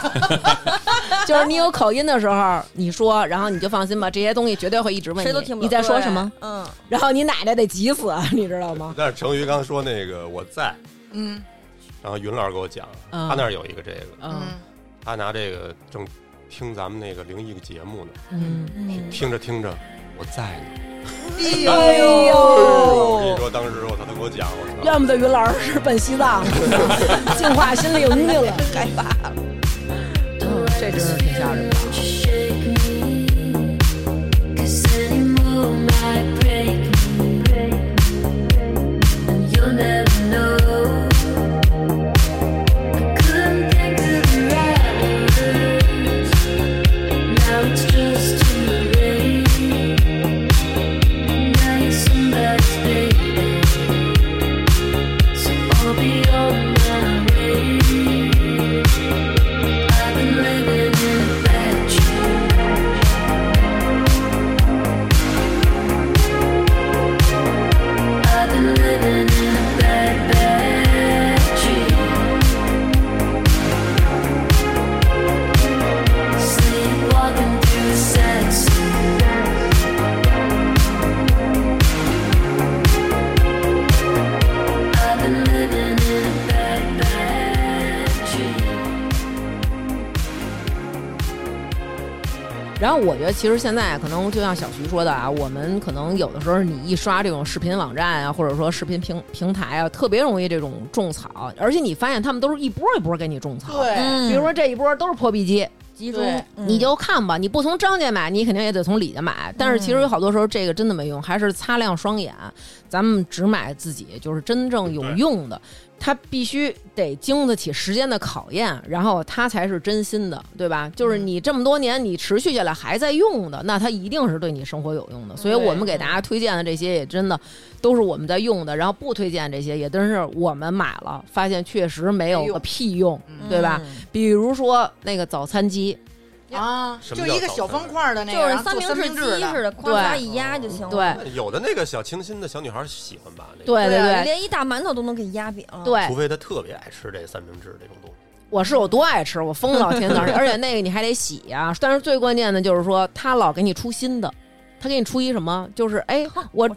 C: *laughs* 就是你有口音的时候，你说，然后你就放心吧，这些东西绝对会一直问你，
B: 谁都听不懂
C: 你在说什么，？
B: 对嗯，
C: 然后你奶奶得急死，啊你知道吗？
E: 但是成瑜刚说那个我在，
A: 嗯
E: 然后云老师给我讲，
C: 嗯
E: 他那儿有一个这个，
C: 嗯
A: 嗯，
E: 他拿这个正听咱们那个灵异节目呢，
C: 嗯，
E: 听着听着我在呢。
C: 哎
E: 我跟你
C: 呦。
E: 说，当时我操，他给我讲，我操。
C: 要么的云老师是奔西藏净化心灵去了，害怕了。嗯，这真是挺吓人的。
G: Be on my way. I've been living in a vacuum. I've been living in a bad, bad dream. Sleepwalking through the senses. I've been living in a bad, bad dream.
C: 然后我觉得，其实现在可能就像小徐说的啊，我们可能有的时候你一刷这种视频网站啊，或者说视频平平台啊，特别容易这种种草，而且你发现他们都是一波一波给你种草。
A: 对，
B: 嗯
C: 比如说这一波都是破壁机，
B: 集中
A: 对，
B: 嗯
C: 你就看吧，你不从张家买，你肯定也得从李家买。但是其实有好多时候这个真的没用，还是擦亮双眼，咱们只买自己就是真正有用的。它必须得经得起时间的考验，然后它才是真心的，对吧？就是你这么多年你持续下来还在用的，那它一定是对你生活有用的。所以我们给大家推荐的这些也真的都是我们在用的，然后不推荐这些也真是我们买了发现确实没有个屁用，
A: 嗯
C: 对吧？比如说那个早餐机，
A: 啊，
E: 什么
A: 就
E: 叫
A: 一个小方块的那个，
B: 就是
A: 然后
B: 三
A: 做三
B: 明治
A: 明
B: 机似
A: 的，
B: 的，哐嚓一压就行了。
C: 对
E: 有的那个小清新的小女孩喜欢吧？那个，
C: 对对啊对
B: 连一大馒头都能给压扁了。，
C: 对，
E: 除非她特别爱吃这三明治这种东西。
C: 我是有多爱吃，我疯了， *laughs* 天天早上，而且那个你还得洗呀、但是最关键的就是说，他老给你出新的，他给你出一什么，就是哎，我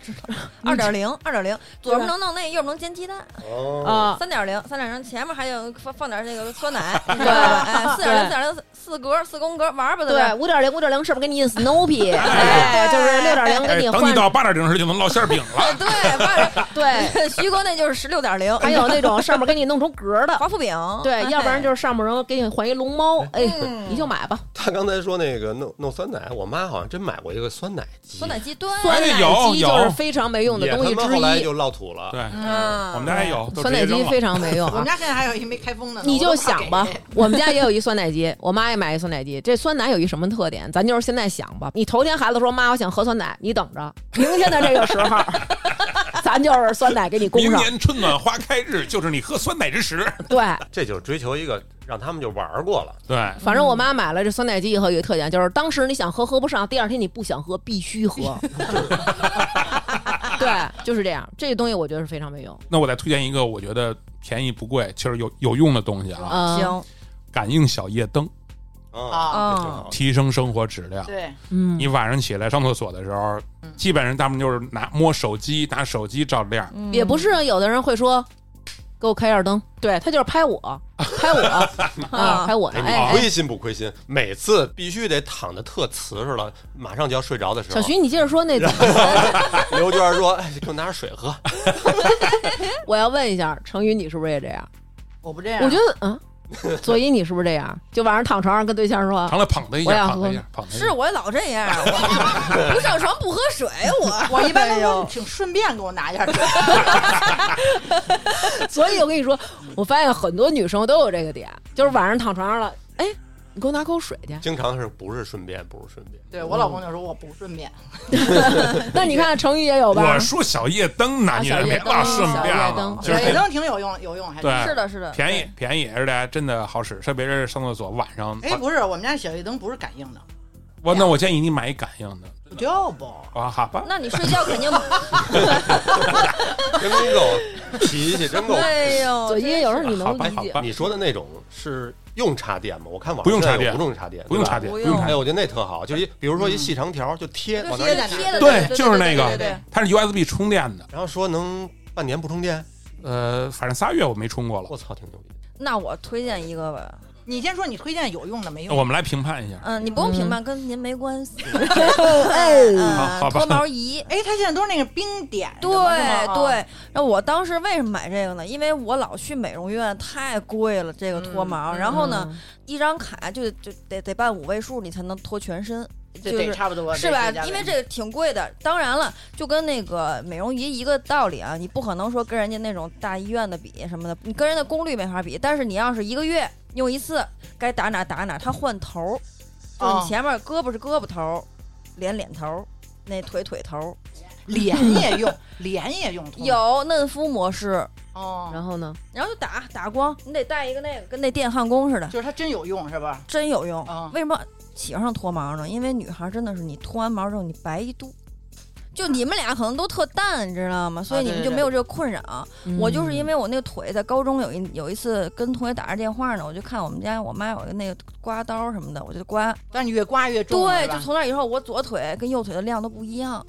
B: 二点零，二点零，左边能弄那，右边能煎鸡蛋。
E: 哦，
C: 啊、
B: 三点零，三点零，前面还有放放点那个酸奶，
C: 对
B: 对吧？哎，四点零，
C: 对
B: 四点零，四格，四宫格，玩吧，
C: 对，
B: 吧？
C: 五点零，五点零是不是给你印 *laughs* Snoopy？哎，就是六点零
D: 哎
C: 给你，
D: 等
C: 换
D: 你，到八点零时就能烙馅饼了。
B: 对，八
C: *laughs* 对，
B: 点，徐哥那就是十六点零，
C: 还有那种上面给你弄成格的，
B: 华夫饼，
C: 对，
B: 哎
C: 要不然就是上面人给你换一龙猫，哎，
B: 嗯
C: 你就买吧。
E: 她刚才说那个弄弄酸奶，我妈好像真买过一个酸奶机，
B: 酸奶鸡端，
C: 酸奶
D: 哎有
C: 机就是
D: 有
C: 非常没用的
E: 也
C: 东西
E: 他妈后来
C: 之一，
E: 就落土了。
D: 对，
B: 嗯，
D: 我们家还有，都直
C: 酸
D: 接
C: 奶
D: 扔
C: 机
D: 了
C: 非。常没用
A: 我
C: 啊 *laughs*
A: 们。家现在还有一没开封的呢，
C: 你
A: 我
C: 就
A: 都怕
C: 想
A: 给哎
C: 吧，我们家也有一酸奶机， *laughs* 我妈也买一酸奶机。这酸奶有一什么特点？咱就是现在想吧。你头天孩子说妈，我想喝酸奶，你等着，明天的这个时候， *laughs* 咱就是酸奶给你供
D: 明
C: 上。
D: 年春暖花开日就是你喝酸奶之时。
C: 对，
E: 这就是追求一个让他们就玩儿过了，
D: 对，
C: 反正我妈买了这酸奶机以后，有一个特点就是，当时你想喝喝不上，第二天你不想喝必须喝。 *laughs* 对，就是这样。这个东西我觉得是非常没用。
D: 那我再推荐一个，我觉得便宜不贵，其实有有用的东西啊，
C: 嗯，
B: 行，
D: 感应小夜灯，
E: 啊，
A: 啊，
C: 哦
E: 这
B: 嗯
E: 挺好。
D: 提升生活质
A: *laughs*
D: 量。
A: 对，
C: 嗯，
D: 你晚上起来上厕所的时候，基本上他们就是拿摸手机，拿手机照亮。
A: 嗯
C: 也不是有的人会说，给我开一下灯，对他就是拍我，拍我啊，拍我呢，哎
E: 哎，你
C: 哎，
E: 亏心不亏心？每次必须得躺的特瓷实了，马上就要睡着的时
C: 小
E: 候，
C: 徐，你接着说那怎么
E: 刘娟说：“哎，给我拿点水喝。
C: 我要问一下，程宇，你是不是也这样？
A: 我不这
B: 啊
A: 样，
C: 我觉得，嗯，左一，你是不是这样？就晚上躺床上跟对象
D: *laughs*
C: 说，
D: 扛了捧他一
C: 我也
D: 下，
C: 要
D: 捧他一
C: 喝
D: 下，捧他一下。
B: 是我老这样，
D: *laughs*
B: 我不上床不喝水，我
A: *laughs* 我一般都
B: 哎
A: 说，
B: 呦
A: 请顺便给我拿
C: *laughs*
A: 一下水。
C: 所以我跟你说，我发现很多女生都有这个点，就是晚上躺床上了，哎，你给我拿口水去”。
E: 经常是不是顺便，不是顺便。
A: 对我老公就说我不顺便，
C: 那你看程宇也有吧
D: 我？说小夜灯呢，
C: 啊
D: 你
C: 小夜
D: 别
C: 灯
D: 老顺便
C: 小夜
D: 了
C: 灯，
D: 就是
A: 也
D: 这
A: 能挺有用，有用还真
D: 对
B: 是的，是的，
D: 便宜便宜，而且真的好使，特别是上厕所晚上。
A: 哎，不是，我们家小夜灯不是感应的，
D: 我那我建议你买一感应的
A: 就不
D: 啊，好吧。
B: 那你睡觉肯定不
E: 真够脾气，真够。
B: 哎呦，
C: 左一有时候你
D: 好
C: 能
D: 吧
C: 理
D: 好
C: 解
D: 吧，
E: 你说的那种是用插电吗？我看网上
D: 不用插
E: 现在有
D: 电
E: 不用插电，
D: 不用
E: 对吧
D: 插电，
B: 不
D: 不
B: 用
D: 用插
E: 哎，
D: 电。
E: 我觉得那特好，就是一比如说一细长条就贴往那儿
A: 贴
E: 一
A: 在
B: 贴的
D: 对，就是那
B: 对对
D: 个，它是 USB 充电的。
E: 然后说能半年不充电，
D: 呃，反正仨月我没充过了。
E: 我操，挺牛逼的。
B: 那我推荐一个吧，
A: 你先说你推荐有用的没
D: 那
A: 用的，
D: 我们来评判一下，
B: 嗯，你不用评判，跟您没关系。 *laughs*
D: 好
B: 嗯
D: 好吧
B: 脱毛
A: *laughs*
B: 仪。
A: 哎，它现在都是那个冰点的啊
B: 对
A: 嘛，是吗
B: 对，，然后我当时为什么买这个呢？因为我老去美容院，太贵了这个脱毛。
A: 嗯
B: 然后呢，，一张卡就就得得办五位数，你才能脱全身，
A: 这
B: 就是
A: 得差不多
B: 是吧
A: 得加？
B: 因
A: 点
B: 为
A: *laughs*
B: 这个挺贵的。当然了，就跟那个美容仪一个道理啊，你不可能说跟人家那种大医院的比什么的，你跟人家功率没法比。但是你要是一个月用一次，该打哪打哪，它换头儿，就是
A: 哦
B: 你前面胳膊是胳膊头儿，脸脸头儿，那腿腿头
A: 哦
B: 儿，
A: 脸也用， *laughs* 脸也用通
B: 有嫩肤模式，
A: 哦，
C: 嗯然后呢，
B: 然后就打打光，你得带一个那个，跟那电焊工似的，
A: 就是它真有用是吧？
B: 真有用。
A: 啊
B: 为什么喜欢上脱毛呢？因为女孩真的是你脱完毛之后你白一度，就你们俩可能都特淡，你知道吗？
A: 啊
B: 所以你们就没有这个困扰。
A: 嗯
B: 嗯我就是因为我那个腿，在高中有一有一次跟同学打着电话呢，我就看我们家我妈有一个那个刮刀什么的，我就刮。
A: 但是你越刮越重，
B: 对，
A: 是吧
B: 就从那以后，我左腿跟右腿的量都不一样。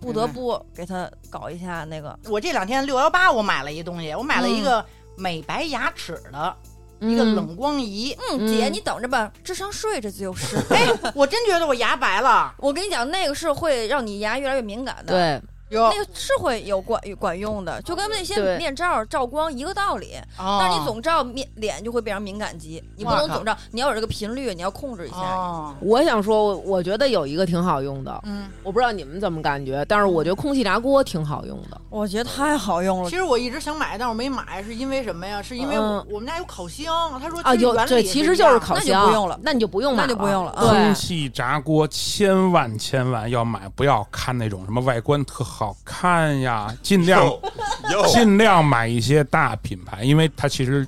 B: 不得
A: 明白
B: 不给它搞一下那个，
A: 我这两天六幺八我买了一东西，我买了一
B: 嗯
A: 个美白牙齿的
C: 嗯
A: 一个冷光仪， *laughs*
B: 嗯，姐你等着吧，智商税这就是。
A: 哎，我真觉得我牙白了，
B: 我跟你讲，那个是会让你牙越来越敏感的。
C: 嗯对，
A: 哟
B: 那个是会有管管用的，就跟那些
C: 对啊
B: 面罩照光一个道理。
A: 哦
B: 但是你总照面脸就会变成敏感肌，你不
A: 哇
B: 能
A: 靠
B: 总照，你要有这个频率，你要控制一
C: 啊
B: 下。
A: 哦，
C: 我想说，我我觉得有一个挺好用的，
A: 嗯，
C: 我不知道你们怎么感觉，但是我觉得空气炸锅挺好用的。
B: 我觉得太好用了
A: 其，实我一直想买，但我没买，是因为什么呀？是因为我
C: 嗯
A: 我们家有烤箱，
B: 哦
A: 他说
C: 啊，
A: 其实
C: 有
A: 原理
C: 对，
A: 是
C: 其
A: 一
C: 实就
A: 样
C: 是
A: 的
C: 烤
B: 那
C: 箱，
B: 就不用了
C: 那你就不用买，
B: 那就不用了啊
C: 对
D: 空，气炸锅千万千万要买，不要看那种什么外观特好看呀，尽量
E: 哟
B: 哦
E: 哟，
D: 尽量买一些大品牌，因为它其实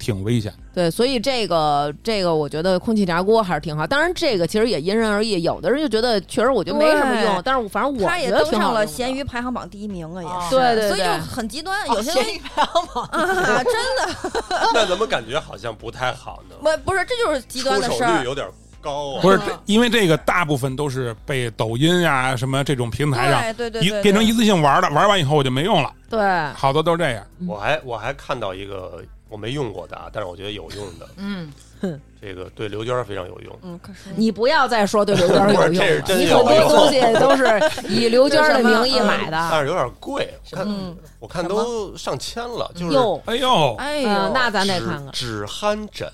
D: 挺危险的。
C: 对，所以这个这个，我觉得空气炸锅还是挺好。当然，这个其实也因人而异，有的人就觉得确实我觉得没什么用
B: 对，
C: 但是我反正我
B: 它也
C: 觉得
B: 登
C: 挺
B: 上
C: 好
B: 了
C: 用的
B: 咸鱼排行榜第一名啊，也
A: 哦
B: 是。
C: 对对
B: 所以
C: 对啊
B: 就很极端，
A: 哦
B: 有些东
A: 咸
B: 西
A: 鱼排行榜
B: 啊，真的
E: 那怎么感觉好像不太好呢？
B: 不不是，这就是极端的
E: 出
B: 事
E: 手率
B: 儿。
E: 有点高
B: 哦
D: *laughs*
E: 啊。
D: 不是，这因为这个大部分都是被抖音啊什么这种平台上
B: 对对对
D: 一
B: 对，啊
D: 变成
B: 对
D: 一次性玩的，玩完以后我就没用了，
C: 对，
D: 好多都这样。
C: 嗯
E: 我还我还看到一个我没用过的啊，但是我觉得有用的，
A: 嗯，
E: 这个对刘娟非常有用。
B: 嗯，可是
C: 你不要再说对刘娟儿有
D: *laughs*
E: 不是
C: 用
E: 这是
C: 了，
E: 真
C: 你
E: 有
C: 很多
E: 用
C: 东西都是以刘娟儿的名义买的。
E: 但是有点贵，我看、
B: 嗯
E: 我看都上千了，就
C: 嗯
E: 是
C: 哟，
D: 哎呦，
B: 哎
C: 嗯、
B: 呦，
C: 那咱得
E: 止
C: 看看，
E: 止鼾枕，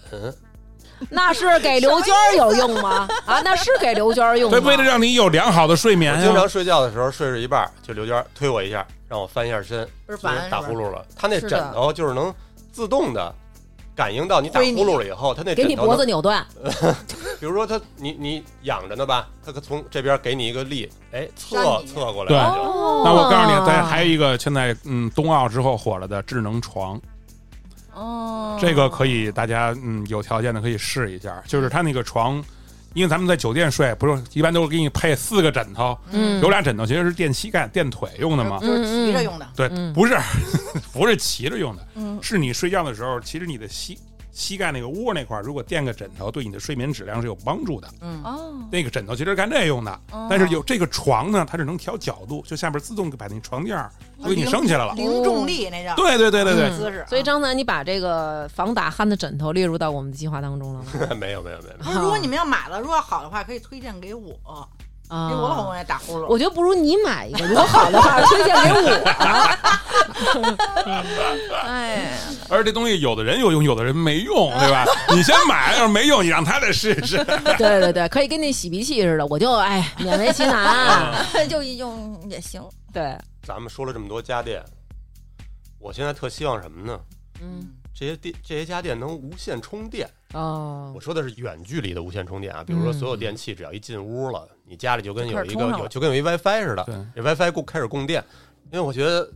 C: 那是给刘娟儿有用吗？啊，那是给刘娟儿
D: *laughs*
C: 用吗
D: 这？为了让你有良好的睡眠啊
E: 我
D: 呀
E: 经常睡觉的时候睡着一半儿，就刘娟推我一下，让我翻一下身，
A: 不是
E: 就
A: 烦
E: 打呼噜了。他那
B: 是的
E: 枕头就是能自动的感应到你打呼噜了以后，他那
C: 给
E: 枕
C: 你
E: 头
C: 脖子
E: 能
C: 扭断，
E: 比如说他你你仰着呢吧，他可从这边给你一个力，哎，
A: 让
E: 侧
A: 你
E: 侧过来
D: 对
E: 了就。
C: 哦
D: 那我告诉你，在还有一个现在嗯冬奥之后火了的智能床，
B: 哦，
D: 这个可以大家嗯有条件的可以试一下，就是它那个床。因为咱们在酒店睡，不是一般都是给你配四个枕头，
C: 嗯
D: 有俩枕头其实是垫膝盖、垫腿用的嘛。
A: 就是骑着用的。
D: 对，
C: 嗯
D: 不是 *laughs* 不是骑着用的，
B: 嗯
D: 是你睡觉的时候，其实你的膝膝盖那个窝那块儿，如果垫个枕头，对你的睡眠质量是有帮助的。
A: 嗯，
B: 哦，
D: 那个枕头其实是干这用的，但是有这个床呢，它是能调角度，就下边自动把那床垫儿
A: 哦
D: 就给你升起来了。
A: 零重力那叫
D: 对对对对对，
A: 姿势啊。
C: 哦嗯所以张楠，你把这个防打鼾的枕头列入到我们的计划当中了吗？
E: *laughs* 没有没有没有，
A: 不是，如果你们要买了，如果好的话，可以推荐给我，因
C: 啊，
A: 为我老公也打呼噜。
C: 我觉得不如你买一个，如果好的话，推荐给
A: *laughs*
C: 我。
B: 哎，
D: 而这东西有的人有用，有的人没用，对吧？你先买，要是没用，你让他再试试。
C: 对对对，可以跟那洗鼻器似的，我就哎勉为其
A: *laughs*
C: 难。啊
B: 哎 *laughs* 就一用也行，
C: 对，
E: 咱们说了这么多家电，我现在特希望什么呢？
C: 嗯
E: 这些电这些家电能无线充电。
C: 哦
E: 我，说的是远距离的无线充电啊，比如
C: 嗯
E: 说所有电器只要一进屋了，你家里就跟
B: 就开
E: 有
B: 始
E: 一
B: 充
E: 个
B: 上了
E: 有就跟有一 WiFi 似的，
D: *laughs* 对，
E: 这 WiFi 供开始供电，因为我觉得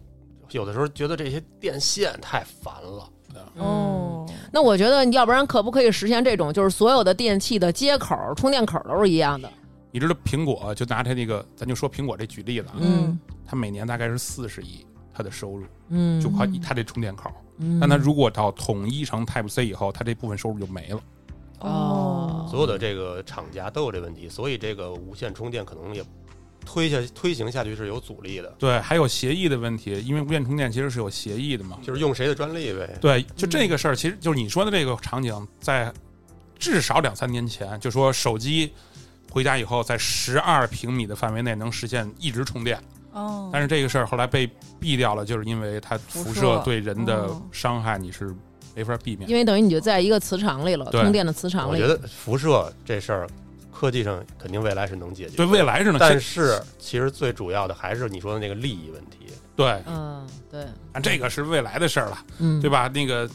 E: 有的时候觉得这些电线太烦了。
C: 哦，那我觉得，要不然可不可以实现这种，就是所有的电器的接口、充电口都是一样的？
D: 你知道苹果就拿它那个，咱就说苹果这举例子啊，
C: 嗯
D: 它每年大概是四十亿，它的收入
C: 嗯
D: 就靠它这充电口。
C: 嗯
D: 但它如果到统一成 Type C 以后，它这部分收入就没了。
C: 哦，
E: 所有的这个厂家都有这问题，所以这个无线充电可能也推下推行下去是有阻力的，
D: 对，还有协议的问题，因为无线充电其实是有协议的嘛。
E: 就是用谁的专利呗。
D: 对，就这个事儿，其实就是你说的这个场景，在至少两三年前，就说手机回家以后，在十二平米的范围内能实现一直充电，
C: 嗯
B: 哦，
D: 但是这个事儿后来被避掉了，就是因为它
B: 辐
D: 辐
B: 射
D: 射对人的
B: 嗯
D: 伤害，你是没法避免
C: 因。为等于你就在一个磁场里了，
D: 对
C: 充电的磁场
E: 我
C: 里
E: 觉。得辐射这事儿，科技上肯定未来是能解决。
D: 对未，来是
E: *laughs*
D: 能，
E: 但是其实最主要的还是你说的那个利益问题。
D: 对，
C: 嗯，对，
D: 但这个是未来的事儿了，
C: 嗯，
D: 对？吧？那个。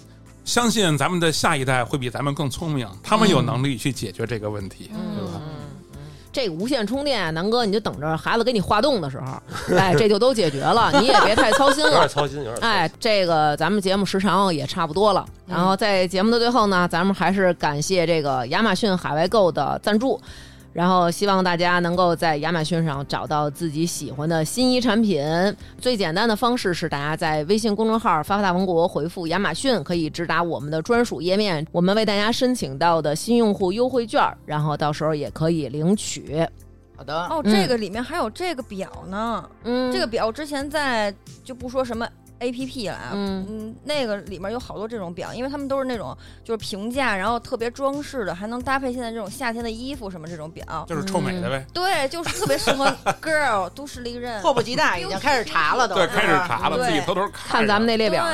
D: 相信咱们的下一代会比咱们更聪明，他们有能力去解决这个问题。
C: 嗯。嗯这个无线充电，南哥你就等着孩子给你化冻的时候，哎，这就都解决了，你也别太操心
E: 有
C: 了
E: 点。操心，有点
C: 嗯
E: 操心。
C: 哎，这个咱们节目时长也差不多了。然后在节目的最后呢，咱们还是感谢这个亚马逊海外购的赞助。然后希望大家能够在亚马逊上找到自己喜欢的新衣产品。最简单的方式是大家在微信公众号“发发大王国”回复“亚马逊”，可以直达我们的专属页面。我们为大家申请到的新用户优惠券，然后到时候也可以领取。
A: 好的，
B: 哦，这个里面还有这个表呢，
C: 嗯
B: 这个表之前在就不说什么 A P P 了啊，
C: 嗯
B: 嗯，那个里面有好多这种表，因为他们都是那种就是平价，然后特别装饰的，还能搭配现在这种夏天的衣服什么这种表，
D: 就是臭美的呗。
B: 对，就是特别适合 girl 都市丽人，
A: 迫不及待，已经开始查嗯了都。
D: 对，开始查了，
B: 对
D: 自己偷偷看
C: 看
D: 着
C: 咱们那列
B: 对
C: 表呢。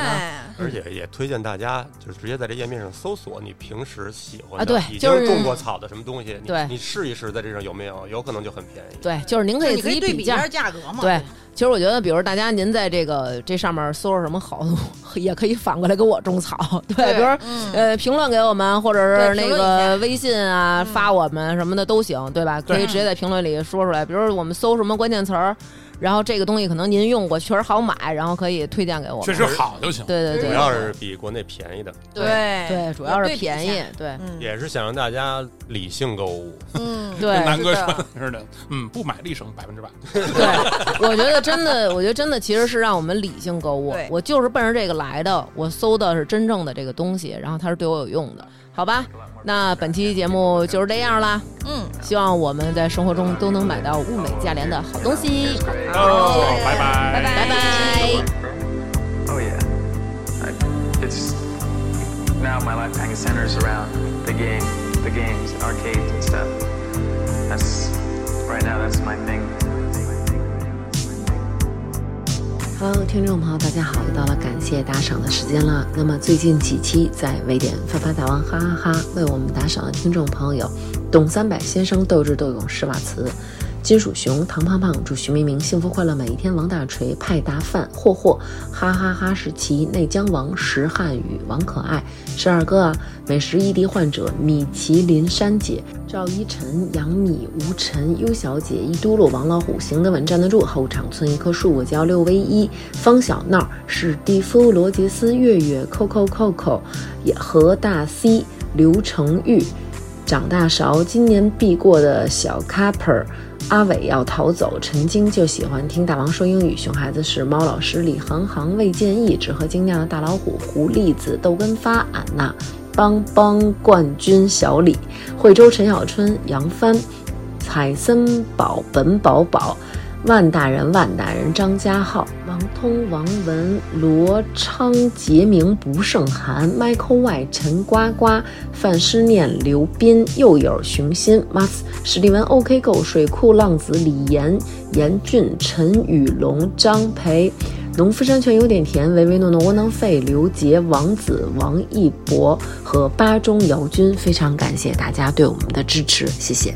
E: 而且也推荐大家，就是直接在这页面上搜索你平时喜欢的，
C: 啊对
E: 已
C: 就
E: 经
C: 是
E: 种过草的什么东西，你
C: 对
E: 你试一试，在这上有没有，有可能就很便宜。
C: 对，就是您可以
A: 你
C: 自
A: 可
C: 己
A: 以对
C: 比
A: 比一
C: 价
A: 下价格嘛。
C: 对，其实我觉得，比如大家您在这个这上面搜着什么好的，也可以反过来给我种草。对，
A: 对
C: 比如、
B: 嗯
C: 呃评论给我们，或者
B: 对
C: 是
B: 评
C: 那
B: 论
C: 个微信啊、发我们什么的都行，对吧？可以
B: 对
C: 直接在评论里说出来。比如我们搜什么关键词儿，然后这个东西可能您用过，确实好买，然后可以推荐给我们。
D: 确实好就行。
C: 对对
E: 主
C: 对
E: 要是比国内便宜的，
B: 对
C: 对，主要是
B: 对比一下
C: 便宜，对
B: 嗯
E: 也是想让大家理性购物。
B: 嗯，
C: 对
D: 跟南哥
B: 是的
D: 说的似的，嗯，不买立省百分之百。
C: *laughs* 对，我觉得真的，我觉得真的其实是让我们理性购物
B: 对。
C: 我就是奔着这个来的，我搜的是真正的这个东西，然后它是对我有用的，好吧？那本期节目就是这样啦，
B: 嗯，
C: 希望我们在生活中都能买到物美价廉的好东西。
D: 哦，拜
B: 拜
D: 拜，
C: 拜拜。
H: Oh yeah. I, it's now my life kind of centers around the game, the games, and arcades and stuff. That's right now. That's my thing.
I: Hello，听众朋友，大家好，又到了感谢打赏的时间了。那么最近几期在微点发发大王哈哈哈为我们打赏的听众朋友有：董三百先生、斗智斗勇、施瓦茨、金属熊、唐胖胖、祝徐明明幸福快乐每一天、王大锤、派达范、霍霍、哈哈哈士奇、内江王、石汉语、王可爱、十二哥啊、美食异地患者、米其林山姐、赵一晨、杨幂、吴晨、优小姐、一嘟噜、王老虎、行得稳站得住、后场村一棵树、我叫六 V 一、方小闹、史蒂夫、罗杰斯、月月、Coco Coco、也何大 C、刘成玉。长大勺，今年必过的小 Capper，阿伟要逃走，陈晶就喜欢听大王说英语，熊孩子是猫老师，李航航未建议，只喝精酿的大老虎，狐狸子豆根发，安娜，邦邦冠军小李，惠州陈小春，杨帆，彩森宝本宝宝。万大人，万大人，张家浩、王通、王文、罗昌、杰明、不胜寒、Michael Y、陈呱呱、范诗念、刘斌、又有熊心、Mas、史蒂文、OK 购、水库浪子、李岩、严俊、陈宇龙、张培。农夫山泉有点甜，唯唯诺诺窝囊废，刘杰、王子、王一博和巴中姚军，非常感谢大家对我们的支持，谢谢。